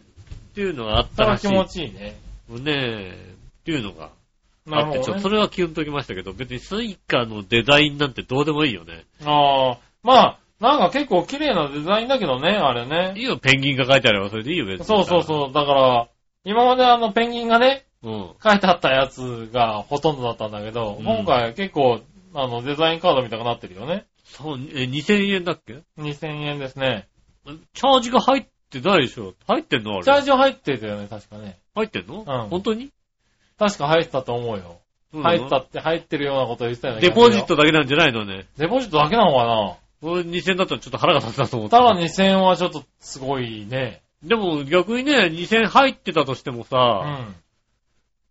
Speaker 2: っていうのがあっ
Speaker 3: そ
Speaker 2: た
Speaker 3: れ
Speaker 2: ら
Speaker 3: は
Speaker 2: し
Speaker 3: 気
Speaker 2: い。
Speaker 3: 持ちいいね。
Speaker 2: ねえ、っていうのが
Speaker 3: な
Speaker 2: あって、
Speaker 3: る
Speaker 2: ちょ
Speaker 3: ほど、
Speaker 2: っ
Speaker 3: ね
Speaker 2: とそ。れはキュンときましたけど、別にスイカのデザインなんてどうでもいいよね。
Speaker 3: ああ。まあ、なんか結構綺麗なデザインだけどね、あれ
Speaker 2: い
Speaker 3: ね。
Speaker 2: いよ、ペンギンが書いてあればそれでいいよ、別に。
Speaker 3: そうそうそう。だから、今まであのペンギンがね、
Speaker 2: う。うん。
Speaker 3: 書いてあったやつがほとんどだったんだけど、
Speaker 2: うん
Speaker 3: 今回結構、あの、デザインカードみたいになってるよね。
Speaker 2: そう、え、2000円だっけ
Speaker 3: 2000円ですね。
Speaker 2: チャージが入ってないでしょ。入ってんのあれ。
Speaker 3: チャージは入ってたよね、確かね。
Speaker 2: 入ってんの
Speaker 3: うん
Speaker 2: 本当に
Speaker 3: 確か入ってたと思うよ。入った。って入ってるようなこと言ってたよ
Speaker 2: うん
Speaker 3: ね。
Speaker 2: デポジッ。トだけなんじゃないのね。
Speaker 3: デポジットだけなのかな
Speaker 2: 俺2000だったらちょっと腹が立つなと思った。
Speaker 3: ただ2000円はちょっとすごいね。
Speaker 2: でも逆にね、2000入ってたとしても
Speaker 3: う
Speaker 2: さ、
Speaker 3: ん。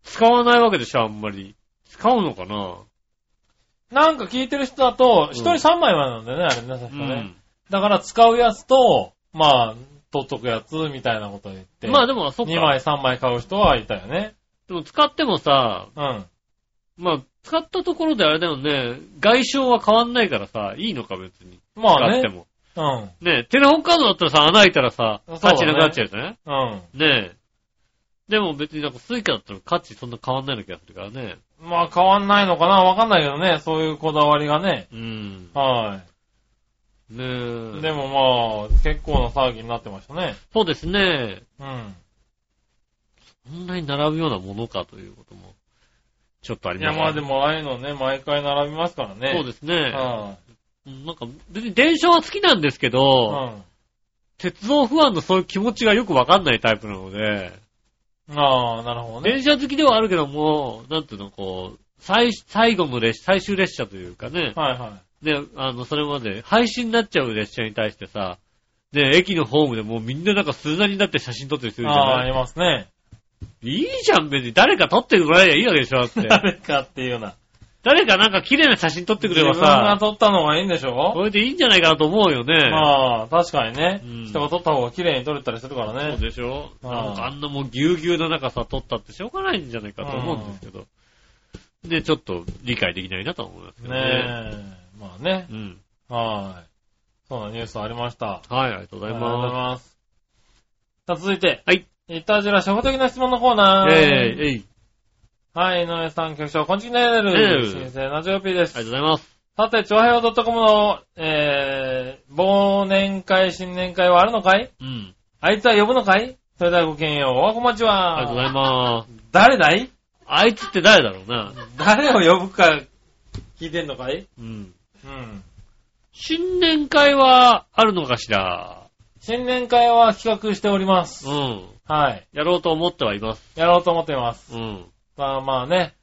Speaker 2: 使わないわけでしょ、あんまり。使うのかな
Speaker 3: なんか聞いてる人だと、一人
Speaker 2: うん
Speaker 3: 3枚までなんだよね、あれね、確
Speaker 2: う
Speaker 3: かね。
Speaker 2: ん。
Speaker 3: だから使うやつと、まあ、取っとくやつみたいなこと言って。
Speaker 2: まあでも、そっ
Speaker 3: 2
Speaker 2: か。
Speaker 3: 枚3枚買う人はいたよね。
Speaker 2: でも使ってもさ、
Speaker 3: うん。
Speaker 2: まあ、使ったところであれだよね、外傷は変わんないからさ、いいのか別に。
Speaker 3: まあ
Speaker 2: 使っ
Speaker 3: ね
Speaker 2: て。も。
Speaker 3: うん。
Speaker 2: ねえ、テレホンカードだったらさ、穴開いたらさ、
Speaker 3: そうだ
Speaker 2: 価
Speaker 3: ね
Speaker 2: 値なくなっちゃうじゃない
Speaker 3: うん。
Speaker 2: ねえ。でも別になんかスイカだったら価値そんな変わんないような気がするからね。
Speaker 3: まあ変わんないのかなわかんないけどね。そういうこだわりがね。
Speaker 2: うん。
Speaker 3: は
Speaker 2: ね
Speaker 3: い。
Speaker 2: え。
Speaker 3: でもまあ、結構な騒ぎになってましたね。
Speaker 2: そうですね。
Speaker 3: うん。
Speaker 2: こんなに並ぶようなものかということも、ちょっとあり
Speaker 3: い
Speaker 2: ま
Speaker 3: や
Speaker 2: すね
Speaker 3: まあでも、ああいうのね、毎回並びますからね。
Speaker 2: そうですね。
Speaker 3: は
Speaker 2: うんなんか別に電車は好きなんですけ
Speaker 3: い。う
Speaker 2: ど、
Speaker 3: ん。
Speaker 2: 鉄道不安のそういう気持ちがよくわかんないタイプなので、
Speaker 3: ああ、なるほどね。
Speaker 2: 電車好きではあるけども、なんていうの、こう、最、最後の列車、最終列車というかね、
Speaker 3: はいは
Speaker 2: で、あの、それまで廃止になっちゃう列車に対してさ、で、駅のホームでもうみんななんか鈴なりになって写真撮ってる人
Speaker 3: い。
Speaker 2: いるじゃ
Speaker 3: ああ、あ
Speaker 2: ない
Speaker 3: りますね。
Speaker 2: いいじゃん、別に。誰か撮ってもらえりゃいいわけでしょ、だ って。
Speaker 3: 誰かっていうような。
Speaker 2: 誰かなんか綺麗な写真撮ってくれば
Speaker 3: 自分が
Speaker 2: さ、
Speaker 3: 撮ったのがいいんでし
Speaker 2: こ
Speaker 3: ょ
Speaker 2: れでいいんじゃないかなと思うよね。
Speaker 3: まあ、確かにね
Speaker 2: うん。
Speaker 3: 人が撮った方が綺麗に撮れたりするから
Speaker 2: そう
Speaker 3: ね。
Speaker 2: でしょ
Speaker 3: ああ
Speaker 2: なんかあんなもうぎゅうぎゅうの中さ、撮ったってしょうがないんじゃないかと思うんですけど。で、ちょっと理解できないなとは思いますけどね。
Speaker 3: ねえ。まあね
Speaker 2: う。ん。
Speaker 3: はい。そうなニュースありました。
Speaker 2: はい、ありがとうご
Speaker 3: あ
Speaker 2: ざ
Speaker 3: り
Speaker 2: い
Speaker 3: がとうござい
Speaker 2: ま
Speaker 3: ます。さあ、続いて。
Speaker 2: はい。
Speaker 3: いたじら、初歩的な質問のコーナ
Speaker 2: す。
Speaker 3: ー。
Speaker 2: えい、えい、あり
Speaker 3: はい、井上さん、局長、こんちきね
Speaker 2: え
Speaker 3: る
Speaker 2: え
Speaker 3: 新生ラジオ P です。
Speaker 2: がとうございます。
Speaker 3: さて、長平洋 .com の、えー、忘年会、新年会はあるのかい
Speaker 2: うん。
Speaker 3: あいつは呼ぶのかいそれではごきげんよう。おはこまち
Speaker 2: あ
Speaker 3: は。
Speaker 2: りがとうございます。
Speaker 3: 誰だい
Speaker 2: あいつって誰だろうな。
Speaker 3: 誰を呼ぶか聞いてんのかい
Speaker 2: うん。
Speaker 3: うん。
Speaker 2: 新年会はあるのかしら。
Speaker 3: 新年会は企画しております。
Speaker 2: うん。
Speaker 3: はい。
Speaker 2: やろうと思ってはいます。
Speaker 3: やろうと思っています。
Speaker 2: うん。
Speaker 3: まあまあね、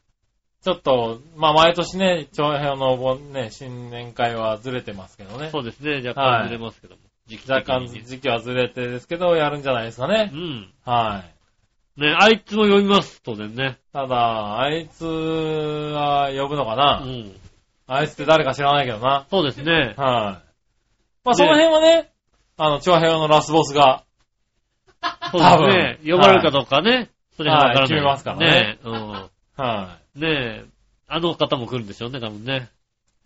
Speaker 3: ちょっと、まあ毎年ね、長編のお盆ね、新年会はずれてますけどね。
Speaker 2: そうですね。若干
Speaker 3: はい
Speaker 2: ずれますけども。時期的
Speaker 3: 若干
Speaker 2: にね
Speaker 3: 時期はずれてですけど、やるんじゃないですかね
Speaker 2: う。ん。
Speaker 3: は
Speaker 2: ね、あいつも読みます。当然ね。
Speaker 3: い。ただ、あいつは呼ぶのか
Speaker 2: う
Speaker 3: な、
Speaker 2: ん。
Speaker 3: あいつって誰か知らないけどな。
Speaker 2: そうですね。
Speaker 3: はい。まあその辺はね、あの、長編のラスボスが、
Speaker 2: そうですね。呼
Speaker 3: 多分
Speaker 2: ばれるかどうかね。それはわからない。
Speaker 3: はい決めますからね。
Speaker 2: うん。
Speaker 3: は
Speaker 2: ねえ。あの方も来るんでしょうね、多分ね。
Speaker 3: い。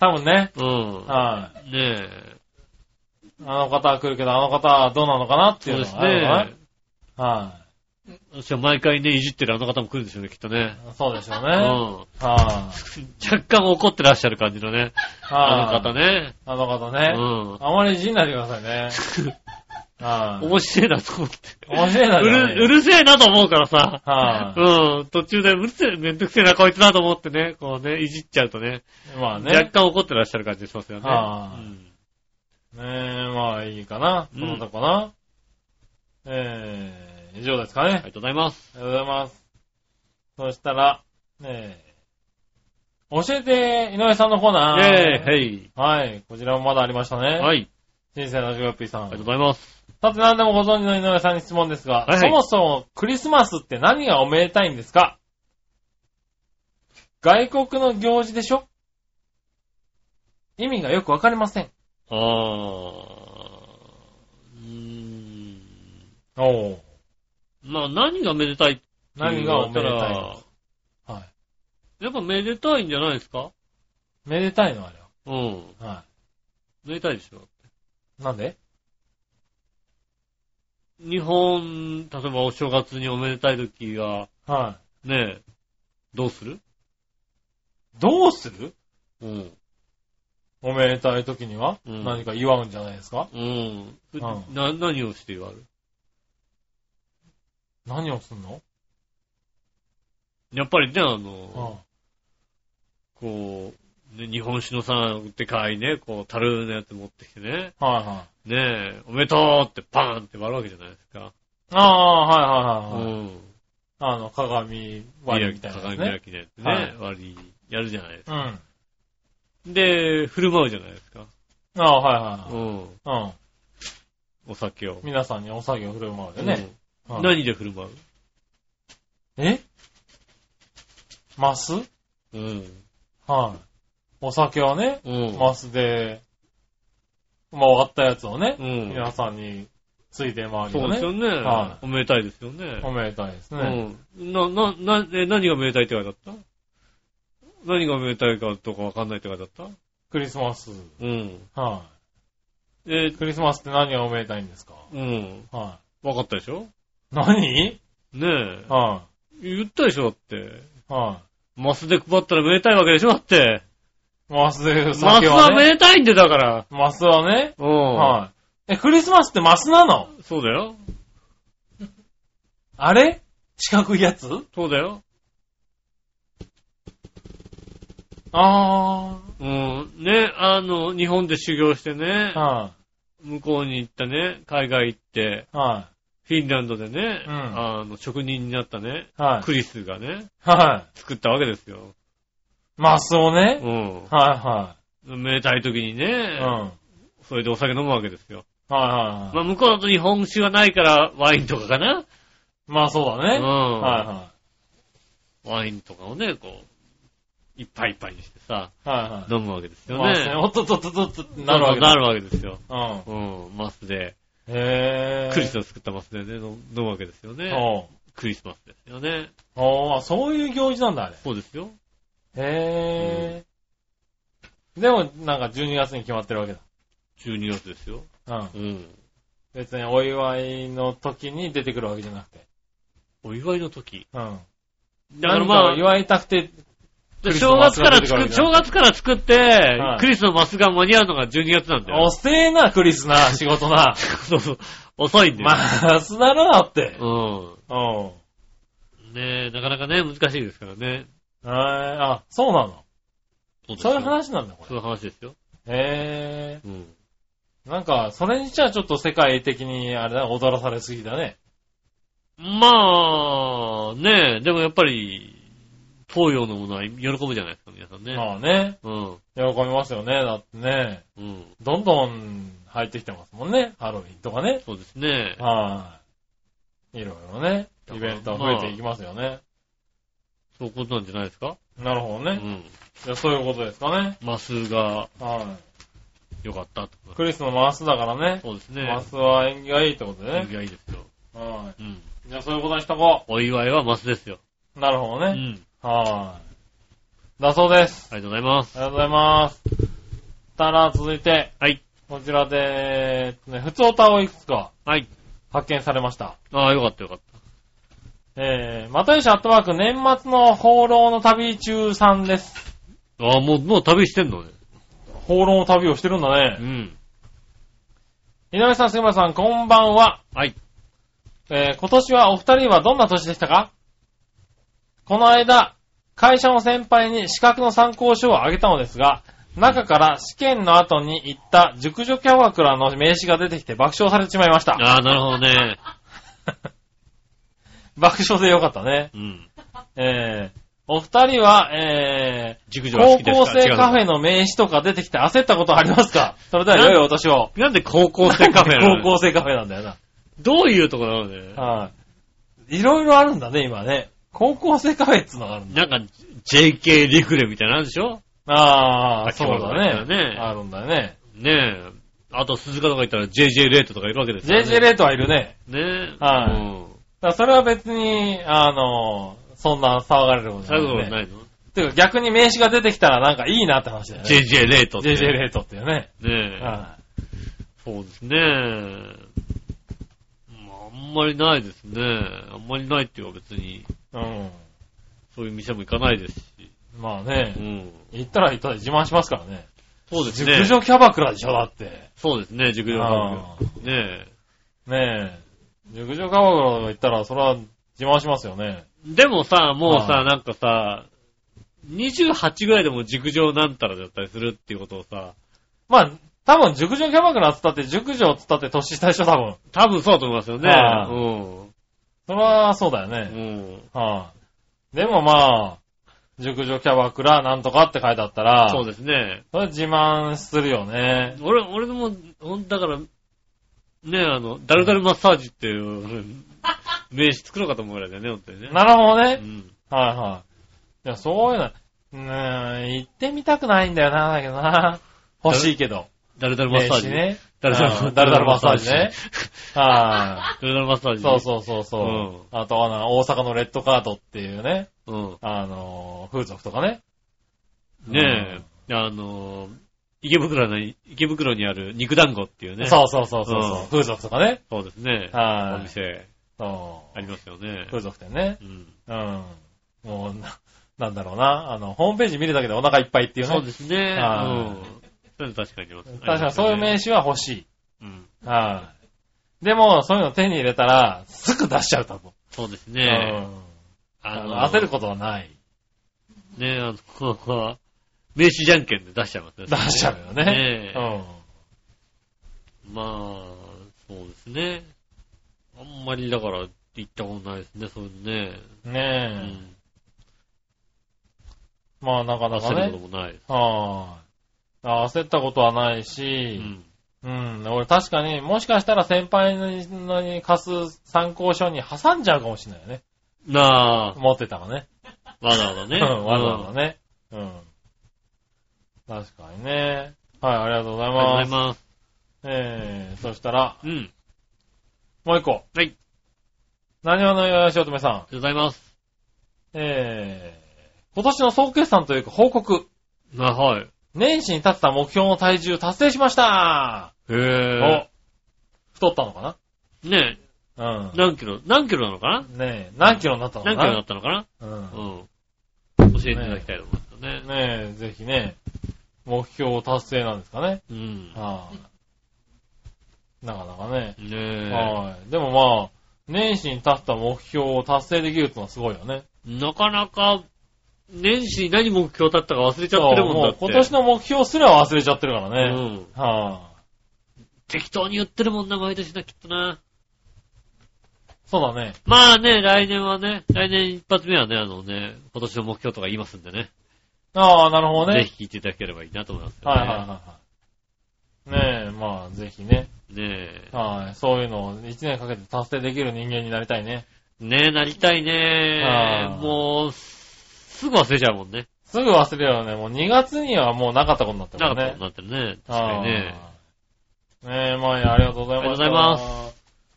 Speaker 3: 多分ね、
Speaker 2: うん。
Speaker 3: はい。
Speaker 2: ねえ。
Speaker 3: あの方は来るけど、あの方はどうなのかなってい
Speaker 2: そうで
Speaker 3: うの
Speaker 2: す
Speaker 3: があるのかな。
Speaker 2: ね。私は毎回ね、いじってるあの方も来るんでしょうね、きっとね。
Speaker 3: はい。そうでしょうね。
Speaker 2: う
Speaker 3: は
Speaker 2: ん。
Speaker 3: い、
Speaker 2: 若干怒ってらっしゃる感じのね。あの方
Speaker 3: ね。
Speaker 2: ね。
Speaker 3: あの方
Speaker 2: う
Speaker 3: ね。
Speaker 2: ん。
Speaker 3: あまり字になってくださいね。はい。
Speaker 2: 面白いなと思って。
Speaker 3: 面白いうなじゃないよ
Speaker 2: る、うるせえなと思うからさ。
Speaker 3: はい、
Speaker 2: うん。途中でうるせえ、めんどくせえな、こいつなと思ってね、こうね、いじっちゃうとね、
Speaker 3: まあね。
Speaker 2: 若
Speaker 3: ね
Speaker 2: 干怒ってらっしゃる感じしますよね。
Speaker 3: は
Speaker 2: う
Speaker 3: い
Speaker 2: ん
Speaker 3: え、まあいいかな。
Speaker 2: うん
Speaker 3: そのとこな。えー、以上ですか
Speaker 2: あ
Speaker 3: ね。
Speaker 2: りがとうございます。
Speaker 3: ありがとうございます。そしたら、えー、教えて、井上さんのコー
Speaker 2: イェ
Speaker 3: ナー。
Speaker 2: ーイ、
Speaker 3: はい、こちらもまだありましたね。
Speaker 2: ヘイ。はい。
Speaker 3: 人生のジョッピーさ。
Speaker 2: ありがとうんございます。
Speaker 3: さて何でもご存知の井上さんに質問ですが、
Speaker 2: はいはい
Speaker 3: そもそもクリスマスって何がおめでたいんですか外国の行事でしょ意味がよくわかりません。
Speaker 2: あー。うーん。
Speaker 3: おう
Speaker 2: まあ、何がめでたいって
Speaker 3: 何
Speaker 2: 言
Speaker 3: が
Speaker 2: わ
Speaker 3: お
Speaker 2: れた
Speaker 3: めで
Speaker 2: ら、
Speaker 3: たいのは
Speaker 2: やっぱめでたいんじゃないですか
Speaker 3: い。めでたいのあれ
Speaker 2: うん。
Speaker 3: は。は
Speaker 2: めでたいでしょ。
Speaker 3: い。なんで
Speaker 2: 日本、例えばお正月におめでたい時が、
Speaker 3: は
Speaker 2: ねえ、どうする
Speaker 3: い。どうする
Speaker 2: うん。
Speaker 3: おめでたい時には、
Speaker 2: うん
Speaker 3: 何か祝うんじゃないですか、
Speaker 2: うん。
Speaker 3: ん
Speaker 2: な、何をして言われる
Speaker 3: 何をすんの、
Speaker 2: やっぱりね、あ
Speaker 3: うん
Speaker 2: の、こう、ね、日本酒のさ、でかいね、こう、樽のやつ持ってきてね、
Speaker 3: はいはい。
Speaker 2: ねえ、おめでとうってパーンって割るわけじゃないですか。
Speaker 3: ああ、はいはいはい、はい
Speaker 2: うん。
Speaker 3: あの、鏡割りみたいなやつ
Speaker 2: 鏡
Speaker 3: ね
Speaker 2: 開。きでって
Speaker 3: は
Speaker 2: ね
Speaker 3: い、
Speaker 2: 割り、やるじゃないですか。
Speaker 3: うん。あ
Speaker 2: で、振る舞うじゃないですか。
Speaker 3: あ、はいうはい
Speaker 2: ん。
Speaker 3: はい。うん。
Speaker 2: お酒を。
Speaker 3: 皆さんにお酒を振る舞うでね。
Speaker 2: うん。
Speaker 3: はい
Speaker 2: 何で振る舞う
Speaker 3: えマス
Speaker 2: うん。
Speaker 3: はい。お酒はね、
Speaker 2: うん。
Speaker 3: マスで、まあ、割ったやつをね
Speaker 2: う、ん。
Speaker 3: 皆さんについて回り
Speaker 2: そ
Speaker 3: を
Speaker 2: うですよ
Speaker 3: ね、
Speaker 2: ね。
Speaker 3: は
Speaker 2: おめでたいですよね。
Speaker 3: おめでたいですね。
Speaker 2: うん。な、な、な、え、何がめでたいって言われた何がめでたいかとかわかんないって書いてあっ
Speaker 3: クリスマス。
Speaker 2: たうん。
Speaker 3: は
Speaker 2: え
Speaker 3: い。、クリスマスって何がおめでたいんですか
Speaker 2: うん。
Speaker 3: は
Speaker 2: わかったでしょ
Speaker 3: い。何
Speaker 2: ねえ。
Speaker 3: は
Speaker 2: 言ったでしょだって。
Speaker 3: い。は
Speaker 2: マスで配ったらめでたいわけでしょだって。
Speaker 3: い。マスで、
Speaker 2: マス
Speaker 3: 酒
Speaker 2: は
Speaker 3: は
Speaker 2: め
Speaker 3: ね。
Speaker 2: でたいんでだから。
Speaker 3: マスはね。
Speaker 2: うん。
Speaker 3: はい。え、クリスマスってマスなの
Speaker 2: そうだよ。
Speaker 3: あれ四角いやつ
Speaker 2: そうだよ。
Speaker 3: あ
Speaker 2: うん。ね、あの、日本で修行してね
Speaker 3: ー。、は
Speaker 2: 向こうに行ったね、海外行って、
Speaker 3: い。は
Speaker 2: フィンランドでね、
Speaker 3: うん
Speaker 2: あの、職人になったね、
Speaker 3: い。はい。
Speaker 2: クリスがね、
Speaker 3: はい。
Speaker 2: 作ったわけですよ。
Speaker 3: マスをね。
Speaker 2: う
Speaker 3: は
Speaker 2: ん。めでたい時に
Speaker 3: い
Speaker 2: ね、
Speaker 3: はい。
Speaker 2: それでお酒飲むわけですよ。
Speaker 3: うん。はいはい
Speaker 2: ま
Speaker 3: はい。
Speaker 2: あ、向こうだと日本酒がないからワインとかかな
Speaker 3: まあそうだ
Speaker 2: う
Speaker 3: ね。
Speaker 2: ん。
Speaker 3: は
Speaker 2: ワインとかをね、こう、いっぱいいっぱいにしてさ、
Speaker 3: いはい。はいはい。
Speaker 2: 飲むわけですよ
Speaker 3: マスね。
Speaker 2: ね。
Speaker 3: おっとっとっとっとっとってなるわけだ
Speaker 2: な。るわけですよ。
Speaker 3: うん。
Speaker 2: うん、マスで、
Speaker 3: へぇー。
Speaker 2: クリスを作ったマスでね、飲飲むわけですよね。
Speaker 3: おう
Speaker 2: クリスマスですよね。
Speaker 3: おうあそういう行事なんだ、あれ。
Speaker 2: そうですよ。
Speaker 3: へぇー。でも、なんか12月に決まってるわけ
Speaker 2: 12月ですよ。
Speaker 3: だ。うん。
Speaker 2: うん。
Speaker 3: 別にお祝いの時に出てくるわけじゃなくて。
Speaker 2: お祝いの時。
Speaker 3: うん。
Speaker 2: だから
Speaker 3: 何か
Speaker 2: ま
Speaker 3: を
Speaker 2: あ、
Speaker 3: 祝いたくて、クリス
Speaker 2: 正
Speaker 3: マ
Speaker 2: 月
Speaker 3: ス
Speaker 2: か
Speaker 3: が
Speaker 2: ら
Speaker 3: 出てくる
Speaker 2: 作
Speaker 3: わけ
Speaker 2: っ、
Speaker 3: じゃ
Speaker 2: 正
Speaker 3: ん
Speaker 2: 月から作って、
Speaker 3: はい
Speaker 2: クリスのマスが間に合うのが12月なんだよ。
Speaker 3: 遅えな、クリスな、仕事な。
Speaker 2: そうそう遅いんだよ。
Speaker 3: マスだろ、だって。
Speaker 2: う
Speaker 3: うん。
Speaker 2: ん。ねえ、なかなかね、難しいですからね。
Speaker 3: えーあ、そうなの。
Speaker 2: そうです
Speaker 3: そ
Speaker 2: よ
Speaker 3: ういう話なんだ、こ
Speaker 2: そ
Speaker 3: れ。
Speaker 2: ういう話ですよ。
Speaker 3: へ
Speaker 2: うん。
Speaker 3: ー。なんか、それにしちゃちょっと世界的に、あれだ、踊らされすぎだね。
Speaker 2: まあ、ねえ、でもやっぱり、東洋のものは喜ぶじゃないですか、皆さんね。
Speaker 3: まあね、
Speaker 2: うん。
Speaker 3: 喜びますよね。だってね、
Speaker 2: うん。
Speaker 3: どんどん入ってきてますもんね。ハロウィンとかね。
Speaker 2: そうですね。
Speaker 3: はい。いろいろね、イベントは増えていきますよね。
Speaker 2: そういうことなんじゃないですか
Speaker 3: なるほど
Speaker 2: う
Speaker 3: ね。
Speaker 2: ん。
Speaker 3: じゃあそういうことですかね。
Speaker 2: マスが
Speaker 3: は
Speaker 2: 良かったと
Speaker 3: い。
Speaker 2: か。
Speaker 3: クリスのマスだからね。
Speaker 2: そうですね。
Speaker 3: マスは縁起がいいってことで
Speaker 2: 縁起
Speaker 3: ね。
Speaker 2: がいいですよ。
Speaker 3: は
Speaker 2: うん。
Speaker 3: い。じゃあそういうことにしとこ
Speaker 2: お祝いはマスですよ。
Speaker 3: う。なるほ
Speaker 2: う
Speaker 3: どね。
Speaker 2: ん。
Speaker 3: はい。だそうです。
Speaker 2: ありがとうございます。
Speaker 3: ありがとうございます。たら続いて、
Speaker 2: はい。
Speaker 3: こちらで、えっとね、普通歌をいくつか
Speaker 2: はい。
Speaker 3: 発見されました。
Speaker 2: ああ、よかったよかっ
Speaker 3: えー、またよしアットワーク、年末の放浪の旅中さんです。
Speaker 2: た。ああ、もう、もう旅してんのね。
Speaker 3: 放浪の旅をしてるんだ
Speaker 2: う
Speaker 3: ね。
Speaker 2: ん。
Speaker 3: 井上さん、杉村さん、こんばんは。
Speaker 2: はい。
Speaker 3: えー、今年はお二人はどんな年でしたかこの間、会社の先輩に資格の参考書をあげたのですが、中から試験の後に行った熟女キャバクラの名刺が出てきて爆笑されてしまいました。
Speaker 2: ああ、なるほどね。
Speaker 3: 爆笑でよかったね。
Speaker 2: うん。
Speaker 3: えー、お二人は、えー、
Speaker 2: 熟女が好
Speaker 3: 高
Speaker 2: きです
Speaker 3: 校
Speaker 2: か
Speaker 3: 生カフ
Speaker 2: 違
Speaker 3: ェ
Speaker 2: う
Speaker 3: の名刺とか出てきて焦ったことありますか それでは良いお年を。
Speaker 2: のなんで高校生カフェなの
Speaker 3: 高校生カフェなんだよな。
Speaker 2: どういうとこなのね。
Speaker 3: はい。いろいろあるんだね、今ね。高校生カフェっつうのがあるんだ。
Speaker 2: なんか、JK リフレみたいなのあるでしょ
Speaker 3: ああ、
Speaker 2: そ
Speaker 3: そうう
Speaker 2: だね
Speaker 3: だね。あるんだよね。
Speaker 2: ねえ。あと、鈴鹿とか行ったら JJ レートとかいるわけですよ、ね。
Speaker 3: JJ レートはいるね。
Speaker 2: ねえ。
Speaker 3: はい
Speaker 2: うん。
Speaker 3: だからそれは別に、あの、そんな騒がれることじゃ
Speaker 2: 最後
Speaker 3: ない、
Speaker 2: は
Speaker 3: ね。
Speaker 2: ないの
Speaker 3: ていうか逆に名刺が出てきたらなんかいいなって話だよね。
Speaker 2: ?JJ レートって。
Speaker 3: JJ レートっていうね。
Speaker 2: ねえ。
Speaker 3: は
Speaker 2: そうですね。まあ、あんまりないですね。あんまりないっていうか別に、
Speaker 3: い。うん。
Speaker 2: そういう店も行かないですし。
Speaker 3: まあ
Speaker 2: う
Speaker 3: ね、
Speaker 2: ん。
Speaker 3: 行ったら行ったで自慢しますからね。
Speaker 2: そうですね
Speaker 3: 熟。女キャバクラでしょ、だって。
Speaker 2: そうですね、熟女
Speaker 3: あ
Speaker 2: 家族。ね
Speaker 3: ねえ。熟女カバクラが行ったら、それは自慢しますよね。
Speaker 2: え。でもさ、もうさ、
Speaker 3: は
Speaker 2: なんかさ、28ぐらいでも熟女なんたらだったりするっていうことをさ、
Speaker 3: まあ、多分熟女キャバクラっつったって、熟女っつったって年下でしょ、多分。
Speaker 2: 多分そうだと思いますよね。
Speaker 3: ああ
Speaker 2: う
Speaker 3: それはそうだよ
Speaker 2: ん。
Speaker 3: ね。
Speaker 2: うん。
Speaker 3: はい、でもまあ、熟女キャバクラなんとかって書いてあったら、
Speaker 2: そうですね。
Speaker 3: それ自慢するよね。
Speaker 2: 俺、俺も、ほんだから、ねえ、あの、ダルダルマッサージっていう、 名詞作ろうかと思うぐらいだよね、本当にね。
Speaker 3: なるほど
Speaker 2: う
Speaker 3: ね。
Speaker 2: ん。
Speaker 3: はいはい。いや、そういうの、うーん、行ってみたくないんだよな、だけどな。欲しいけど。
Speaker 2: ダルダルマッサージ。
Speaker 3: 名刺ね。
Speaker 2: ダルダ
Speaker 3: う
Speaker 2: ル
Speaker 3: んダルダルマッサー ジね。はい、
Speaker 2: ダルダルマッサージ。
Speaker 3: そうそうそうそう。
Speaker 2: うん
Speaker 3: あとはな、大阪のレッドカードっていうね、
Speaker 2: う。うん。
Speaker 3: あのー風俗とかね。
Speaker 2: ねえ、あの、池袋の、池袋にある肉団子っていうね。
Speaker 3: そうそうそうそうそうう。
Speaker 2: ん
Speaker 3: 風俗とかね。
Speaker 2: そうですね。お
Speaker 3: はい。
Speaker 2: 店
Speaker 3: そう
Speaker 2: ありますよね。
Speaker 3: 風俗店ね。
Speaker 2: うん
Speaker 3: うん。もう、な、なんだろうな。あの、ホームページ見るだけでお腹いっぱいっていう
Speaker 2: そう
Speaker 3: ね。
Speaker 2: ですね。
Speaker 3: は
Speaker 2: うん。確かにあります。
Speaker 3: 確かにそういう名刺は欲しい。
Speaker 2: うん。
Speaker 3: はい。でも、そういうの手に入れたら、すぐ出しちゃうと思う。
Speaker 2: そうです
Speaker 3: う
Speaker 2: ね。
Speaker 3: ん。あの、焦ることはない。
Speaker 2: ねえ、あの、ここは、名刺じゃんけんで出しちゃいますね。
Speaker 3: 出しちゃうよね
Speaker 2: ね。え
Speaker 3: うん。
Speaker 2: まあ、そうですね。あんまりだから行ったことないですね、そういうのね。う
Speaker 3: ね
Speaker 2: ん。
Speaker 3: え。まあ、なかなか
Speaker 2: 焦る
Speaker 3: ね。
Speaker 2: こともないです。
Speaker 3: はい。あ焦ったことはないうし、
Speaker 2: ん。
Speaker 3: うん、俺確かに、もしかしたら先輩のに貸す参考書に挟んじゃうかもしれないよね。
Speaker 2: な
Speaker 3: 持ってたらね。
Speaker 2: あ、わざわざ
Speaker 3: う
Speaker 2: ね。
Speaker 3: ん、わざわざね。うん。確かにね。はい、ありがとうござい
Speaker 2: うん。ありがとう
Speaker 3: ま
Speaker 2: ござい
Speaker 3: す。
Speaker 2: ます。
Speaker 3: えー、そしたら、
Speaker 2: うん。あり
Speaker 3: もう一個。
Speaker 2: はい。
Speaker 3: 何話のよしおとめさん。
Speaker 2: がとうございます。
Speaker 3: えー、今年の総決算というか報告。
Speaker 2: あ、はい。へ
Speaker 3: 年始に立てた目標の体重達成しました
Speaker 2: え。
Speaker 3: お太ったのか
Speaker 2: ねえ、
Speaker 3: な
Speaker 2: 何キロ、何キロなのかな
Speaker 3: うん。ねえ、何キロになったのか
Speaker 2: 何
Speaker 3: な
Speaker 2: キロだったのかな
Speaker 3: うん
Speaker 2: うん。教えていただきたいと思いますね。
Speaker 3: ねえ、ぜひね、目標を達成なんですかね。
Speaker 2: うん。
Speaker 3: はい、なかなかね。
Speaker 2: ねえ。
Speaker 3: はい。でもまあ、年始に立った目標を達成できるってのはすごいよね。
Speaker 2: なかなか、年始に何目標だったか忘れちゃ
Speaker 3: そ
Speaker 2: っ
Speaker 3: う
Speaker 2: てるもんだ
Speaker 3: も
Speaker 2: っ
Speaker 3: う
Speaker 2: て。
Speaker 3: 今年の目標すら忘れちゃってるからね。
Speaker 2: うん。
Speaker 3: はあ、
Speaker 2: 適当に言ってるもんな、毎年な、きっとな。
Speaker 3: そうだね。
Speaker 2: まあね、来年はね、来年一発目はね、あのね、今年の目標とか言いますんでね。
Speaker 3: ああ、なるほど
Speaker 2: ぜ
Speaker 3: ね。
Speaker 2: ひ聞いていただければいいなと思いますよ
Speaker 3: は
Speaker 2: ね。
Speaker 3: いはいはいはい。ねえ、まあ、ぜひね。
Speaker 2: ね
Speaker 3: はい、そういうのを1年かけて達成できる人間になりたいね。
Speaker 2: え。ねえ、なりたいね
Speaker 3: は
Speaker 2: え。
Speaker 3: い
Speaker 2: もう、すぐ忘れちゃうもんね。
Speaker 3: すぐ忘れるよね。もう2月にはもうなかったことになってる
Speaker 2: な
Speaker 3: か
Speaker 2: んかこ
Speaker 3: ら
Speaker 2: う
Speaker 3: ね。
Speaker 2: なってるね。確かにね。
Speaker 3: あー。ねえ、まあいいやありがとうございました。
Speaker 2: ありがとうござ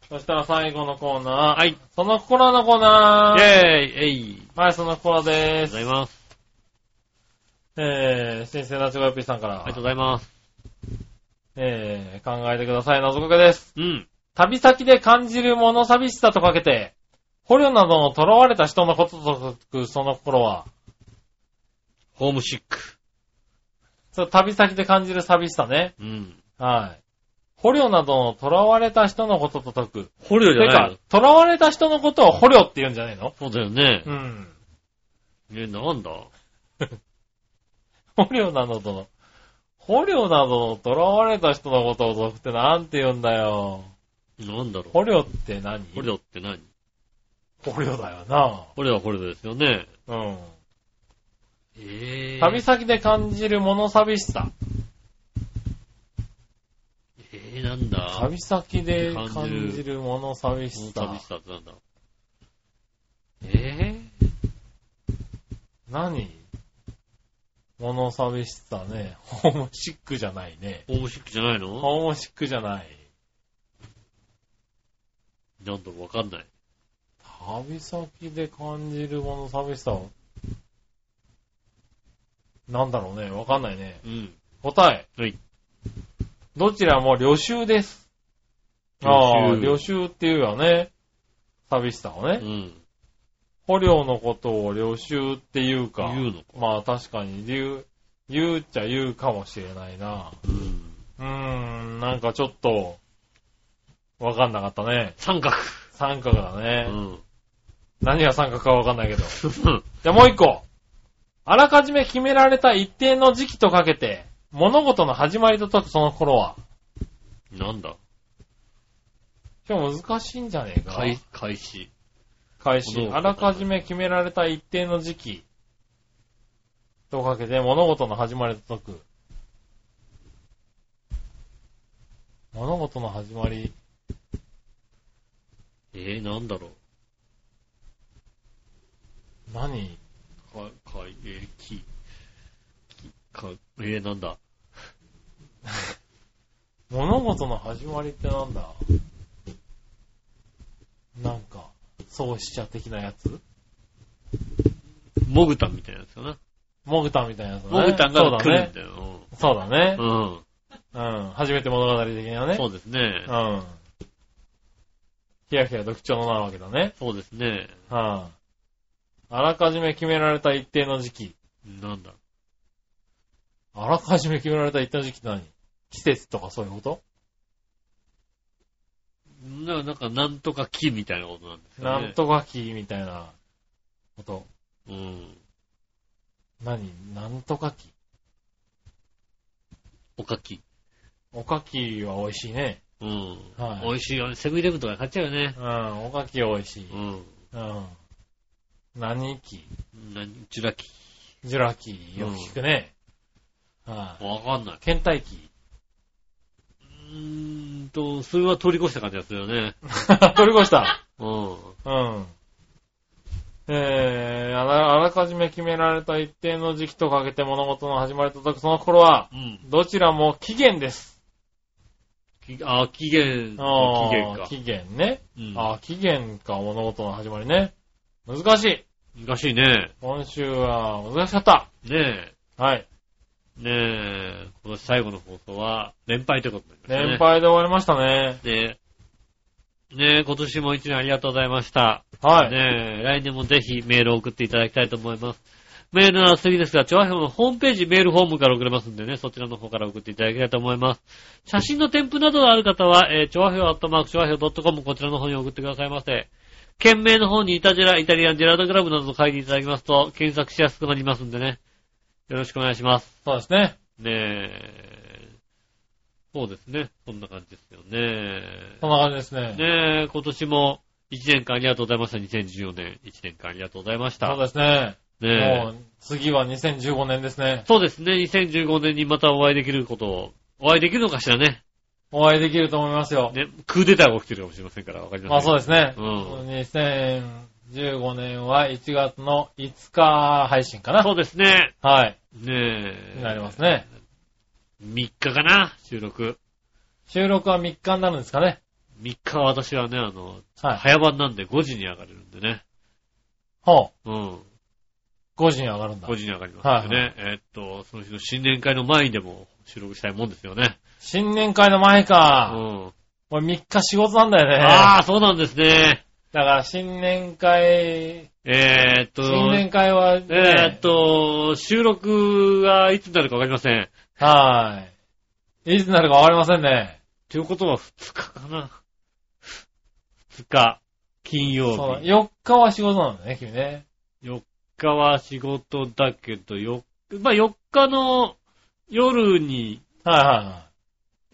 Speaker 3: そしたら最後のコーナー。
Speaker 2: はい。イ
Speaker 3: その心のコーナ
Speaker 2: ェー
Speaker 3: ー。
Speaker 2: イえい
Speaker 3: はい、その心
Speaker 2: ありがと
Speaker 3: で
Speaker 2: うご
Speaker 3: す
Speaker 2: ざ。います。
Speaker 3: えー、新鮮なチョコヨッピーさんから
Speaker 2: ありがとうございます。
Speaker 3: えー、考えてください。謎かけです。
Speaker 2: うん。
Speaker 3: 旅先で感じる物寂しさとかけて、捕虜などの囚われた人のことと解くその心は、
Speaker 2: ホームシック。
Speaker 3: そう旅先で感じる寂しさね。
Speaker 2: うん。
Speaker 3: はい。捕虜などの囚われた人のことと解く。
Speaker 2: 捕虜じゃな
Speaker 3: て
Speaker 2: い
Speaker 3: か
Speaker 2: の、
Speaker 3: 囚われた人のことを捕虜って言うんじゃないの
Speaker 2: そうだよね
Speaker 3: う。ん。
Speaker 2: え、なんだ
Speaker 3: 捕虜などの、捕虜などの囚われた人のことを解くってなんて言うんだよ。
Speaker 2: なんだろう。
Speaker 3: 捕虜って何
Speaker 2: 捕虜って何
Speaker 3: 捕虜だよな。
Speaker 2: 捕虜は捕虜ですよね。
Speaker 3: うん。
Speaker 2: ええ。
Speaker 3: 旅先で感じる物寂しさ。
Speaker 2: ええ、なんだ
Speaker 3: 旅先で
Speaker 2: 感
Speaker 3: 感
Speaker 2: じ
Speaker 3: じる物寂
Speaker 2: この
Speaker 3: し
Speaker 2: 寂
Speaker 3: さ
Speaker 2: し。さってなんだえ
Speaker 3: 何物寂しさね。ホームシックじゃないね。
Speaker 2: え。ホームシックじゃないの
Speaker 3: ホームシックじゃない。
Speaker 2: なんだろうわかんない。
Speaker 3: 旅先で感じる物寂しさを。なんだろうね。わかんないね。
Speaker 2: うん。
Speaker 3: 答え。
Speaker 2: はい。
Speaker 3: どちらも旅愁です。ああ、旅愁っていうよね。寂しさをね。
Speaker 2: うん。
Speaker 3: 捕虜のことを領収っていうか、
Speaker 2: 言うのか。
Speaker 3: まあ確かに言う、言うっちゃ言うかもしれないな。
Speaker 2: うん。
Speaker 3: うーん、なんかちょっと、わかんなかったね。
Speaker 2: 三角。
Speaker 3: 三角だ
Speaker 2: う
Speaker 3: ね。
Speaker 2: ん。
Speaker 3: 何が三角かわかんないけど。じゃあもう一個。あらかじめ決められた一定の時期とかけて、物事の始まりと解くその頃は、
Speaker 2: なんだ
Speaker 3: 今日難しいんじゃねえか。
Speaker 2: 開開始。
Speaker 3: 開始。あらかじめ決められた一定の時期とかけて物事の始まりと解く。物事の始まり。
Speaker 2: ええ、なんだろ
Speaker 3: 何
Speaker 2: うか、かい、えー、き、き、か、ええ、なんだ
Speaker 3: 物事の始まりってなんだなんか、創始者的なやつ
Speaker 2: モグタンみたいなやつかな。
Speaker 3: モグタみたいなやつね。
Speaker 2: モグタンが来るん
Speaker 3: ね
Speaker 2: だよ。
Speaker 3: そうだね
Speaker 2: う。ん。
Speaker 3: うん。初めて物語的なね。
Speaker 2: そうですね
Speaker 3: う。ん。キラキラ特徴のなわけだね。
Speaker 2: そうですね。
Speaker 3: はあ。あらかじめ決められた一定の時期。
Speaker 2: なんだ。
Speaker 3: あらかじめ決められた一定の時期って何季節とかそういうこと
Speaker 2: ななんか、なんとか木みたいなことなんです
Speaker 3: な
Speaker 2: かね。
Speaker 3: んとか期みたいなこと。
Speaker 2: うん。
Speaker 3: 何なんとか期
Speaker 2: おかき。
Speaker 3: おかきは美味しいね。
Speaker 2: うん。
Speaker 3: はい
Speaker 2: 美味しいよね。セブンイレブンとかで買っちゃうよね。
Speaker 3: うん、おかきは美味しい。
Speaker 2: うん。
Speaker 3: うん。何期
Speaker 2: 何ジュラキ。
Speaker 3: ジュラキよく聞くね。はい、
Speaker 2: わかんない。
Speaker 3: 倦怠期。
Speaker 2: う ーんと、それは通り越した感じがするよね。
Speaker 3: 取り越した。
Speaker 2: うん。
Speaker 3: うん。えー、あらあらかじめ決められた一定の時期とかけて物事の始まりと解くその頃は、
Speaker 2: うん。
Speaker 3: どちらも期限です。
Speaker 2: きあ、期限。期限
Speaker 3: あー
Speaker 2: か。
Speaker 3: 期限ね。
Speaker 2: うん。
Speaker 3: あー期限か、物事の始まりね。難しい。
Speaker 2: 難しいね。
Speaker 3: 今週は難しかった。
Speaker 2: ね
Speaker 3: はい。
Speaker 2: え。ねえ。今年最後の放送は、連敗ということになりまし
Speaker 3: 連
Speaker 2: たね。
Speaker 3: 敗で終わりましたね。
Speaker 2: で、ねえ、今年も一年ありがとうございました。
Speaker 3: はい。
Speaker 2: ねえ、来年もぜひメールを送っていただきたいと思います。メールの次ですが、調和表のホームページメールフォームから送れますんでね、そちらの方から送っていただきたいと思います。写真の添付などがある方は、えー、調和表アットマーク調和表 .com こちらの方に送ってくださいませ。件名の方にイタジェラ、イタリアンジェラードクラブなどと書いていただきますと、検索しやすくなりますんでね。よろしくお願いします。
Speaker 3: そうですね。
Speaker 2: ねえ。そうですね。こんな感じですよね。
Speaker 3: そんな感じですね。
Speaker 2: ねえ、今年も1年間ありがとうございました。2014年1年間ありがとうございました。
Speaker 3: そうですね。も
Speaker 2: ねえ
Speaker 3: う、次は2015年ですね。
Speaker 2: そうですね。2015年にまたお会いできることを、お会いできるのかしらね。
Speaker 3: お会いできると思いますよ。
Speaker 2: ね、クーデターが起きてるかもしれませんから、わかりません。
Speaker 3: まあそう
Speaker 2: う
Speaker 3: ですね。
Speaker 2: うん
Speaker 3: 2015年は1月の5日配信かな。
Speaker 2: そうですね。
Speaker 3: はい。
Speaker 2: ねえ。
Speaker 3: なりますね。
Speaker 2: 3日かな、収録。
Speaker 3: 収録は3日になるんですかね。
Speaker 2: 3日は私はね、あの、
Speaker 3: はい。
Speaker 2: 早番なんで5時に上がれるんでね。
Speaker 3: ほ
Speaker 2: うん。
Speaker 3: う。5時に上がるんだ
Speaker 2: 5。時に上がりますんでね。
Speaker 3: は
Speaker 2: えっと、その日の新年会の前にでも収録したいもんですよね。
Speaker 3: 新年会の前
Speaker 2: う
Speaker 3: か。
Speaker 2: ん。
Speaker 3: 俺3日仕事なんだよね。
Speaker 2: ああ、そうなんですね。
Speaker 3: だから新年会、
Speaker 2: えーっと、
Speaker 3: 新年会はね、
Speaker 2: えーっと、収録がいつになるかわかりません。
Speaker 3: はい。いつになるかわかりませんね。
Speaker 2: ということは2日かな。2日、金
Speaker 3: そ
Speaker 2: 曜
Speaker 3: う
Speaker 2: 日。
Speaker 3: 4日は仕事なんだね、君ね。
Speaker 2: 4日は仕事だけど、4日、まあ4日の夜に、
Speaker 3: はいは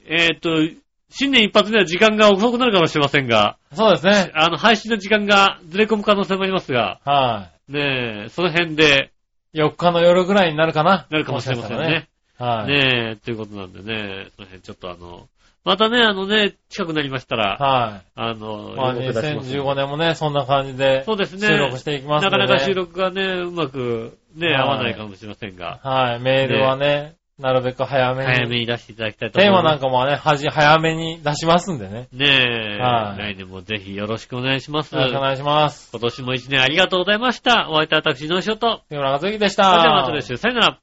Speaker 3: いは
Speaker 2: えーっと、新年一発目は時間が遅くなるかもしれませんが、
Speaker 3: い。そうですね。
Speaker 2: あの、配信の時間がずれ込む可能性もありますが、
Speaker 3: は
Speaker 2: ねえ、その辺で
Speaker 3: い。4日の夜ぐらいになるかな。
Speaker 2: なるかもしれません
Speaker 3: もしかしたら
Speaker 2: ね。
Speaker 3: は
Speaker 2: ね
Speaker 3: い。
Speaker 2: え、ということなんでね、その辺ちょっとあの、またね、あのね、近くなりましたら、
Speaker 3: は
Speaker 2: あ
Speaker 3: い。
Speaker 2: の、
Speaker 3: まあ、
Speaker 2: 予告出します
Speaker 3: 2015年もね、そんな感じで
Speaker 2: そうですね。
Speaker 3: 収録していきます
Speaker 2: な
Speaker 3: ので、
Speaker 2: かな
Speaker 3: ね。
Speaker 2: か収録がね、うまくね、
Speaker 3: はい
Speaker 2: 合わないかもしれませんが、
Speaker 3: はい。メールはね、なるべく早めに。
Speaker 2: 早めに出していただきたいと思
Speaker 3: テ
Speaker 2: い
Speaker 3: ー
Speaker 2: ます。
Speaker 3: マなんかもね、はじ、早めに出しますんでね。
Speaker 2: ねえ、
Speaker 3: はい
Speaker 2: 来年もぜひよろしくお願いします。
Speaker 3: よろしくお
Speaker 2: 今
Speaker 3: 願いします。
Speaker 2: 年も一年ありがとうございました。お会いいた私、のしおと。
Speaker 3: 杉村和之でした。
Speaker 2: それではまた来週、さよなら。